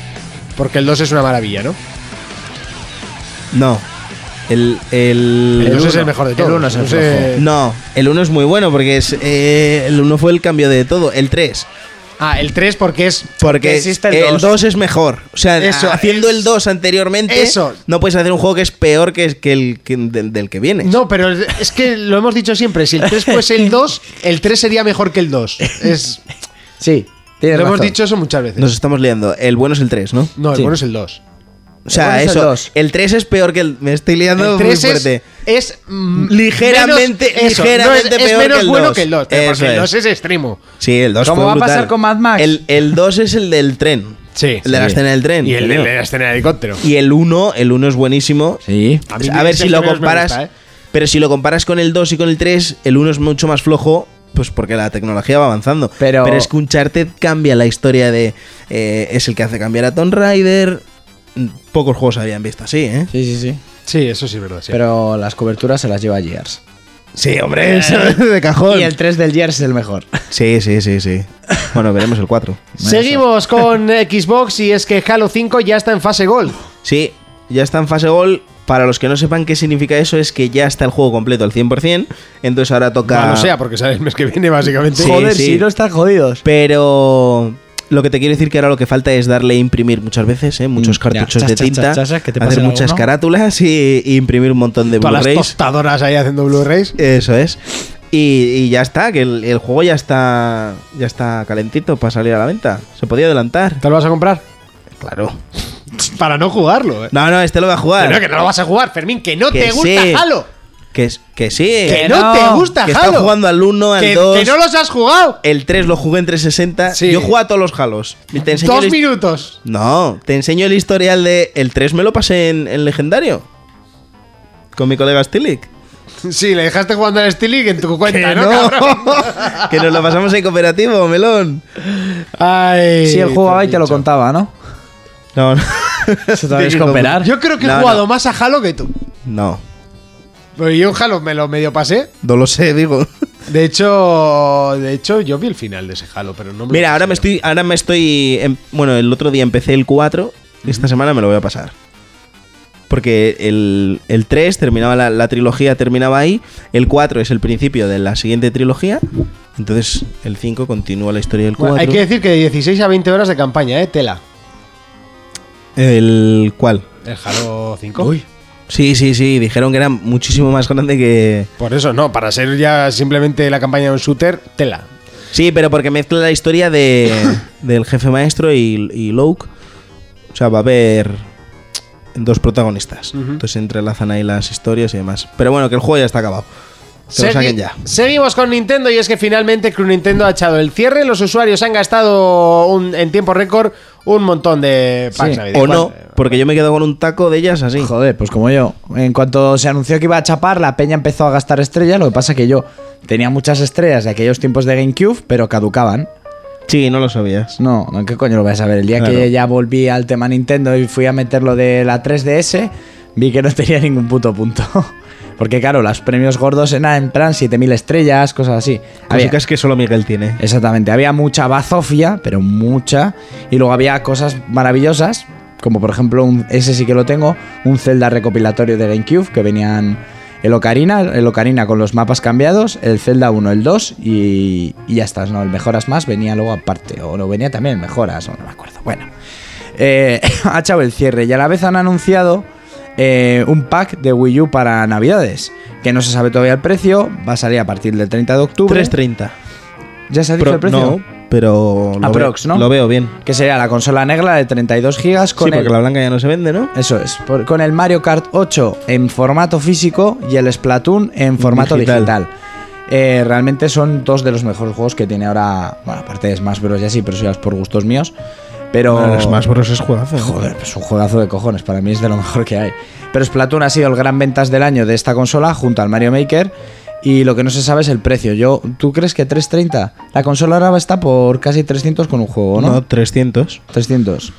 Speaker 2: Porque el 2 es una maravilla, ¿no?
Speaker 5: No. El. El,
Speaker 2: El 2 es el mejor de todos.
Speaker 4: uno es el
Speaker 2: no sé-
Speaker 5: No, el 1 es muy bueno porque es. eh, el 1 fue el cambio de todo. El 3.
Speaker 2: Ah, el 3 porque es...
Speaker 5: Porque
Speaker 4: Existe el
Speaker 5: el
Speaker 4: dos.
Speaker 5: 2 es mejor. O sea,
Speaker 2: Eso,
Speaker 5: haciendo
Speaker 2: es-
Speaker 5: el 2 anteriormente,
Speaker 2: eso.
Speaker 5: no puedes hacer un juego que es peor que, que el que- del, del que viene.
Speaker 2: No, pero es es que lo hemos dicho siempre, si el 3 fuese el 2, el 3 sería mejor que el 2. Es,
Speaker 4: Sí.
Speaker 2: lo
Speaker 4: Tienes
Speaker 2: hemos
Speaker 4: razón.
Speaker 2: dicho eso muchas veces.
Speaker 5: Nos estamos liando. El bueno es el 3, ¿no?
Speaker 2: No, el
Speaker 4: Sí.
Speaker 2: bueno es el 2.
Speaker 5: O sea,
Speaker 4: bueno es el
Speaker 5: eso.
Speaker 4: dos.
Speaker 5: El 3 es peor que el. Me estoy liando
Speaker 2: El 3
Speaker 5: muy
Speaker 2: es,
Speaker 5: fuerte.
Speaker 2: es, mm,
Speaker 5: Ligeramente-
Speaker 2: menos- eso, no es-
Speaker 5: ligeramente
Speaker 2: es,
Speaker 5: peor
Speaker 2: menos
Speaker 5: que el
Speaker 2: bueno
Speaker 5: dos.
Speaker 2: que el 2. Pero
Speaker 5: Eso
Speaker 2: porque el
Speaker 5: es.
Speaker 2: 2 es extremo.
Speaker 5: Sí, el 2
Speaker 4: ¿Cómo
Speaker 5: fue
Speaker 4: va a
Speaker 5: brutal.
Speaker 4: pasar con Mad Max?
Speaker 5: El, el 2 es el del tren.
Speaker 2: Sí,
Speaker 5: El de la
Speaker 4: sí.
Speaker 5: escena del tren.
Speaker 2: Y el,
Speaker 5: coño.
Speaker 2: el de la escena de helicóptero.
Speaker 5: Y el 1, el 1 es buenísimo.
Speaker 4: Sí.
Speaker 2: A mí
Speaker 5: A, ver
Speaker 2: es
Speaker 5: si
Speaker 2: el
Speaker 5: lo
Speaker 2: que menos me
Speaker 5: comparas.
Speaker 2: gusta, ¿eh?
Speaker 5: Pero si lo comparas con el 2 y con el 3, el 1 es mucho más flojo, pues porque la tecnología va avanzando.
Speaker 4: Pero-
Speaker 5: es que Uncharted cambia la historia de. eh, es el que hace cambiar a Tomb Raider. Mm, Pocos juegos habían visto así, ¿eh?
Speaker 4: Sí, sí, sí.
Speaker 2: Sí, eso sí es verdad. sí.
Speaker 4: Pero las coberturas se las lleva Gears.
Speaker 5: Sí, hombre, eso
Speaker 2: Eh.
Speaker 5: es de cajón.
Speaker 4: Y el 3 del Gears es el mejor.
Speaker 5: Sí, sí, sí, sí. Bueno, veremos el 4.
Speaker 2: Seguimos con Xbox y es que Halo 5 ya está en fase Gold.
Speaker 5: Sí, ya está en fase gol. Para los que no sepan qué significa eso, es que ya está el juego completo al 100%. Entonces ahora toca.
Speaker 2: No lo sea, porque sale el mes que viene, básicamente.
Speaker 5: Sí,
Speaker 4: Joder,
Speaker 5: sí.
Speaker 4: si no están jodidos.
Speaker 5: Pero lo que te quiero decir que ahora lo que falta es darle a imprimir muchas veces, ¿eh? muchos
Speaker 4: Mm,
Speaker 5: cartuchos
Speaker 4: ya.
Speaker 5: de
Speaker 4: Chas, chas,
Speaker 5: tinta,
Speaker 4: chas, chas, chas, que te
Speaker 5: hacer
Speaker 4: pasen
Speaker 5: muchas
Speaker 4: alguno.
Speaker 5: carátulas y, y imprimir un montón de
Speaker 2: Todas las
Speaker 5: Blu-rays.
Speaker 2: tostadoras ahí haciendo Blu-rays.
Speaker 5: Eso es. Y, y ya está, que el, el juego ya está ya está calentito para salir a la venta. Se podía adelantar.
Speaker 2: ¿Te lo vas a comprar?
Speaker 5: Claro.
Speaker 2: Para no jugarlo. ¿eh?
Speaker 5: No, no, este lo va a jugar.
Speaker 2: Pero que no lo vas a jugar, Fermín, que no
Speaker 5: Que
Speaker 2: te gusta
Speaker 5: sí.
Speaker 2: Halo.
Speaker 5: Que, es- que sí.
Speaker 2: Que
Speaker 5: Que
Speaker 2: no,
Speaker 4: no,
Speaker 2: te gusta
Speaker 5: Que
Speaker 2: Halo.
Speaker 5: está jugando al 1, al
Speaker 2: que,
Speaker 5: 2.
Speaker 2: que no los has jugado.
Speaker 5: El 3 lo jugué en 360.
Speaker 2: Sí.
Speaker 5: Yo jugué a todos los Halos. Te enseño
Speaker 2: Dos
Speaker 5: el his-
Speaker 2: minutos.
Speaker 5: No, te enseño el historial de. El 3 me lo pasé en, en legendario. Con mi colega Stilik.
Speaker 2: Sí, le dejaste jugando al Steel League en tu cuenta,
Speaker 5: Que
Speaker 2: ¿no? cabrón?
Speaker 5: que nos lo pasamos en cooperativo, melón.
Speaker 2: Ay,
Speaker 4: Sí, él jugaba y te lo
Speaker 2: bicho.
Speaker 4: contaba, ¿no?
Speaker 5: No, no.
Speaker 4: Eso también es
Speaker 5: Sí, no,
Speaker 4: cooperar.
Speaker 2: Yo creo que he
Speaker 5: No,
Speaker 2: jugado
Speaker 5: no.
Speaker 2: más a Halo que tú.
Speaker 5: No,
Speaker 2: Pero yo en Halo me lo medio pasé.
Speaker 5: no lo sé, digo.
Speaker 2: De hecho, de hecho, yo vi el final de ese Halo, pero no me lo
Speaker 5: Mira, ahora me
Speaker 2: pasé.
Speaker 5: estoy. Ahora me estoy. em- bueno, el otro día empecé el 4. Esta semana me lo voy a pasar. Porque el, el 3 terminaba la, la trilogía, terminaba ahí. El 4 es el principio de la siguiente trilogía. Entonces el 5 continúa la historia del 4.
Speaker 2: Bueno, hay que decir que de 16 a 20 horas de campaña, ¿eh? Tela.
Speaker 5: ¿El cuál?
Speaker 2: El Halo 5.
Speaker 5: Sí, sí, sí. Dijeron que era muchísimo más grande que.
Speaker 2: Por eso, no, para ser ya simplemente la campaña de un shooter, tela.
Speaker 5: Sí, pero porque mezcla la historia de, del jefe maestro y, y Luke. O sea, va a haber dos protagonistas. Entonces se entrelazan ahí las historias y demás. Pero bueno, que el juego ya está acabado. Que lo
Speaker 2: Segui-
Speaker 5: saquen ya.
Speaker 2: Seguimos con Nintendo y es que finalmente Club Nintendo ha echado el cierre. Los usuarios han gastado un- en tiempo récord un montón de packs
Speaker 4: Sí,
Speaker 5: O
Speaker 2: navideños.
Speaker 5: no, porque yo me quedo con un taco de ellas así.
Speaker 4: Joder, pues como yo. En cuanto se anunció que iba a chapar, la peña empezó a gastar estrellas. Lo que pasa que yo tenía muchas estrellas de aquellos tiempos de GameCube, pero caducaban.
Speaker 5: Sí, no lo sabías.
Speaker 4: No, no, ¿qué coño lo voy a saber? El día
Speaker 5: Claro.
Speaker 4: que ya volví al tema Nintendo y fui a meter lo de la 3DS, vi que no tenía ningún puto punto. Porque claro, los premios gordos eran en plan 7000 estrellas, cosas así. Había-
Speaker 5: Cosicas Pues que solo Miguel tiene.
Speaker 4: Exactamente, había mucha bazofia, pero mucha. Y luego había cosas maravillosas, como por ejemplo, un, ese sí que lo tengo, un Zelda recopilatorio de GameCube, que venían el Ocarina, el Ocarina con los mapas cambiados, el Zelda 1, el 2 y, y ya está, ¿no? El Mejoras Más venía luego aparte, o no venía también el Mejoras, o no me acuerdo. Bueno, eh, ha echado el cierre y a la vez han anunciado eh, un pack de Wii U para Navidades, que no se sabe todavía el precio, va a salir a partir del 30 de octubre.
Speaker 5: 3.30.
Speaker 4: ¿Ya se ha dicho
Speaker 5: Pero-
Speaker 4: el precio?
Speaker 5: No, pero. Lo,
Speaker 4: Aprox,
Speaker 5: veo,
Speaker 4: ¿no?
Speaker 5: lo veo bien.
Speaker 4: Que sería la consola negra de 32 gigas
Speaker 5: sí,
Speaker 4: con
Speaker 5: porque
Speaker 4: el...
Speaker 5: la blanca ya no se vende, ¿no?
Speaker 4: Eso es, por- con el Mario Kart 8 en formato físico y el Splatoon en formato
Speaker 5: Digital.
Speaker 4: digital. Eh, realmente son dos de los mejores juegos que tiene ahora. Bueno, aparte de Smash Bros. y así, pero eso ya es por gustos míos. Pero.
Speaker 5: Bros. es juegazo.
Speaker 4: Joder, es un juegazo de cojones, para mí es de lo mejor que hay. Pero Splatoon ha sido el gran ventas del año de esta consola junto al Mario Maker y lo que no se sabe es el precio. Yo, ¿tú crees que 330? La consola ahora está por casi 300 con un juego, ¿no?
Speaker 5: No, 300.
Speaker 4: 300.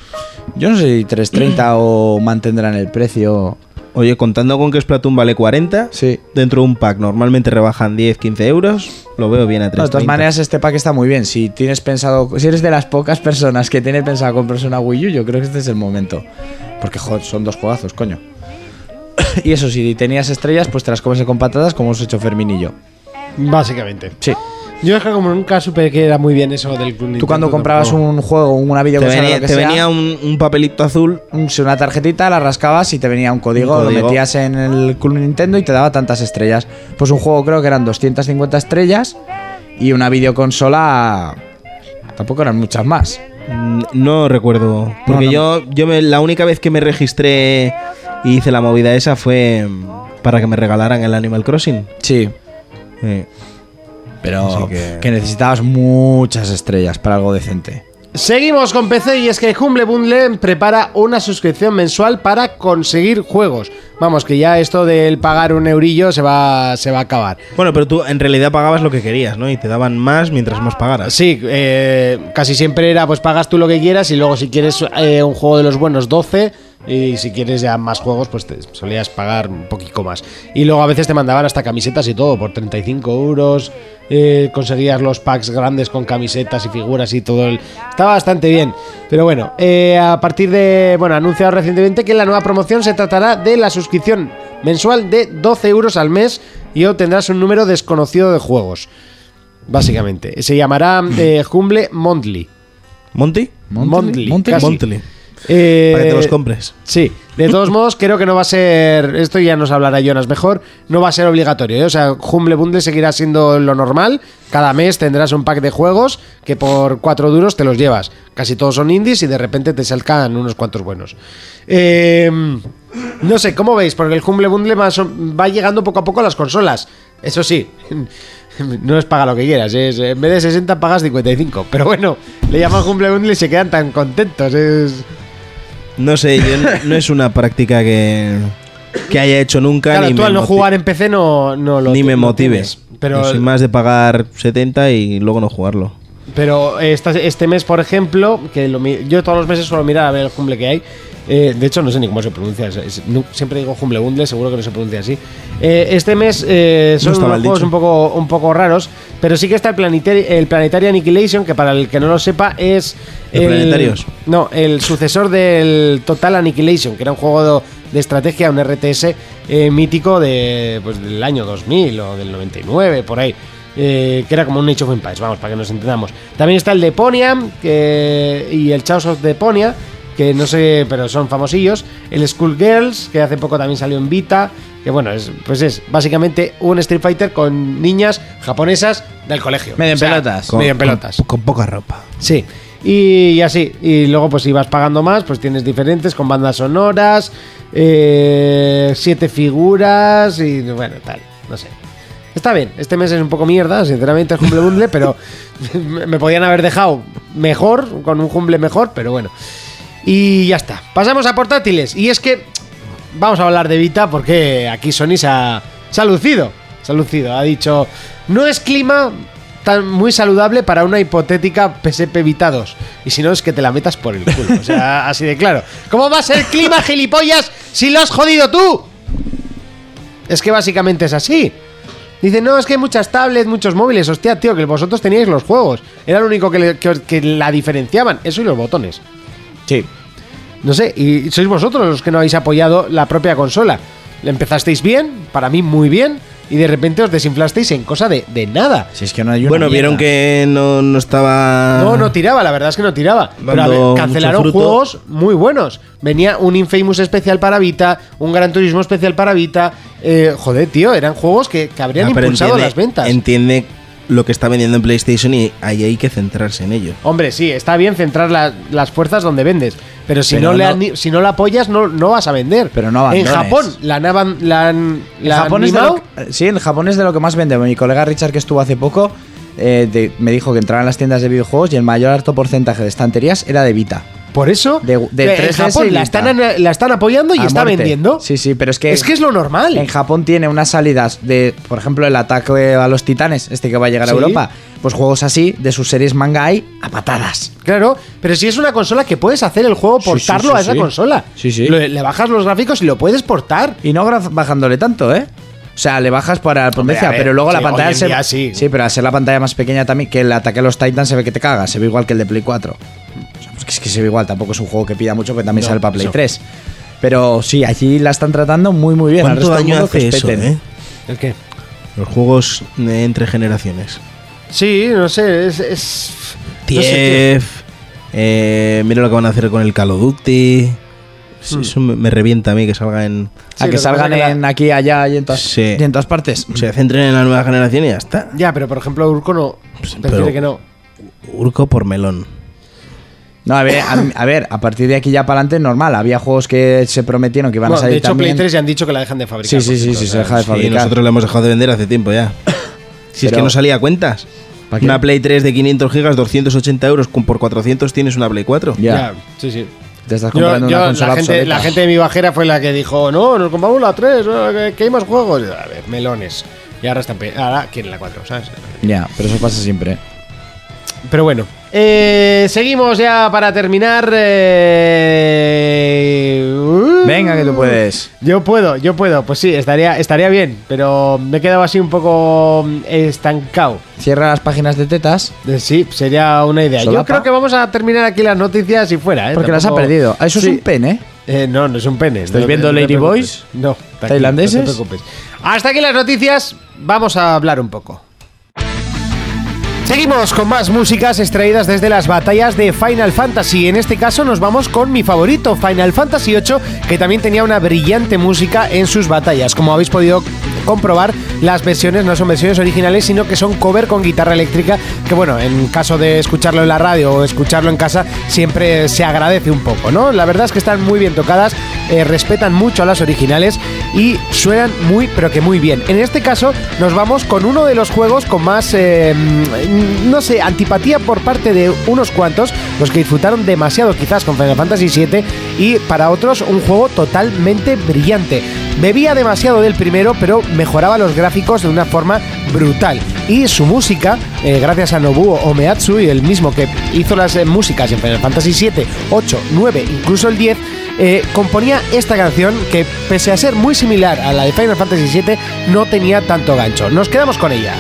Speaker 4: Yo no sé si 330 o mantendrán el precio.
Speaker 5: Oye, contando con que Splatoon vale 40,
Speaker 4: Sí.
Speaker 5: dentro de un pack normalmente rebajan 10, 15 euros, lo veo bien a 3.
Speaker 4: No, de todas maneras, este pack está muy bien. Si tienes pensado, si eres de las pocas personas que tiene pensado comprarse una Wii U, yo creo que este es el momento. Porque joder, son dos juegazos, coño. Y eso, si tenías estrellas, pues te las comes con patatas, como hemos hecho Fermín y yo.
Speaker 2: Básicamente.
Speaker 4: Sí.
Speaker 2: Yo es que como nunca supe que era muy bien eso del Club Nintendo.
Speaker 4: Tú cuando comprabas
Speaker 2: tampoco.
Speaker 4: un juego, una
Speaker 5: te
Speaker 4: videoconsola,
Speaker 5: venía,
Speaker 4: lo que
Speaker 5: te
Speaker 4: sea,
Speaker 5: venía un, un papelito azul.
Speaker 4: un- Mm, si una tarjetita, la rascabas y te venía un código,
Speaker 5: Un código.
Speaker 4: lo metías en el Club Nintendo y te daba tantas estrellas. Pues un juego creo que eran 250 estrellas y una videoconsola tampoco eran muchas más.
Speaker 5: mm, No recuerdo. Porque
Speaker 4: no.
Speaker 5: yo, yo me- la única vez que me registré y hice la movida esa fue mm, para que me regalaran el Animal Crossing.
Speaker 4: Sí,
Speaker 5: Eh,
Speaker 4: pero
Speaker 5: Así que-
Speaker 4: que... necesitabas muchas estrellas para algo decente.
Speaker 2: Seguimos con PC y es que Humble Bundle prepara una suscripción mensual para conseguir juegos. Vamos, que ya esto del pagar un eurillo se va, se va a acabar.
Speaker 5: Bueno, pero tú en realidad pagabas lo que querías, ¿no? Y te daban más mientras más pagaras.
Speaker 2: Sí, eh, casi siempre era pues pagas tú lo que quieras y luego si quieres eh, un juego de los buenos 12 y si quieres ya más juegos pues te solías pagar un poquito más. Y luego a veces te mandaban hasta camisetas y todo por 35 euros, eh, conseguías los packs grandes con camisetas y figuras y todo. el- Estaba bastante bien. Pero bueno, eh, a partir de... Bueno, ha anunciado recientemente que la nueva promoción se tratará de la suscripción mensual de 12 euros al mes y obtendrás un número desconocido de juegos. Básicamente. Se llamará eh, Humble Monthly.
Speaker 5: ¿Monty?
Speaker 2: Monthly, casi.
Speaker 5: Monthly.
Speaker 2: Eh,
Speaker 5: Para que te los compres.
Speaker 2: Sí, de todos modos creo que no va a ser, esto ya nos hablará Jonas mejor, no va a ser obligatorio, ¿eh? o sea, Humble Bundle seguirá siendo lo normal, cada mes tendrás un pack de juegos que por cuatro duros te los llevas, casi todos son indies y de repente te salcan unos cuantos buenos. Eh, No sé, ¿cómo veis? Porque el Humble Bundle va, so- va llegando poco a poco a las consolas. Eso sí, no es paga lo que quieras. es, en vez de 60 pagas 55. Pero bueno, le llaman Humble Bundle y se quedan tan contentos. Es...
Speaker 5: No sé, yo no, no es una práctica que, que haya hecho nunca.
Speaker 2: Claro,
Speaker 5: ni
Speaker 2: tú
Speaker 5: me
Speaker 2: al no
Speaker 5: moti-
Speaker 2: jugar en PC no, no lo
Speaker 5: Ni me
Speaker 2: no
Speaker 5: motives.
Speaker 2: tienes. Pero,
Speaker 5: Yo soy más de pagar 70 y luego no jugarlo.
Speaker 2: pero esta- este mes, por ejemplo, que lo mi- yo todos los meses suelo mirar a ver el Humble que hay. eh, de hecho, no sé ni cómo se pronuncia. es- es- nu- siempre digo Humble Bundle, seguro que no se pronuncia así. Eh, este mes eh, son
Speaker 5: está
Speaker 2: unos
Speaker 5: mal
Speaker 2: juegos
Speaker 5: dicho.
Speaker 2: un poco, un poco raros, pero sí que está el, Planetari- el Planetary Annihilation, que para el que no lo sepa es...
Speaker 5: ¿El Planetarios?
Speaker 2: No, el sucesor del Total Annihilation, que era un juego de, de estrategia, un RTS eh, mítico de, pues, del año 2000 o del 99, por ahí. eh, que era como un Age of Empires, vamos, para que nos entendamos. También está el Deponia que, y el Chaos of Deponia, que no sé, pero son famosillos. El Skullgirls, que hace poco también salió en Vita, que bueno, es, pues es básicamente un Street Fighter con niñas japonesas del colegio.
Speaker 4: Medio en pelotas.
Speaker 2: Medio en pelotas.
Speaker 5: Con poca ropa.
Speaker 2: Sí. Y, y así. Y luego, pues si vas pagando más, pues tienes diferentes con bandas sonoras, eh, siete figuras y bueno, tal. No sé. Está bien. Este mes es un poco mierda, sinceramente, el Humble Bundle, pero me me podían haber dejado mejor, con un Humble mejor, pero bueno. Y ya está. Pasamos a portátiles. Y es que vamos a hablar de Vita porque aquí Sony se ha, se ha lucido. Se ha lucido. Ha dicho, no es clima tan muy saludable para una hipotética PSP Vita 2. Y si no, es que te la metas por el culo. O sea, así de claro. ¿Cómo va a ser clima, gilipollas, si lo has jodido tú? Es que básicamente es así. Dice, no, es que hay muchas tablets, muchos móviles. Hostia, tío, que vosotros teníais los juegos. Era lo único que, le- que os- que la diferenciaban. Eso y los botones.
Speaker 4: Sí.
Speaker 2: No sé, y sois vosotros los que no habéis apoyado la propia consola. La Empezasteis bien, para mí muy bien, y de repente os desinflasteis en cosa de, de nada.
Speaker 4: Si es que no hay una
Speaker 5: Bueno,
Speaker 4: mierda.
Speaker 5: vieron que no, no estaba.
Speaker 4: Ah.
Speaker 2: No, no tiraba, la verdad es que no tiraba. Pero a
Speaker 5: Dando
Speaker 2: ver,
Speaker 5: mucho
Speaker 2: cancelaron
Speaker 5: fruto.
Speaker 2: juegos muy buenos. Venía un Infamous especial para Vita, un Gran Turismo especial para Vita. eh, joder, tío, eran juegos que, que habrían
Speaker 5: Ah, pero
Speaker 2: impulsado
Speaker 5: entiende-
Speaker 2: las ventas.
Speaker 5: Entiende lo que está vendiendo en PlayStation y ahí hay que centrarse en ello.
Speaker 2: Hombre, sí, está bien centrar la- las fuerzas donde vendes, pero si
Speaker 4: Pero
Speaker 2: no, le
Speaker 4: no-
Speaker 2: ani- si no la apoyas no, no vas a vender.
Speaker 4: Pero no
Speaker 2: En
Speaker 4: abandones.
Speaker 2: Japón la, han aban- la, han-
Speaker 4: El
Speaker 2: la han
Speaker 4: Japón es de lo
Speaker 2: mimado.
Speaker 4: que- sí, el Japón es de lo que más vende. Mi colega Richard, que estuvo hace poco, eh, de- me dijo que entraban las tiendas de videojuegos y el mayor alto porcentaje de estanterías era de Vita.
Speaker 2: Por eso,
Speaker 4: De- de
Speaker 2: en
Speaker 4: 3S y
Speaker 2: Japón la
Speaker 4: Vita.
Speaker 2: están, la están apoyando y
Speaker 4: A
Speaker 2: está
Speaker 4: muerte.
Speaker 2: vendiendo.
Speaker 4: Sí, sí, pero es que.
Speaker 2: Es que es lo normal.
Speaker 4: En Japón tiene unas salidas de, por ejemplo, el ataque a los titanes, este que va a llegar
Speaker 2: Sí.
Speaker 4: a Europa. Pues juegos así, de sus series manga hay, a patadas.
Speaker 2: Claro, pero si es una consola que puedes hacer el juego, portarlo
Speaker 4: sí,
Speaker 2: a esa
Speaker 4: sí.
Speaker 2: consola.
Speaker 4: Sí, sí.
Speaker 2: Le, le bajas los gráficos y lo puedes portar.
Speaker 4: Y no gra- bajándole tanto, ¿eh? O sea, le bajas para la potencia,
Speaker 2: ver,
Speaker 4: pero luego la
Speaker 2: sí,
Speaker 4: pantalla
Speaker 2: hoy en
Speaker 4: se-
Speaker 2: día sí.
Speaker 4: pero al ser la pantalla más pequeña también, que el ataque a los Titans se ve que te caga, se ve igual que el de Play 4. O sea, pues que es que se ve igual, tampoco es un juego que pida mucho, que también sale para Play 3. Pero sí, allí la están tratando muy muy bien. Al
Speaker 5: ¿Cuánto
Speaker 4: resto del
Speaker 5: daño
Speaker 4: mundo que
Speaker 5: hace eso,
Speaker 4: respeten.
Speaker 5: eh?
Speaker 2: ¿El qué?
Speaker 5: Los juegos eh, entre generaciones.
Speaker 2: Sí, no sé, es... es- no sé, tío.
Speaker 5: TF. eh, mira lo que van a hacer con el Call of Duty. Sí,
Speaker 4: Hmm.
Speaker 5: Eso me, me revienta a mí que salga en.
Speaker 2: Sí,
Speaker 4: a
Speaker 2: lo
Speaker 4: que
Speaker 2: que
Speaker 4: salgan
Speaker 2: pasa que la-
Speaker 4: en aquí, allá y en todas,
Speaker 5: Sí.
Speaker 4: y en todas partes.
Speaker 5: Se centren en la nueva generación y ya está.
Speaker 2: Ya, pero por ejemplo Urco no...
Speaker 4: Pues,
Speaker 2: prefiere
Speaker 5: pero-
Speaker 2: que no.
Speaker 5: Urco por melón.
Speaker 4: No, a ver, a, a ver, a partir de aquí ya para adelante, normal. Había juegos que se prometieron que iban
Speaker 2: Bueno,
Speaker 4: a salir
Speaker 2: de hecho
Speaker 4: también.
Speaker 2: Play 3 ya han dicho que la dejan de fabricar.
Speaker 4: sí, sí,
Speaker 2: por
Speaker 4: sí,
Speaker 2: cierto,
Speaker 4: sí,
Speaker 2: o
Speaker 4: se
Speaker 2: sea,
Speaker 4: deja de
Speaker 5: Y
Speaker 4: fabricar.
Speaker 5: nosotros lo hemos dejado de vender hace tiempo ya. Si es
Speaker 4: Pero-
Speaker 5: que no salía a cuentas.
Speaker 4: ¿Para qué?
Speaker 5: Una Play 3 de 500 gigas, 280 euros, con- por 400 tienes una Play 4.
Speaker 4: Ya.
Speaker 2: ya, sí, sí.
Speaker 4: Te estás
Speaker 2: Yo-
Speaker 4: comprando
Speaker 2: yo,
Speaker 4: una consola
Speaker 2: la, gente,
Speaker 4: obsoleta.
Speaker 2: la gente de mi bajera fue la que dijo, no, nos compramos la 3, eh, que, que hay más juegos. A ver, melones. Y ahora, están, pe- ahora quieren la 4, ¿sabes?
Speaker 4: Ya, pero eso pasa siempre.
Speaker 2: Pero bueno, eh, seguimos ya para terminar. eh, uh,
Speaker 4: Venga, que tú puedes.
Speaker 2: Yo puedo, yo puedo. Pues sí, estaría, estaría bien, pero me he quedado así un poco mm, estancado.
Speaker 4: Cierra las páginas de tetas.
Speaker 2: Eh, Sí, sería una idea. Yo
Speaker 4: Solapa.
Speaker 2: creo que vamos a terminar aquí las noticias y fuera, ¿eh?
Speaker 4: Porque las ha
Speaker 2: Tampoco-
Speaker 4: perdido. Ah, Eso
Speaker 2: Sí.
Speaker 4: es un pene.
Speaker 2: Eh, no, no es un pene.
Speaker 4: ¿Estáis
Speaker 2: No,
Speaker 4: viendo
Speaker 2: no te
Speaker 4: Lady
Speaker 2: preocupes.
Speaker 4: Boys?
Speaker 2: No. tranquilo,
Speaker 4: ¿Tailandeses?
Speaker 2: No te preocupes. Hasta aquí las noticias. Vamos a hablar un poco. Seguimos con más músicas extraídas desde las batallas de Final Fantasy. En este caso nos vamos con mi favorito, Final Fantasy VIII, que también tenía una brillante música en sus batallas. Como habéis podido comprobar, las versiones no son versiones originales, sino que son cover con guitarra eléctrica, que bueno, en caso de escucharlo en la radio o escucharlo en casa, siempre se agradece un poco, ¿no? La verdad es que están muy bien tocadas. eh, respetan mucho a las originales y suenan muy, pero que muy bien. En este caso, nos vamos con uno de los juegos con más, eh, mm, no sé, antipatía por parte de unos cuantos, los que disfrutaron demasiado quizás con Final Fantasy VII y para otros un juego totalmente brillante. Bebía demasiado del primero, pero mejoraba los gráficos de una forma brutal. Y su música, eh, gracias a Nobuo Omeatsu y el mismo que hizo las eh, músicas en Final Fantasy 7, 8, 9, incluso el 10, eh, componía esta canción que, pese a ser muy similar a la de Final Fantasy 7, no tenía tanto gancho. Nos quedamos con ella.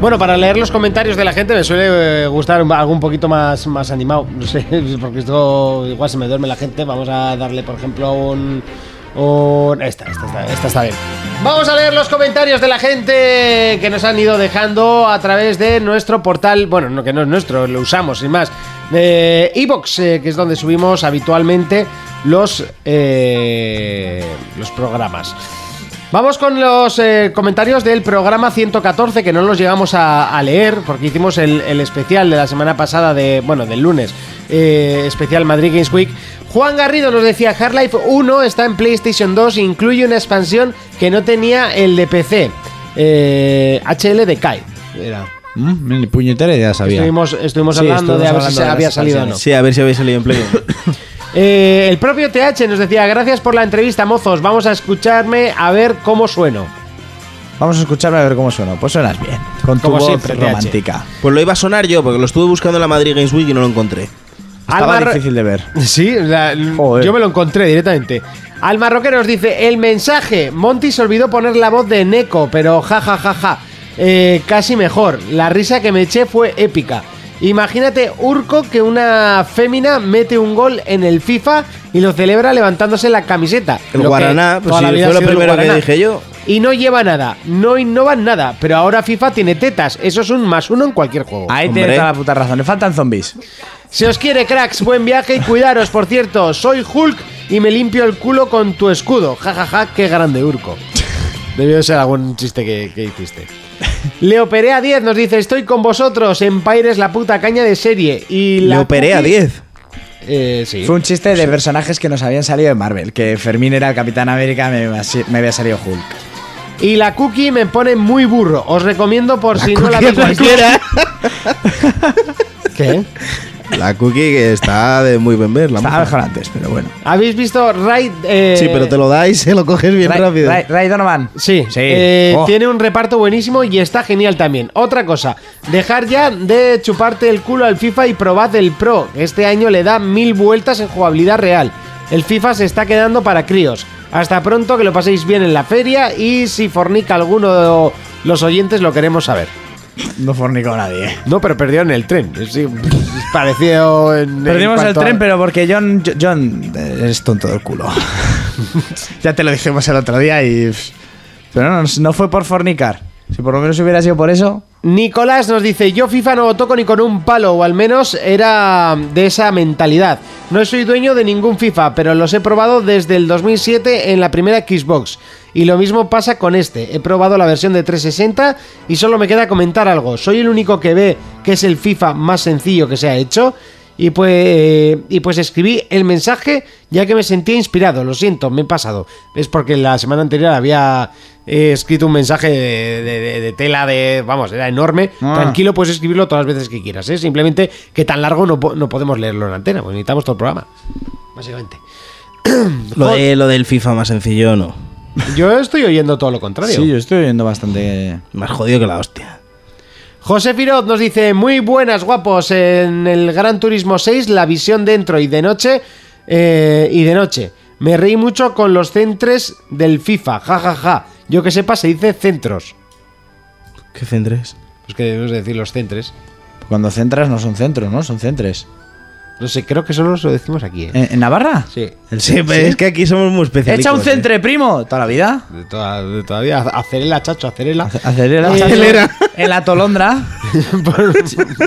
Speaker 2: Bueno, para leer los comentarios de la gente me suele eh, gustar un- algo un poquito más, más animado. No sé, porque esto igual se me duerme la gente. Vamos a darle, por ejemplo, un. un- Esta, esta, esta, esta está bien. Vamos a leer los comentarios de la gente que nos han ido dejando a través de nuestro portal. Bueno, no, que no es nuestro, lo usamos, sin más. Eh, Evox, eh, que es donde subimos habitualmente los, eh, los programas. Vamos con los eh, comentarios del programa 114 que no los llegamos a, a leer porque hicimos el, el especial de la semana pasada de bueno del lunes eh, especial Madrid Games Week. Juan Garrido nos decía Half-Life 1 está en PlayStation 2 e incluye una expansión que no tenía el de PC eh, HL de Kai. Era.
Speaker 4: Mm, ni puñetera idea sabía.
Speaker 2: Estuvimos, estuvimos
Speaker 4: Sí,
Speaker 2: hablando
Speaker 4: estuvimos
Speaker 2: de a ver si
Speaker 4: hablando
Speaker 2: se
Speaker 4: de las
Speaker 2: había salido o no.
Speaker 5: Sí, a ver si habéis salido en Play.
Speaker 2: Eh, el propio TH nos decía gracias por la entrevista mozos vamos a escucharme a ver cómo sueno.
Speaker 4: Vamos a escucharlo a ver cómo suena. Pues suenas bien. Con tu
Speaker 2: Como
Speaker 4: voz
Speaker 2: siempre, TH.
Speaker 4: romántica.
Speaker 5: pues lo iba a sonar yo, porque lo estuve buscando en la Madrid Games Week y no lo encontré.
Speaker 4: Estaba
Speaker 2: Alvar-
Speaker 4: difícil de ver.
Speaker 2: Sí, la- l-
Speaker 4: Joder.
Speaker 2: yo me lo encontré directamente. Al marroquero nos dice, el mensaje, Monty se olvidó poner la voz de Neko, pero ja ja ja ja, Eh, casi mejor, la risa que me eché fue épica. Imagínate, Urco, que una fémina mete un gol en el FIFA y lo celebra levantándose la camiseta.
Speaker 5: El
Speaker 2: Lo que
Speaker 5: Guaraná, pues
Speaker 2: toda
Speaker 5: sí,
Speaker 2: la vida
Speaker 5: fue
Speaker 2: ha
Speaker 5: lo
Speaker 2: sido el
Speaker 5: primero que
Speaker 2: Guaraná.
Speaker 5: dije yo.
Speaker 2: Y no lleva nada, no innovan nada, pero ahora FIFA tiene tetas, eso es un más uno en cualquier juego.
Speaker 4: Ahí
Speaker 5: Hombre.
Speaker 4: tiene toda la puta razón. Le faltan zombies.
Speaker 2: Se os quiere, cracks. Buen viaje y cuidaros, por cierto. Soy Hulk y me limpio el culo con tu escudo. Ja, ja, ja, qué grande Urco. Debió ser algún chiste que, que hiciste. Leoperea 10 nos dice: Estoy con vosotros. Empire es la puta caña de serie. Y la
Speaker 5: Le operé a
Speaker 2: cookie-
Speaker 5: 10.
Speaker 2: Eh, sí.
Speaker 4: Fue un chiste de personajes que nos habían salido de Marvel. Que Fermín era el Capitán América, me, me había salido Hulk.
Speaker 2: Y la cookie me pone muy burro. Os recomiendo por si no la
Speaker 5: cookie
Speaker 2: veis.
Speaker 5: cualquiera.
Speaker 2: ¿Qué?
Speaker 5: La cookie que está de muy buen ver. La
Speaker 4: Estaba
Speaker 5: moza.
Speaker 4: mejor antes, pero bueno.
Speaker 2: ¿Habéis visto Raid? eh,
Speaker 5: Sí, pero te lo dais, se lo coges bien
Speaker 4: Ray,
Speaker 5: rápido.
Speaker 4: Ray- Ray Donovan.
Speaker 2: Sí,
Speaker 4: Sí.
Speaker 2: eh,
Speaker 4: Oh.
Speaker 2: tiene un reparto buenísimo y está genial también. Otra cosa, dejar ya de chuparte el culo al FIFA y probad el Pro. Este año le da mil vueltas en jugabilidad real. El FIFA se está quedando para críos. Hasta pronto, que lo paséis bien en la feria y si fornica alguno de los oyentes lo queremos saber.
Speaker 4: No fornicó a nadie.
Speaker 2: No, pero perdió en el tren. Es, es parecido en... en
Speaker 4: Perdimos el
Speaker 2: cuanto a-
Speaker 4: tren, pero porque John, John eh, es tonto del culo. ya te lo dijimos el otro día y. pff, Pero no, no fue por fornicar. Si por lo menos hubiera sido por eso.
Speaker 2: Nicolás nos dice, yo FIFA no lo toco ni con un palo, o al menos era de esa mentalidad. No soy dueño de ningún FIFA, pero los he probado desde el 2007 en la primera Xbox. Y lo mismo pasa con este. He probado la versión de 360 y solo me queda comentar algo. Soy el único que ve que es el FIFA más sencillo que se ha hecho. Y pues, y pues escribí el mensaje ya que me sentía inspirado. Lo siento, me he pasado. Es porque la semana anterior había eh, escrito un mensaje de, de- de- de tela de... Vamos, era enorme.
Speaker 4: Ah.
Speaker 2: Tranquilo, puedes escribirlo todas las veces que quieras. ¿eh? Simplemente que tan largo no, po- no podemos leerlo en antena. Pues necesitamos todo el programa. Básicamente.
Speaker 5: Lo, de- lo del FIFA más sencillo, no.
Speaker 2: Yo estoy oyendo todo lo contrario.
Speaker 4: yo estoy oyendo bastante.
Speaker 5: Más jodido que la hostia.
Speaker 2: José Firot nos dice, muy buenas guapos, en el Gran Turismo 6 la visión dentro y de noche, eh, y de noche. Me reí mucho con los centres del FIFA, jajaja. Yo que sepa se dice centros.
Speaker 5: ¿Qué centres?
Speaker 2: Pues que debemos decir los centres.
Speaker 4: Cuando centras no son centros, ¿no? Son centres.
Speaker 2: No sé, creo que solo lo decimos aquí, ¿eh?
Speaker 4: ¿En, en Navarra?
Speaker 2: Sí.
Speaker 5: El sí, pero es que aquí somos muy ¿eh? especialistas.
Speaker 4: ¡Echa un centre, primo! eh. Toda la vida.
Speaker 2: De toda- de todavía, acelera, chacho, acelera.
Speaker 4: Acelera. En la tolondra.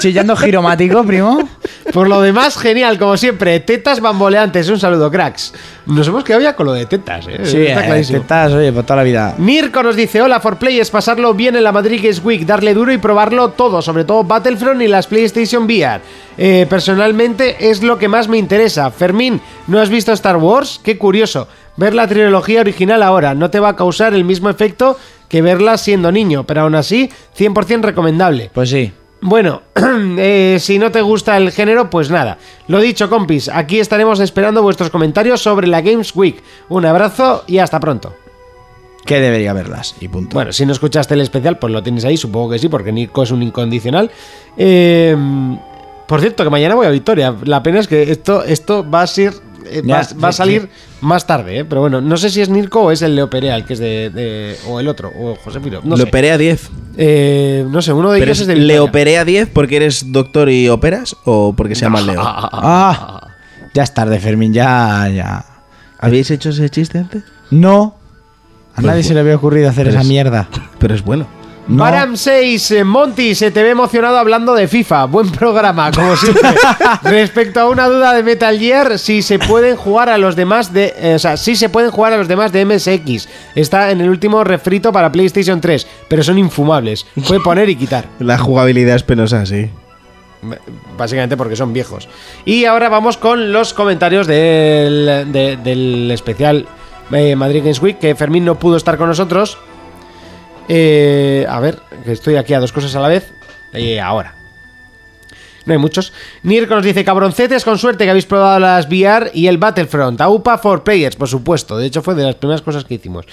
Speaker 4: chillando giromático, primo.
Speaker 2: Por lo demás, genial, como siempre. Tetas bamboleantes, un saludo, cracks. Nos hemos quedado ya con lo de tetas, ¿eh? Está
Speaker 4: eh,
Speaker 2: clarísimo.
Speaker 4: tetas, oye, por toda la vida.
Speaker 2: Mirko nos dice, hola for players, pasarlo bien en la Madrid Games Week, darle duro y probarlo todo, sobre todo Battlefront y las PlayStation VR. Eh, personalmente es lo que más me interesa. Fermín, ¿no has visto Star Wars? Qué curioso. Ver la trilogía original ahora no te va a causar el mismo efecto que verla siendo niño, pero aún así 100% recomendable.
Speaker 4: Pues sí.
Speaker 2: Bueno, eh, si no te gusta el género, pues nada. Lo dicho, compis, aquí estaremos esperando vuestros comentarios sobre la Games Week. Un abrazo y hasta pronto.
Speaker 4: Que debería verlas. Y punto.
Speaker 2: Bueno, si no escuchaste el especial, pues lo tienes ahí, supongo que sí, porque Nico es un incondicional. Eh, por cierto, que mañana voy a Victoria. La pena es que esto, esto va a ser. eh,
Speaker 4: Ya,
Speaker 2: va, va a
Speaker 4: sí,
Speaker 2: salir más tarde, ¿eh? pero bueno, no sé si es Nirko o es el Leo Perea, el que es de, de- o el otro, o José Piro. No
Speaker 5: Le
Speaker 2: sé.
Speaker 5: operé a 10.
Speaker 2: Eh, no sé, uno de
Speaker 5: Pero
Speaker 2: ellos
Speaker 5: es
Speaker 2: es de
Speaker 5: ¿Le
Speaker 2: Victoria.
Speaker 5: operé a 10 porque eres doctor y operas o porque se llama Leo?
Speaker 4: Ah, ya es tarde, Fermín, ya, ya.
Speaker 5: ¿Habéis hecho ese chiste antes?
Speaker 4: No. A nadie se le había ocurrido hacer esa
Speaker 5: es-
Speaker 4: mierda.
Speaker 5: Pero es bueno.
Speaker 4: No.
Speaker 2: Baram 6, eh, Monty, se te ve emocionado hablando de FIFA. Buen programa, como siempre. Respecto a una duda de Metal Gear, si se pueden jugar a los demás de. eh, o sea, si se pueden jugar a los demás de MSX. Está en el último refrito para PlayStation 3, pero son infumables. Puede poner y quitar.
Speaker 5: La jugabilidad es penosa, sí.
Speaker 2: Básicamente porque son viejos. Y ahora vamos con los comentarios del, de- del especial eh, Madrid Games Week, que Fermín no pudo estar con nosotros. Eh, a ver, que estoy aquí a dos cosas a la vez. Eh, ahora. No hay muchos. Nirko nos dice, cabroncetes, con suerte que habéis probado las VR y el Battlefront. AUPA for Players, por supuesto. De hecho, fue de las primeras cosas que hicimos.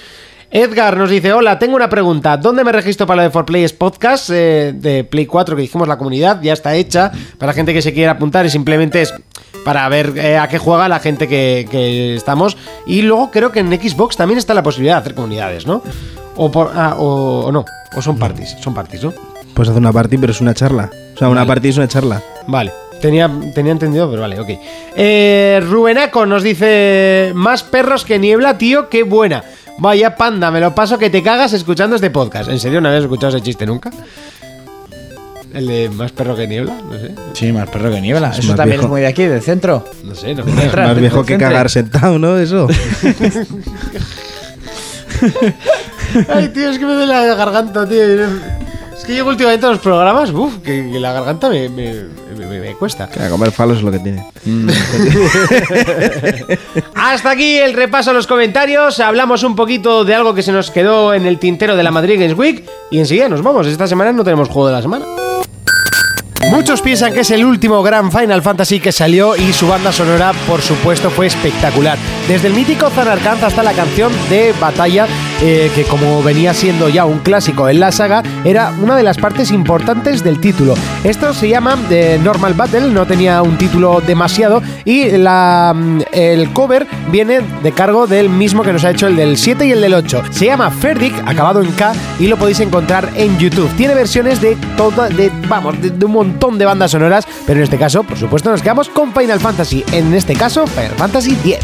Speaker 2: Edgar nos dice, hola, tengo una pregunta. ¿Dónde me registro para lo de For Players Podcast eh, de Play 4 que dijimos la comunidad? Ya está hecha para gente que se quiera apuntar y simplemente es para ver eh, a qué juega la gente que, que estamos. Y luego creo que en Xbox también está la posibilidad de hacer comunidades, ¿no? O, por, ah, o, o no, o son parties, son parties, ¿no?
Speaker 5: Pues hace una party, pero es una charla. O sea, una party es una charla.
Speaker 2: Vale. Tenía, tenía entendido, pero vale, ok. Eh, Rubenaco nos dice: Más perros que niebla, tío, qué buena. Vaya panda, me lo paso que te cagas escuchando este podcast. ¿En serio no habías escuchado ese chiste nunca? El de más perro que niebla, no sé.
Speaker 4: Sí, más perro que niebla.
Speaker 5: Es
Speaker 4: Eso
Speaker 5: más
Speaker 4: también
Speaker 5: viejo.
Speaker 4: es muy de aquí, del centro.
Speaker 2: No sé, no
Speaker 4: Joder.
Speaker 2: sé.
Speaker 4: Atrás,
Speaker 5: Más viejo
Speaker 4: del
Speaker 5: que
Speaker 4: centro.
Speaker 5: cagar sentado, ¿no? Eso.
Speaker 2: Ay, tío, es que me duele la garganta, tío. Es que llego últimamente a los programas, uff, que, que la garganta me, me, me- me- me cuesta.
Speaker 5: Que a comer falos es lo que tiene.
Speaker 2: Hasta aquí el repaso a los comentarios. Hablamos un poquito de algo que se nos quedó en el tintero de la Madrid Games Week. Y enseguida nos vamos. Esta semana no tenemos juego de la semana. Muchos piensan que es el último gran Final Fantasy que salió y su banda sonora, por supuesto, fue espectacular. Desde el mítico Zanarkand hasta la canción de Batalla, eh, que como venía siendo ya un clásico en la saga, era una de las partes importantes del título. Esto se llama eh, Normal Battle, no tenía un título demasiado, y la, mm, el cover viene de cargo del mismo que nos ha hecho el del 7 y el del 8. Se llama Ferdic, acabado en K, y lo podéis encontrar en YouTube. Tiene versiones de toda, de, vamos, de, de un montón de bandas sonoras, pero en este caso, por supuesto, nos quedamos con Final Fantasy. En este caso, Final Fantasy 10.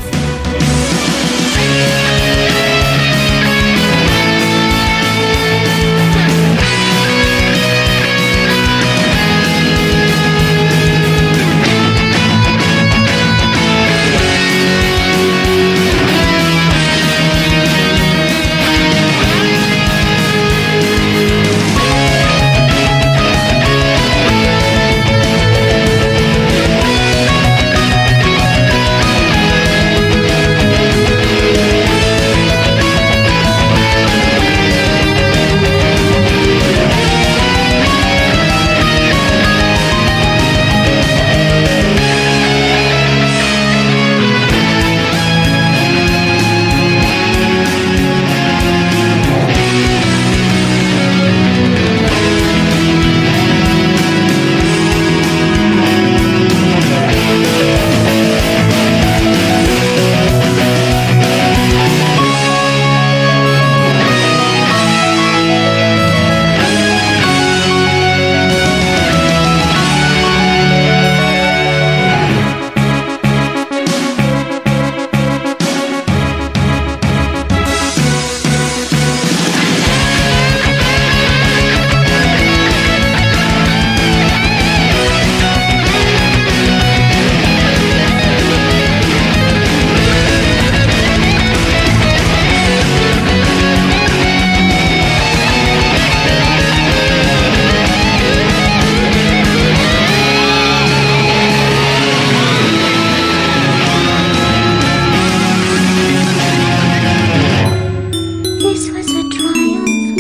Speaker 9: This was a triumph.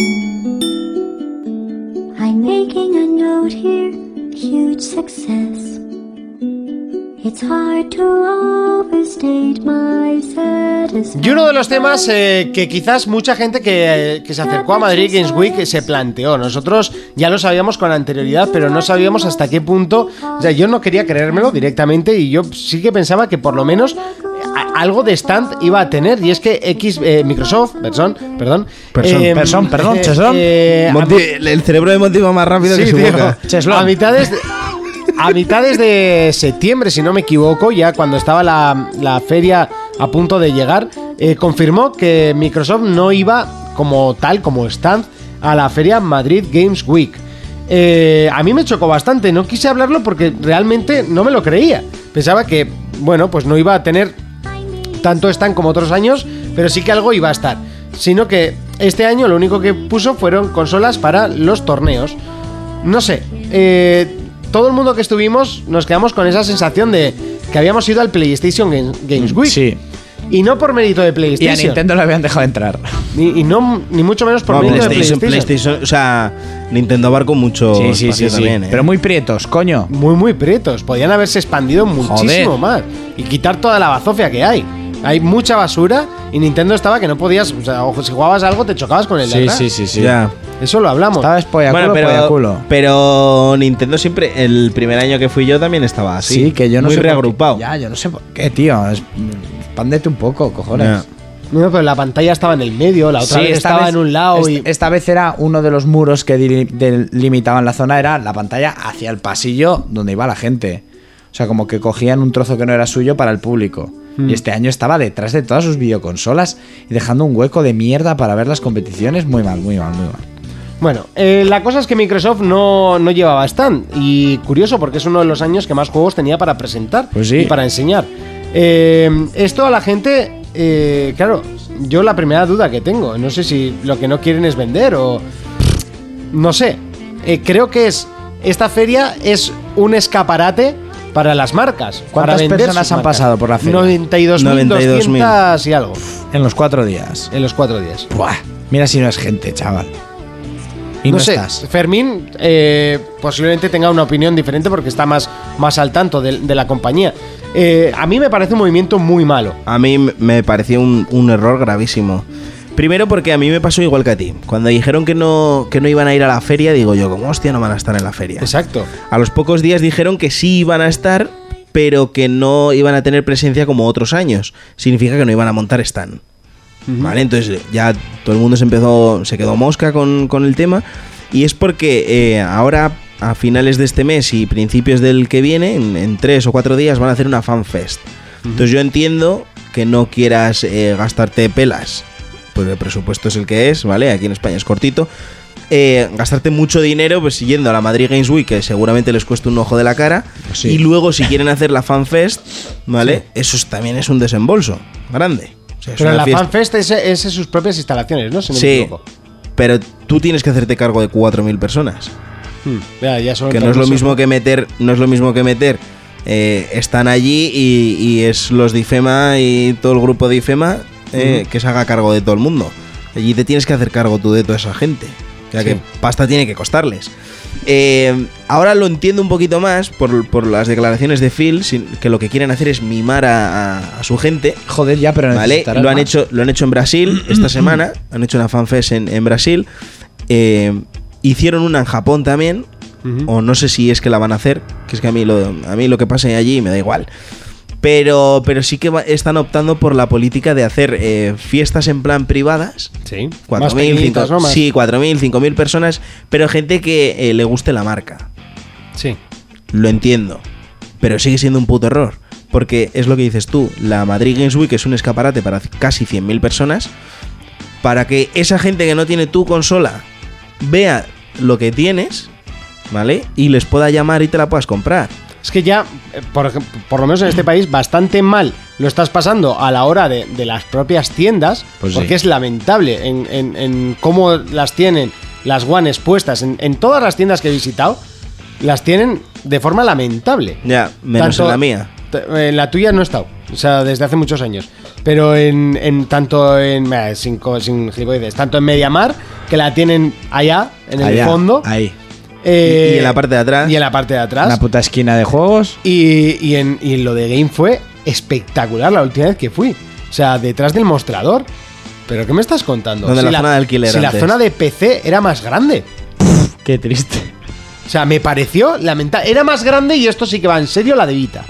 Speaker 9: I'm making a note here, huge success. It's hard to overstate my satisfaction.
Speaker 2: Y uno de los temas eh, que quizás mucha gente que, eh, que se acercó a Madrid Games Week se planteó. Nosotros ya lo sabíamos con anterioridad, pero no sabíamos hasta qué punto. O sea, yo no quería creérmelo directamente y yo sí que pensaba que por lo menos eh, a- algo de stand iba a tener. Y es que X, eh, Microsoft, perdón, perdón,
Speaker 5: Person,
Speaker 2: eh,
Speaker 4: person, perdón, chesón.
Speaker 2: a-
Speaker 5: Monty- el cerebro de Monty va más rápido que
Speaker 2: Sí,
Speaker 5: su
Speaker 2: tío.
Speaker 5: boca. Ah,
Speaker 4: Cheslón.
Speaker 2: A mitades de, a mitades de septiembre, si no me equivoco, ya cuando estaba la, la feria a punto de llegar, eh, confirmó que Microsoft no iba como tal, como stand, a la feria Madrid Games Week. Eh, a mí me chocó bastante, no quise hablarlo porque realmente no me lo creía. Pensaba que, bueno, pues no iba a tener tanto están como otros años, pero sí que algo iba a estar. Sino que este año lo único que puso fueron consolas para los torneos. No sé, eh, todo el mundo que estuvimos nos quedamos con esa sensación de que habíamos ido al PlayStation Game- Games Week.
Speaker 4: Mm, Sí.
Speaker 2: Y no por mérito de
Speaker 4: Y a
Speaker 2: PlayStation.
Speaker 4: Nintendo le habían dejado entrar.
Speaker 2: Ni, y no, ni mucho menos por
Speaker 5: No,
Speaker 2: mérito
Speaker 5: PlayStation,
Speaker 2: de PlayStation.
Speaker 5: PlayStation, o sea, Nintendo abarcó mucho
Speaker 4: Sí, sí, sí,
Speaker 5: espacio
Speaker 4: sí.
Speaker 5: también, ¿eh?
Speaker 4: Pero muy prietos, coño.
Speaker 2: Muy, muy prietos. Podían haberse expandido muchísimo más. Y quitar toda la bazofia que hay. Hay mucha basura y Nintendo estaba que no podías. O sea, ojo, si jugabas algo te chocabas con el de atrás.
Speaker 5: Ya.
Speaker 2: Eso lo hablamos.
Speaker 4: Estaba espoyaculo,
Speaker 5: Bueno, pero,
Speaker 4: culo.
Speaker 5: pero Nintendo siempre, el primer año que fui yo también estaba así.
Speaker 4: Sí, que yo no
Speaker 5: muy
Speaker 4: sé. por qué-
Speaker 5: reagrupado.
Speaker 4: Ya, yo no sé por qué, tío. Es- mm, Expándete un poco, cojones.
Speaker 5: Ya.
Speaker 2: No, pero la pantalla estaba en el medio, la otra
Speaker 4: Sí,
Speaker 2: vez
Speaker 4: esta
Speaker 2: estaba
Speaker 4: vez-
Speaker 2: en un lado
Speaker 4: est-
Speaker 2: y.
Speaker 4: Esta vez era uno de los muros que dili- del- limitaban la zona, era la pantalla hacia el pasillo donde iba la gente. O sea, como que cogían un trozo que no era suyo para el público.
Speaker 2: Hmm.
Speaker 4: Y este año estaba detrás de todas sus videoconsolas y dejando un hueco de mierda para ver las competiciones. Muy mal, muy mal, muy mal.
Speaker 2: Bueno, eh, la cosa es que Microsoft no, no llevaba stand. Y curioso, porque es uno de los años que más juegos tenía para presentar
Speaker 4: Pues sí.
Speaker 2: y para enseñar. Eh, esto a la gente, eh, claro, yo la primera duda que tengo, no sé si lo que no quieren es vender o. No sé. Eh, creo que es. Esta feria es un escaparate para las marcas. para
Speaker 4: ¿Cuántas
Speaker 2: vender
Speaker 4: personas
Speaker 2: sus
Speaker 4: han
Speaker 2: marcas.
Speaker 4: pasado por la feria?
Speaker 2: 92.200 y algo
Speaker 4: En los cuatro días.
Speaker 2: en los cuatro días.
Speaker 4: Buah, mira si no es gente, chaval. Y no,
Speaker 2: no, sé,
Speaker 4: estás.
Speaker 2: Fermín eh, posiblemente tenga una opinión diferente porque está más, más al tanto de, de la compañía. Eh, a mí me parece un movimiento muy malo.
Speaker 5: A mí m- me pareció un, un error gravísimo. Primero porque a mí me pasó igual que a ti. Cuando dijeron que no, que no iban a ir a la feria, digo yo, como hostia, no van a estar en la feria.
Speaker 2: Exacto.
Speaker 5: A los pocos días dijeron que sí iban a estar, pero que no iban a tener presencia como otros años. Significa que no iban a montar stand. Vale, entonces ya todo el mundo se empezó, se quedó mosca con, con el tema. Y es porque eh, ahora, a finales de este mes y principios del que viene, en, en tres o cuatro días, van a hacer una fanfest. Entonces yo entiendo que no quieras eh, gastarte pelas. Pues el presupuesto es el que es, ¿vale? Aquí en España es cortito eh, gastarte mucho dinero pues yendo a la Madrid Games Week, que seguramente les cuesta un ojo de la cara,
Speaker 2: Pues
Speaker 4: Sí.
Speaker 5: y luego si quieren hacer la FanFest, ¿vale? Eso es- también es un desembolso grande. O sea, es
Speaker 2: Pero
Speaker 5: una
Speaker 2: la
Speaker 5: fiesta-
Speaker 2: FanFest es, es en sus propias instalaciones, ¿no? Si no me
Speaker 5: Sí,
Speaker 2: equivoco.
Speaker 5: pero tú tienes que hacerte cargo de 4.000 personas.
Speaker 2: Hmm, ya- ya solo
Speaker 5: Que no
Speaker 2: entran
Speaker 5: es lo
Speaker 2: los-
Speaker 5: mismo que meter, no es lo mismo que meter. eh, están allí y, y es los de IFEMA y todo el grupo de IFEMA eh, que se haga cargo de todo el mundo. Allí te tienes que hacer cargo tú de toda esa gente. Ya que pasta tiene que costarles. Eh, ahora lo entiendo un poquito más por, por las declaraciones de Phil, sin- que lo que quieren hacer es mimar a- a- a su gente.
Speaker 4: Joder, ya, pero
Speaker 5: ¿Vale?
Speaker 4: necesitarás
Speaker 5: Lo han,
Speaker 4: más.
Speaker 5: hecho, lo han hecho en Brasil esta semana. Han hecho una fanfest en, en Brasil. Eh, hicieron una en Japón también. O no sé si es que la van a hacer. Que es que a mí lo, a mí lo que pase allí me da igual. Pero, pero sí que va- están optando por la política de hacer eh, fiestas en plan privadas.
Speaker 2: Sí, más
Speaker 5: 4.000,
Speaker 2: pequeñitas,
Speaker 5: 5.000,
Speaker 2: ¿no? Más-
Speaker 5: sí, 4.000, 5.000 personas. Pero gente que eh, le guste la marca.
Speaker 2: sí.
Speaker 5: Lo entiendo. Pero sigue siendo un puto error. Porque es lo que dices tú. La Madrid Games Week es un escaparate para casi 100.000 personas. Para que esa gente que no tiene tu consola vea lo que tienes, ¿vale? Y les pueda llamar y te la puedas comprar.
Speaker 2: Es que ya, eh, por, ej- por lo menos en este país, bastante mal lo estás pasando a la hora de, de las propias tiendas,
Speaker 4: Pues
Speaker 2: porque
Speaker 4: sí.
Speaker 2: es lamentable en, en- en cómo las tienen las guanes puestas. En, en todas las tiendas que he visitado, las tienen de forma lamentable.
Speaker 5: Ya, menos
Speaker 2: Tanto-
Speaker 5: en la mía.
Speaker 2: t- En la tuya no he estado, o sea, desde hace muchos años. Pero en, en tanto en. eh, Sin, co- sin gilipolleces, tanto en Mediamar, que la tienen allá, en el
Speaker 4: Allá,
Speaker 2: fondo.
Speaker 4: Ahí.
Speaker 2: eh,
Speaker 5: Y- y en la parte de atrás.
Speaker 2: Y en la parte de atrás.
Speaker 4: Una puta esquina de juegos.
Speaker 2: Y, y en, y lo de Game fue espectacular la última vez que fui. O sea, detrás del mostrador. ¿Pero qué me estás contando?
Speaker 5: Donde la zona de alquiler
Speaker 2: Si la
Speaker 5: antes.
Speaker 2: zona de PC era más grande.
Speaker 4: Qué triste.
Speaker 2: O sea, me pareció lamentable. Era más grande y esto sí que va en serio la de Vita.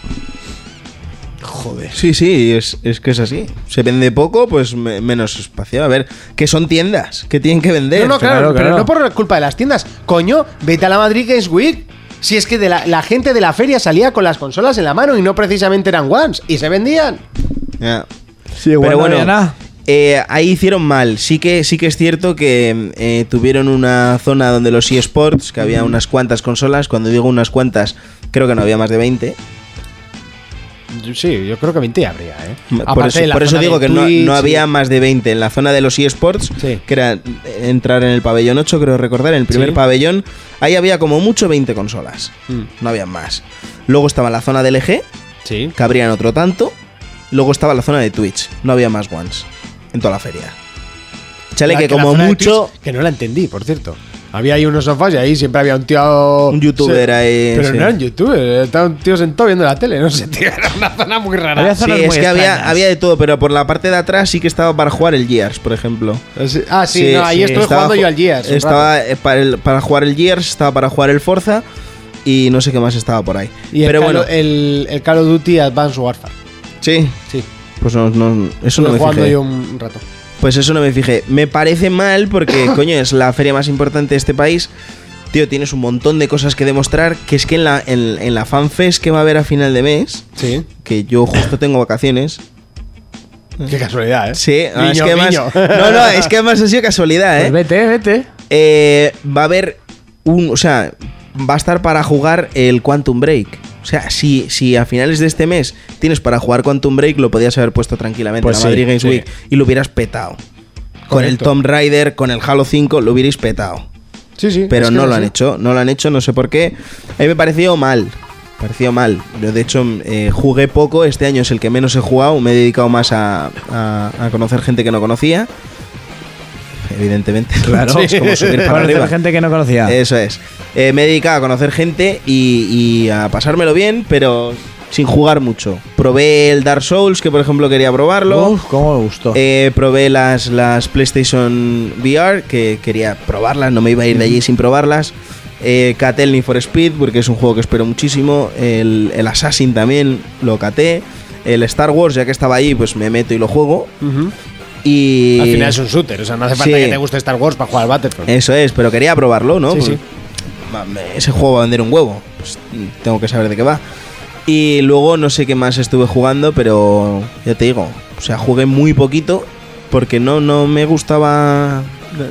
Speaker 2: Pues-
Speaker 5: Sí, sí, es, es que es así. Se vende poco, pues me- menos espacio. A ver, que son tiendas, que tienen que vender.
Speaker 2: No, no, claro,
Speaker 4: claro,
Speaker 2: pero
Speaker 4: claro.
Speaker 2: no por culpa de las tiendas. Coño, vete a la Madrid Games Week. Si es que de la, la gente de la feria salía con las consolas en la mano y no precisamente eran ones y se vendían.
Speaker 5: Ya.
Speaker 4: igual
Speaker 5: Pero
Speaker 4: no
Speaker 5: bueno,
Speaker 4: había nada.
Speaker 5: eh, ahí hicieron mal. Sí que, sí que es cierto que eh, tuvieron una zona donde los eSports, que había unas cuantas consolas. Cuando digo unas cuantas, creo que no había más de 20.
Speaker 2: Sí, yo creo que 20 habría, ¿eh?
Speaker 5: por
Speaker 2: Aparte
Speaker 5: eso,
Speaker 2: de la
Speaker 5: por eso
Speaker 2: zona de
Speaker 5: digo que no,
Speaker 2: Twitch
Speaker 5: no
Speaker 2: y-
Speaker 5: había más de 20 en la zona de los eSports,
Speaker 2: Sí.
Speaker 5: que era eh, entrar en el pabellón 8, creo recordar, en el primer
Speaker 2: Sí.
Speaker 5: pabellón. Ahí había como mucho 20 consolas.
Speaker 2: Mm.
Speaker 5: No había más. Luego estaba la zona E de LG,
Speaker 2: Sí.
Speaker 5: que habrían otro tanto. Luego estaba la zona de Twitch. No había más ones en toda la feria. Chale,
Speaker 2: La-
Speaker 5: que
Speaker 2: la
Speaker 5: como
Speaker 2: zona de
Speaker 5: mucho.
Speaker 2: Twitch, que no la entendí, por cierto. Había ahí unos sofás y ahí siempre había un tío.
Speaker 5: Un youtuber ahí,
Speaker 2: Pero
Speaker 5: sí.
Speaker 2: no era un youtuber, estaba un tío sentado viendo la tele, no sé, tío. Era una zona muy rara.
Speaker 4: Había
Speaker 5: Sí,
Speaker 4: zonas
Speaker 5: es
Speaker 4: muy
Speaker 5: que había,
Speaker 4: extrañas.
Speaker 5: había de todo, pero por la parte de atrás sí que estaba para jugar el Gears, por ejemplo.
Speaker 2: Sí, Ah, sí, no, ahí estoy
Speaker 5: estaba
Speaker 2: jugando
Speaker 5: ju-
Speaker 2: yo al Gears. un rato.
Speaker 5: Estaba eh, para, el- para jugar el Gears, estaba para jugar el Forza y no sé qué más estaba por ahí.
Speaker 2: Y el,
Speaker 5: pero
Speaker 2: Call- eh,
Speaker 5: bueno,
Speaker 2: el, el Call of Duty Advanced Warfare.
Speaker 5: sí,
Speaker 2: Sí,
Speaker 5: pues no, no- eso no
Speaker 2: estuve
Speaker 5: me
Speaker 2: jugando
Speaker 5: fijé.
Speaker 2: yo un rato.
Speaker 5: Pues eso no me fijé. Me parece mal porque, coño, es la feria más importante de este país. Tío, tienes un montón de cosas que demostrar. Que es que en la, en, en la fanfest que va a haber a final de mes,
Speaker 2: Sí.
Speaker 5: que yo justo tengo vacaciones,
Speaker 2: Qué casualidad, ¿eh?
Speaker 5: Sí, ah,
Speaker 2: Guiño,
Speaker 5: es que además.
Speaker 2: guiño.
Speaker 5: No, no, es que además ha sido casualidad,
Speaker 4: Pues
Speaker 5: ¿eh?
Speaker 4: vete, vete.
Speaker 5: eh, va a haber un. O sea, va a estar para jugar el Quantum Break. O sea, si, si a finales de este mes tienes para jugar Quantum Break, lo podías haber puesto tranquilamente
Speaker 4: Pues
Speaker 5: en la
Speaker 4: sí,
Speaker 5: Madrid Games
Speaker 4: sí.
Speaker 5: Week y lo hubieras petado. Con el
Speaker 2: Correcto.
Speaker 5: Tomb Raider, con el Halo 5, lo hubierais petado.
Speaker 2: Sí, sí.
Speaker 5: Pero
Speaker 2: es que
Speaker 5: no
Speaker 2: es
Speaker 5: lo han
Speaker 2: así.
Speaker 5: hecho, no lo han hecho, no sé por qué. A mí me pareció mal, pareció mal. Yo, de hecho, eh, jugué poco, este año es el que menos he jugado, me he dedicado más a, a- a conocer gente que no conocía. Evidentemente,
Speaker 4: Claro,
Speaker 5: es como subir para
Speaker 4: Conocer
Speaker 5: arriba.
Speaker 4: gente que no conocía.
Speaker 5: Eso es. Eh, me he dedicado a conocer gente y, y a pasármelo bien, pero sin jugar mucho. Probé el Dark Souls, que por ejemplo quería probarlo.
Speaker 4: Uf, cómo me gustó.
Speaker 5: Eh, probé las, las PlayStation VR, que quería probarlas, no me iba a ir de allí sin probarlas. Eh, caté el Need for Speed, porque es un juego que espero muchísimo. El, el Assassin también lo caté. El Star Wars, ya que estaba ahí, pues me meto y lo juego. Y.
Speaker 2: Al final es un shooter, o sea, no hace falta
Speaker 5: Sí.
Speaker 2: que te guste Star Wars para jugar al Battlefront.
Speaker 5: Eso es, pero quería probarlo, ¿no?
Speaker 2: Sí, sí.
Speaker 5: va, me- Ese juego va a vender un huevo. Pues, mm, tengo que saber de qué va. Y luego no sé qué más estuve jugando, pero ya te digo, o sea, jugué muy poquito porque no, no me gustaba...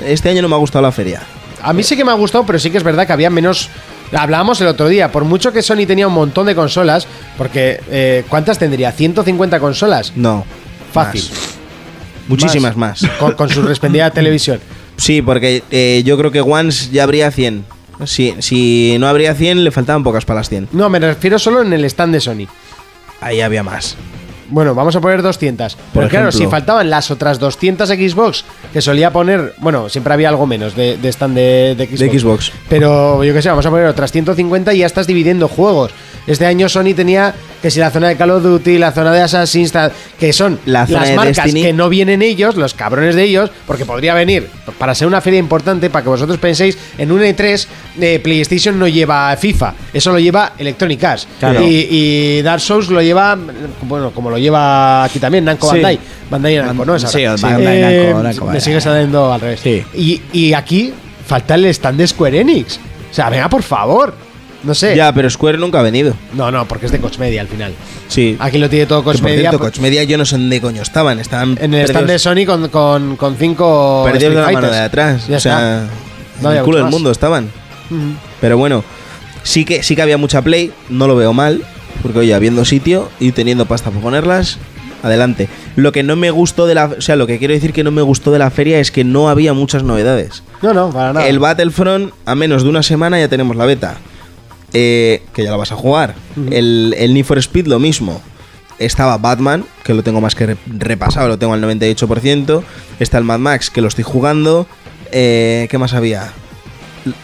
Speaker 5: Este año no me ha gustado la feria.
Speaker 2: A mí sí que me ha gustado, pero sí que es verdad que había menos. Hablábamos el otro día, por mucho que Sony tenía un montón de consolas, porque eh, ¿cuántas tendría? ¿150 consolas?
Speaker 5: No.
Speaker 2: Fácil.
Speaker 5: más. Muchísimas más.
Speaker 2: Con, con su respendida televisión.
Speaker 5: Sí, porque eh, yo creo que Once ya habría 100. Si, si no habría 100, le faltaban pocas para las 100.
Speaker 2: No, me refiero solo en el stand de Sony.
Speaker 5: Ahí había más.
Speaker 2: Bueno, vamos a poner 200. Pero claro,
Speaker 5: ejemplo.
Speaker 2: si faltaban las otras 200 Xbox, que solía poner, bueno, siempre había algo menos de, de stand de, de Xbox.
Speaker 5: De Xbox.
Speaker 2: Pero yo qué sé, vamos a poner otras 150 y ya estás dividiendo juegos. Este año Sony tenía que si la zona de Call of Duty, la zona de Assassin's, Creed, que son
Speaker 5: La zona
Speaker 2: las
Speaker 5: de
Speaker 2: marcas
Speaker 5: Destiny.
Speaker 2: que no vienen ellos, los cabrones de ellos, porque podría venir para ser una feria importante, para que vosotros penséis, en un E3 eh, PlayStation no lleva FIFA, eso lo lleva Electronic Arts.
Speaker 5: Claro.
Speaker 2: Y, y Dark Souls lo lleva, bueno, como lo lleva aquí también, Namco
Speaker 4: Sí.
Speaker 2: Bandai. Bandai Namco, ¿no? Es
Speaker 4: Sí,
Speaker 2: ahora.
Speaker 4: Bandai
Speaker 2: Eh,
Speaker 4: Namco, Namco,
Speaker 2: Me
Speaker 4: Bandai.
Speaker 2: sigue saliendo al revés.
Speaker 4: Sí.
Speaker 2: Y, y aquí falta el stand de Square Enix. O sea, venga, por favor. No sé.
Speaker 5: Ya, pero Square nunca ha venido.
Speaker 2: No, no, porque es de Coach Media al final.
Speaker 5: Sí.
Speaker 2: Aquí lo tiene todo pues,
Speaker 5: Que,
Speaker 2: Coach
Speaker 5: por
Speaker 2: Media.
Speaker 5: cierto, Coach Media yo no sé dónde coño estaban. Estaban
Speaker 2: En el stand de
Speaker 5: perdidos-
Speaker 2: Sony con, con, con cinco.
Speaker 5: perdidos
Speaker 2: Street
Speaker 5: de la mano
Speaker 2: Fighters.
Speaker 5: de atrás.
Speaker 2: Ya
Speaker 5: o sea,
Speaker 2: está. No
Speaker 5: en
Speaker 2: había
Speaker 5: el culo
Speaker 2: mucho
Speaker 5: del
Speaker 2: más.
Speaker 5: mundo estaban.
Speaker 2: Ujú.
Speaker 5: Pero bueno, sí que, sí que había mucha play, no lo veo mal, porque oye, habiendo sitio y teniendo pasta para ponerlas, adelante. Lo que no me gustó de la, o sea, lo que quiero decir que no me gustó de la feria es que no había muchas novedades.
Speaker 2: No, no, para nada.
Speaker 5: El Battlefront, a menos de una semana ya tenemos la beta. Eh, que ya la vas a jugar. el, el Need for Speed, lo mismo. Estaba Batman, que lo tengo más que re- repasado, lo tengo al 98%. Está el Mad Max, que lo estoy jugando. Eh, ¿Qué más había?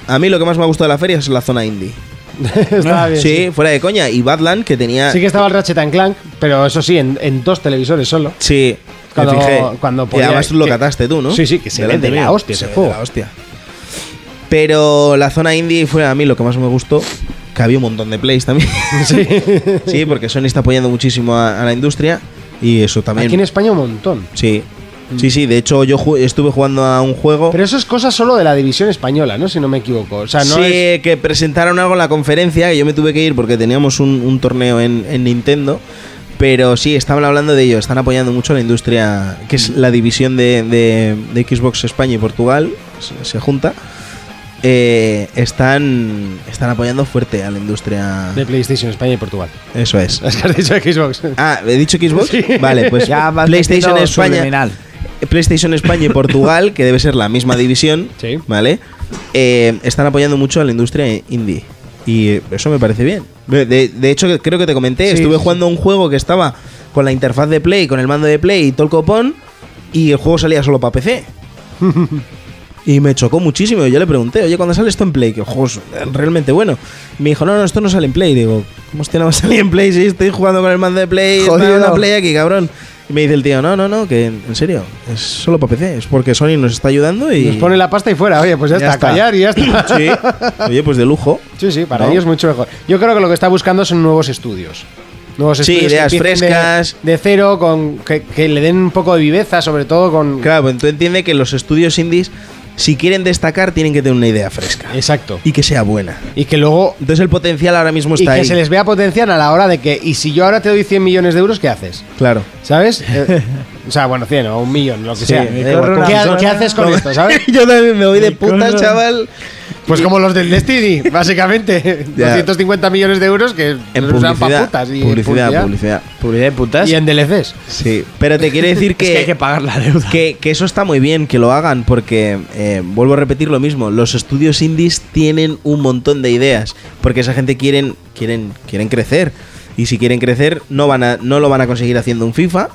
Speaker 5: A mí lo que más me ha gustado de la feria es la zona indie.
Speaker 2: Estaba Ah, bien,
Speaker 5: sí, fuera de coña. Y Badland, que tenía.
Speaker 2: Sí que estaba el Ratchet and Clank, pero eso sí, en, en dos televisores solo.
Speaker 5: Sí, me
Speaker 2: Cuando-
Speaker 5: fijé.
Speaker 2: cuando
Speaker 5: y
Speaker 2: podía-
Speaker 5: además lo
Speaker 2: que-
Speaker 5: cataste tú, ¿no?
Speaker 2: Sí, sí, que se
Speaker 5: Delante
Speaker 2: vende la
Speaker 5: mío.
Speaker 2: hostia ese
Speaker 5: Se vende
Speaker 2: juego.
Speaker 5: la hostia. Pero la zona indie fue a mí lo que más me gustó. Que había un montón de plays también. Sí, porque Sony está apoyando muchísimo a, a la industria. Y eso también.
Speaker 2: Aquí en España un montón.
Speaker 5: Sí. Sí, sí, de hecho yo ju- estuve jugando a un juego.
Speaker 2: Pero eso es cosa solo de la división española, ¿no? Si no me equivoco. O sea, no
Speaker 5: sí,
Speaker 2: es.
Speaker 5: que presentaron algo en la conferencia, que yo me tuve que ir porque teníamos un, un torneo en, en Nintendo. Pero sí, estaban hablando de ello, están apoyando mucho a la industria, que es la división de, de- de Xbox España y Portugal, se, se junta. Eh, están, están apoyando fuerte a la industria.
Speaker 2: De PlayStation, España y Portugal.
Speaker 5: Eso es.
Speaker 2: Es que has dicho Xbox.
Speaker 5: Ah, ¿he dicho Xbox? Vale, pues
Speaker 4: Ya vas
Speaker 5: PlayStation
Speaker 4: metiendo
Speaker 5: España.
Speaker 4: subliminal.
Speaker 5: PlayStation España y Portugal, que debe ser la misma división,
Speaker 2: Sí.
Speaker 5: ¿vale? Eh, están apoyando mucho a la industria indie. Y eh, eso me parece bien. De, de- de hecho, que- creo que te comenté,
Speaker 2: Sí,
Speaker 5: estuve
Speaker 2: sí.
Speaker 5: jugando a un juego que estaba con la interfaz de Play, con el mando de Play y todo el copón, y el juego salía solo para PC. Y me chocó muchísimo. Yo le pregunté, oye, ¿cuándo sale esto en Play? Que el juego es realmente bueno. Me dijo, no, no, esto no sale en Play. Digo, ¿cómo hostia no va a salir en Play si estoy jugando con el mando de Play? Está
Speaker 4: Jodido.
Speaker 5: una Play aquí, cabrón. Y me dice el tío, no, no, no, que en en serio, es solo para PC. Es porque Sony nos está ayudando y...
Speaker 2: Nos pone la pasta y fuera. Oye, pues ya,
Speaker 5: Ya
Speaker 2: está,
Speaker 5: está.
Speaker 2: callar y ya está.
Speaker 5: Sí. Oye, pues de lujo.
Speaker 2: Sí, sí, para
Speaker 5: ¿No?
Speaker 2: ellos mucho mejor. Yo creo que lo que está buscando son nuevos estudios. Nuevos
Speaker 5: Sí,
Speaker 2: estudios que
Speaker 5: ideas
Speaker 2: empiecen de-
Speaker 5: frescas.
Speaker 2: De, cero, con que, que le den un poco de viveza, sobre todo con.
Speaker 5: Claro, pues tú entiendes que los estudios indies si quieren destacar, tienen que tener una idea fresca.
Speaker 2: Exacto.
Speaker 5: Y que sea buena.
Speaker 2: Y que luego.
Speaker 5: Entonces el potencial ahora mismo
Speaker 2: Y
Speaker 5: está
Speaker 2: que
Speaker 5: ahí.
Speaker 2: se les vea potencial a la hora de que. Y si yo ahora te doy 100 millones de euros, ¿qué haces?
Speaker 5: Claro.
Speaker 2: ¿Sabes? Eh, o sea, bueno, 100 o un millón, lo que sea.
Speaker 5: me
Speaker 2: ¿Qué,
Speaker 5: corro una
Speaker 2: ha-
Speaker 5: persona.
Speaker 2: qué haces con esto, sabes?
Speaker 5: Yo también me voy de putas, chaval.
Speaker 2: Pues como los del Destiny, básicamente.
Speaker 5: Ya.
Speaker 2: 250 millones de euros que
Speaker 5: En
Speaker 2: los usan pa'
Speaker 5: publicidad.
Speaker 2: putas y en
Speaker 5: publicidad, publicidad.
Speaker 4: Publicidad de putas.
Speaker 2: Y en DLCs.
Speaker 5: Sí. Pero te quiere decir
Speaker 4: Es que hay que pagar la deuda.
Speaker 5: Que, que eso está muy bien que lo hagan porque, eh, vuelvo a repetir lo mismo, los estudios indies tienen un montón de ideas porque esa gente quieren, quieren, quieren crecer y si quieren crecer no, van a, no lo van a conseguir haciendo un FIFA,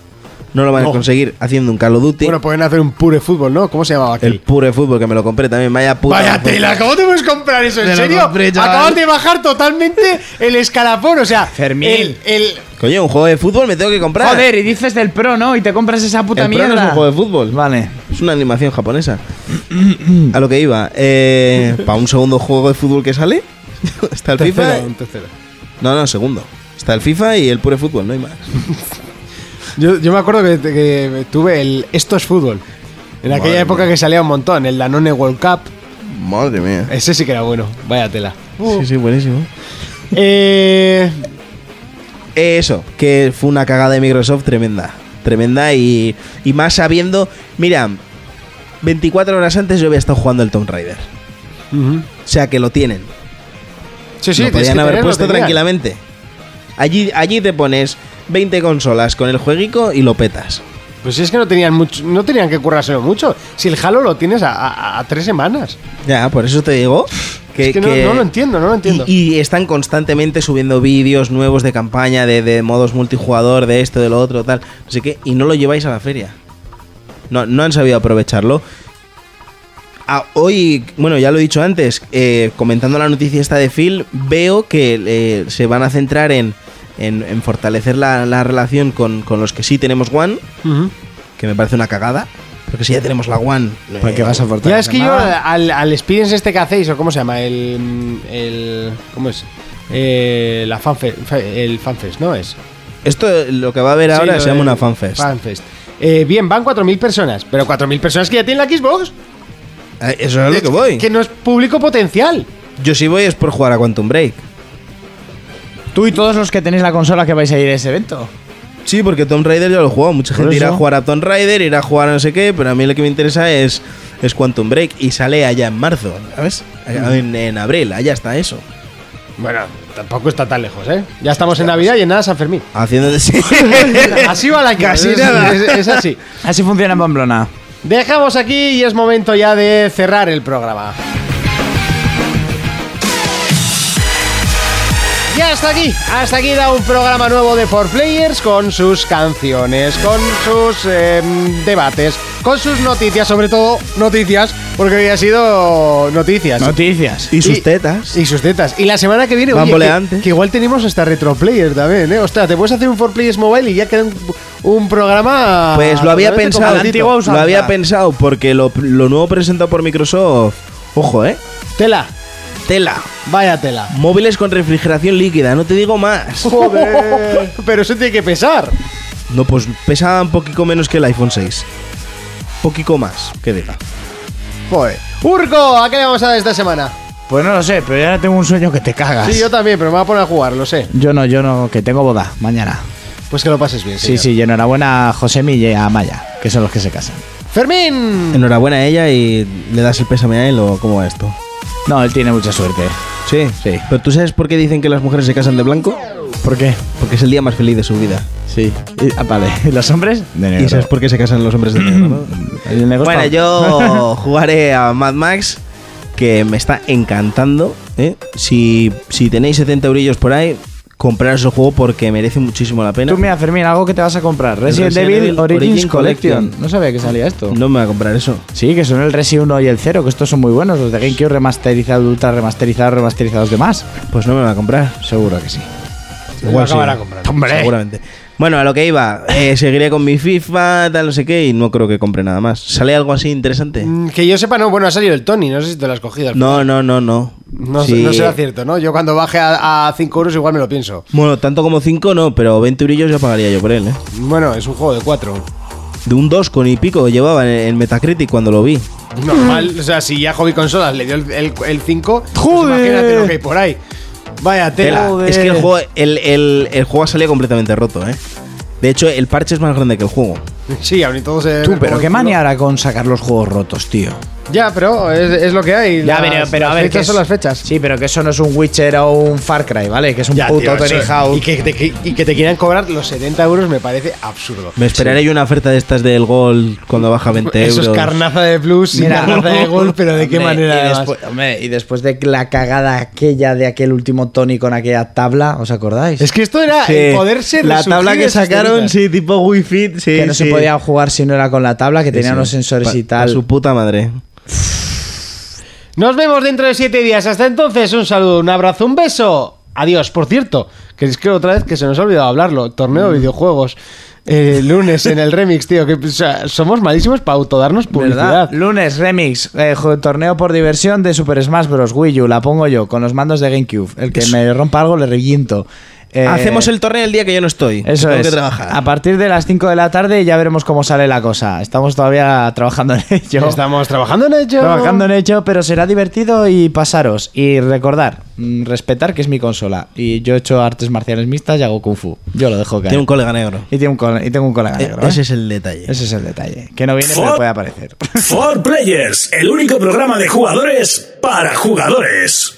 Speaker 5: no lo van
Speaker 2: No.
Speaker 5: a conseguir haciendo un Call of Duty,
Speaker 2: Bueno, pues, pueden hacer un pure fútbol, ¿no? ¿Cómo se llamaba
Speaker 5: el
Speaker 2: aquel?
Speaker 5: pure fútbol que me lo compré también, vaya puta.
Speaker 2: Vaya tela, ¿cómo te puedes comprar eso? ¿En
Speaker 5: Me lo
Speaker 2: serio?
Speaker 5: compré, chaval.
Speaker 2: Acabas de bajar totalmente el escalafón, o sea,
Speaker 4: Fermín.
Speaker 2: el, el-
Speaker 5: Coño, un juego de fútbol me tengo que comprar.
Speaker 4: Joder, y dices del pro, ¿no? Y te compras esa puta
Speaker 5: El Pro no
Speaker 4: mierda.
Speaker 5: es un juego de fútbol.
Speaker 4: Vale.
Speaker 5: Es una animación japonesa. A lo que iba. Para un segundo juego de fútbol que sale, está el FIFA.
Speaker 2: Tercero, un tercero.
Speaker 5: No, no, segundo. Está el FIFA y el pure fútbol, no hay más.
Speaker 2: Yo, yo me acuerdo que, que tuve el Esto es fútbol. En aquella
Speaker 5: Madre
Speaker 2: época que salía un montón, el Danone World Cup.
Speaker 5: Madre mía.
Speaker 2: Ese sí que era bueno, vaya tela.
Speaker 5: Sí, sí, buenísimo.
Speaker 2: Eh,
Speaker 5: Eh, eso, que fue una cagada de Microsoft tremenda. Tremenda y, y más sabiendo. Mira, 24 horas antes yo había estado jugando el Tomb Raider. O sea que lo tienen.
Speaker 2: Sí, sí,
Speaker 5: lo
Speaker 2: tienes
Speaker 5: podían
Speaker 2: que
Speaker 5: haber
Speaker 2: tenerlo,
Speaker 5: puesto
Speaker 2: tenían.
Speaker 5: tranquilamente. Allí, allí te pones 20 consolas con el jueguico y lo petas.
Speaker 2: Pues es que no tenían mucho, no tenían que currárselo mucho. Si el Halo lo tienes a, a- a tres semanas.
Speaker 5: Ya, por eso te digo que,
Speaker 2: es que, no-
Speaker 5: que-
Speaker 2: No, lo entiendo, no lo entiendo.
Speaker 5: Y, y están constantemente subiendo vídeos nuevos de campaña, de, de modos multijugador, de esto, de lo otro, tal. No sé qué, y no lo lleváis a la feria. No, no han sabido aprovecharlo. Ah, hoy, bueno, ya lo he dicho antes, eh, comentando la noticia esta de Phil, veo que eh, se van a centrar en, en- en fortalecer la, la relación con, con los que sí tenemos One,
Speaker 2: Ujú.
Speaker 5: que me parece una cagada. Porque si ya tenemos la One,
Speaker 4: ¿Para qué vas a
Speaker 2: Ya
Speaker 4: fortalecer?
Speaker 2: es que yo
Speaker 4: nada?
Speaker 2: al, al experience este que hacéis, o cómo se llama, el. el ¿Cómo es? Eh, la fanfest, el fanfest, ¿no es?
Speaker 5: Esto eh, lo que va a haber
Speaker 2: Sí,
Speaker 5: ahora
Speaker 2: lo
Speaker 5: se llama
Speaker 2: del
Speaker 5: una fanfest.
Speaker 2: Fanfest. Eh, bien, van 4.000 personas, pero 4.000 personas que ya tienen la Xbox,
Speaker 5: Eh, Eso es a lo que voy.
Speaker 2: que no es público potencial.
Speaker 5: Yo si voy es por jugar a Quantum Break.
Speaker 4: Tú y todos los que tenéis la consola que vais a ir a ese evento.
Speaker 5: Sí, porque Tomb Raider ya lo he jugado. Mucha gente irá a
Speaker 4: eso.
Speaker 5: jugar a Tomb Raider, irá a jugar a no sé qué, pero a mí lo que me interesa es, es Quantum Break y sale allá en marzo, ¿sabes? Allá En, en abril, allá está eso.
Speaker 2: Bueno, tampoco está tan lejos, ¿eh? Ya estamos en Navidad y en nada San Fermín.
Speaker 5: Haciendo de sí.
Speaker 2: Así va la
Speaker 5: Casi
Speaker 2: cosa, es-
Speaker 5: nada.
Speaker 2: Es, es así.
Speaker 4: Así funciona en Pamplona.
Speaker 2: Dejamos aquí y es momento ya de cerrar el programa. Ya hasta aquí, hasta aquí da un programa nuevo de 4Players con sus canciones, con sus eh, debates, con sus noticias, sobre todo noticias, porque hoy ha sido noticias.
Speaker 4: Noticias.
Speaker 5: Y sus
Speaker 2: Y-
Speaker 5: tetas.
Speaker 2: y sus tetas. Y la semana que viene, oye,
Speaker 5: Bamboleante.
Speaker 2: que, que igual tenemos hasta retro players también, ¿eh? Ostras, te puedes hacer un 4Players Mobile y ya queda un, un programa.
Speaker 5: Pues lo había
Speaker 2: totalmente
Speaker 5: pensado.
Speaker 2: completito.
Speaker 5: Lo había pensado porque lo, lo nuevo presentado por Microsoft. Ojo, eh.
Speaker 2: Tela,
Speaker 5: Tela.
Speaker 2: vaya tela.
Speaker 5: Móviles con refrigeración líquida, no te digo más.
Speaker 2: Joder. Pero eso tiene que pesar.
Speaker 5: No, pues pesaba un poquito menos que el iPhone 6. Poquito más, que diga.
Speaker 2: Joder. Urco, ¿a qué le vamos a dar esta semana?
Speaker 4: Pues no lo sé, pero ya ahora tengo un sueño que te cagas.
Speaker 2: Sí, yo también, pero me voy a poner a jugar, lo sé.
Speaker 4: Yo no, yo no, que tengo boda mañana.
Speaker 2: Pues que lo pases bien.
Speaker 4: Sí,
Speaker 2: señor.
Speaker 4: sí, yo enhorabuena a Josemi y a Maya, que son los que se casan.
Speaker 2: Fermín.
Speaker 5: Enhorabuena a ella y le das el pésame a él o cómo va esto.
Speaker 4: No, él tiene mucha suerte.
Speaker 5: Sí, sí. Pero tú sabes por qué dicen que las mujeres se casan de blanco?
Speaker 4: ¿Por qué?
Speaker 5: Porque es el día más feliz de su vida.
Speaker 4: Sí. Y- ah, vale, ¿Y los hombres? De
Speaker 5: ¿Y sabes por qué se casan los hombres de negro?
Speaker 4: El negocio
Speaker 5: bueno,
Speaker 4: está-
Speaker 5: yo jugaré a Mad Max, que me está encantando. ¿eh? Si, si tenéis 70 eurillos por ahí, compraros el juego porque merece muchísimo la pena.
Speaker 4: Tú mira, Fermín, algo que te vas a comprar. Resident,
Speaker 5: Resident
Speaker 4: Evil
Speaker 5: Evil
Speaker 4: Origins,
Speaker 5: Origin
Speaker 4: Collection.
Speaker 5: Collection.
Speaker 4: No sabía que salía esto.
Speaker 5: No me voy a comprar eso.
Speaker 4: Sí, que son el Resi 1 y el 0, que estos son muy buenos. Los de GameCube remasterizados, ultra remasterizados, remasterizados de más.
Speaker 5: Pues no me lo voy a comprar.
Speaker 4: Seguro que sí.
Speaker 5: Igual sí.
Speaker 4: ¡Hombre!
Speaker 5: Seguramente. Bueno, a lo que iba, eh, seguiré con mi FIFA, tal, no sé qué, y no creo que compre nada más. ¿Sale algo así interesante?
Speaker 2: Mm, Que yo sepa, no, bueno, ha salido el Tony, no sé si te lo has cogido. al
Speaker 5: No, no, no, no.
Speaker 2: No,
Speaker 5: Sí.
Speaker 2: no será cierto, ¿no? Yo cuando baje a, 5 euros igual me lo pienso.
Speaker 5: Bueno, tanto como 5 no, pero 20 eurillos ya pagaría yo por él, ¿eh?
Speaker 2: Bueno, es un juego de 4.
Speaker 5: De un 2 con y pico llevaba en, en Metacritic cuando lo vi.
Speaker 2: Normal, o sea, si ya Hobby Consolas le dio el- el el 5, pues
Speaker 4: Joder.
Speaker 2: imagínate lo que hay por ahí.
Speaker 4: Vaya
Speaker 5: Tela.
Speaker 4: tela.
Speaker 5: Es que el juego, el, el- el juego ha salido completamente roto, ¿eh? De hecho, el parche es más grande que el juego.
Speaker 2: Sí, aún y todo se.
Speaker 4: Tú, pero qué manía ahora con sacar los juegos rotos, tío.
Speaker 2: Ya, pero es, es lo que hay.
Speaker 4: Ya,
Speaker 2: Las-
Speaker 4: pero, pero a
Speaker 2: las
Speaker 4: ver.
Speaker 2: fechas
Speaker 4: que
Speaker 2: son
Speaker 4: es-
Speaker 2: las fechas.
Speaker 4: Sí, pero que eso no es un Witcher o un Far Cry, ¿vale? Que es un
Speaker 2: Ya,
Speaker 4: puto
Speaker 2: tío, eso
Speaker 4: Tony
Speaker 2: es.
Speaker 4: Hawk.
Speaker 2: Y que, te, que- y que te quieran cobrar los 70 euros me parece absurdo.
Speaker 5: Me esperaré yo una oferta de estas del gol cuando baja 20
Speaker 2: Eso
Speaker 5: euros.
Speaker 2: es carnaza de plus y
Speaker 4: Mira.
Speaker 2: carnaza de gol, pero de qué
Speaker 4: Hombre,
Speaker 2: manera.
Speaker 4: Y
Speaker 2: además.
Speaker 4: después, hombre, y después de la cagada aquella de aquel último Tony con aquella tabla, ¿os acordáis?
Speaker 2: Es que esto era
Speaker 5: Sí.
Speaker 2: el poderse
Speaker 5: La
Speaker 2: resurgir
Speaker 5: tabla
Speaker 2: de
Speaker 5: que
Speaker 2: esas
Speaker 5: sacaron,
Speaker 2: cenizas.
Speaker 5: sí, tipo wifi, sí.
Speaker 4: que no se
Speaker 5: sí.
Speaker 4: podía jugar si no era con la tabla, que tenía
Speaker 5: Sí, sí.
Speaker 4: unos sensores
Speaker 5: Pa-
Speaker 4: y
Speaker 5: pa'
Speaker 4: tal.
Speaker 5: su puta madre.
Speaker 2: Nos vemos dentro de 7 días. Hasta entonces, un saludo, un abrazo, un beso. Adiós. Por cierto, que es que otra vez que se nos ha olvidado hablarlo. Torneo de videojuegos. Eh, lunes en el remix, tío. Que, o sea, somos malísimos para autodarnos publicidad.
Speaker 4: ¿Verdad? Lunes, remix, eh, jo- torneo por diversión de Super Smash Bros. Wii U, la pongo yo, con los mandos de GameCube. El que me rompa algo le reviento. Eh,
Speaker 5: Hacemos el torneo el día que yo no estoy.
Speaker 4: Eso
Speaker 5: Tengo
Speaker 4: es.
Speaker 5: que trabajar.
Speaker 4: A partir de las 5 de la tarde ya veremos cómo sale la cosa. Estamos todavía trabajando en ello.
Speaker 2: Estamos trabajando en ello.
Speaker 4: Trabajando en ello, pero será divertido y pasaros. Y recordar, mm, respetar que es mi consola. Y yo he hecho artes marciales mixtas y hago kung fu. Yo lo dejo caer.
Speaker 5: Tiene un colega negro.
Speaker 4: y, tiene un cole- y tengo un colega
Speaker 5: Eh,
Speaker 4: negro. ¿eh?
Speaker 5: Ese es el detalle.
Speaker 4: Ese es el detalle. Que no viene, pero
Speaker 1: Fuck.
Speaker 4: puede aparecer.
Speaker 1: For Players, el único programa de jugadores para jugadores.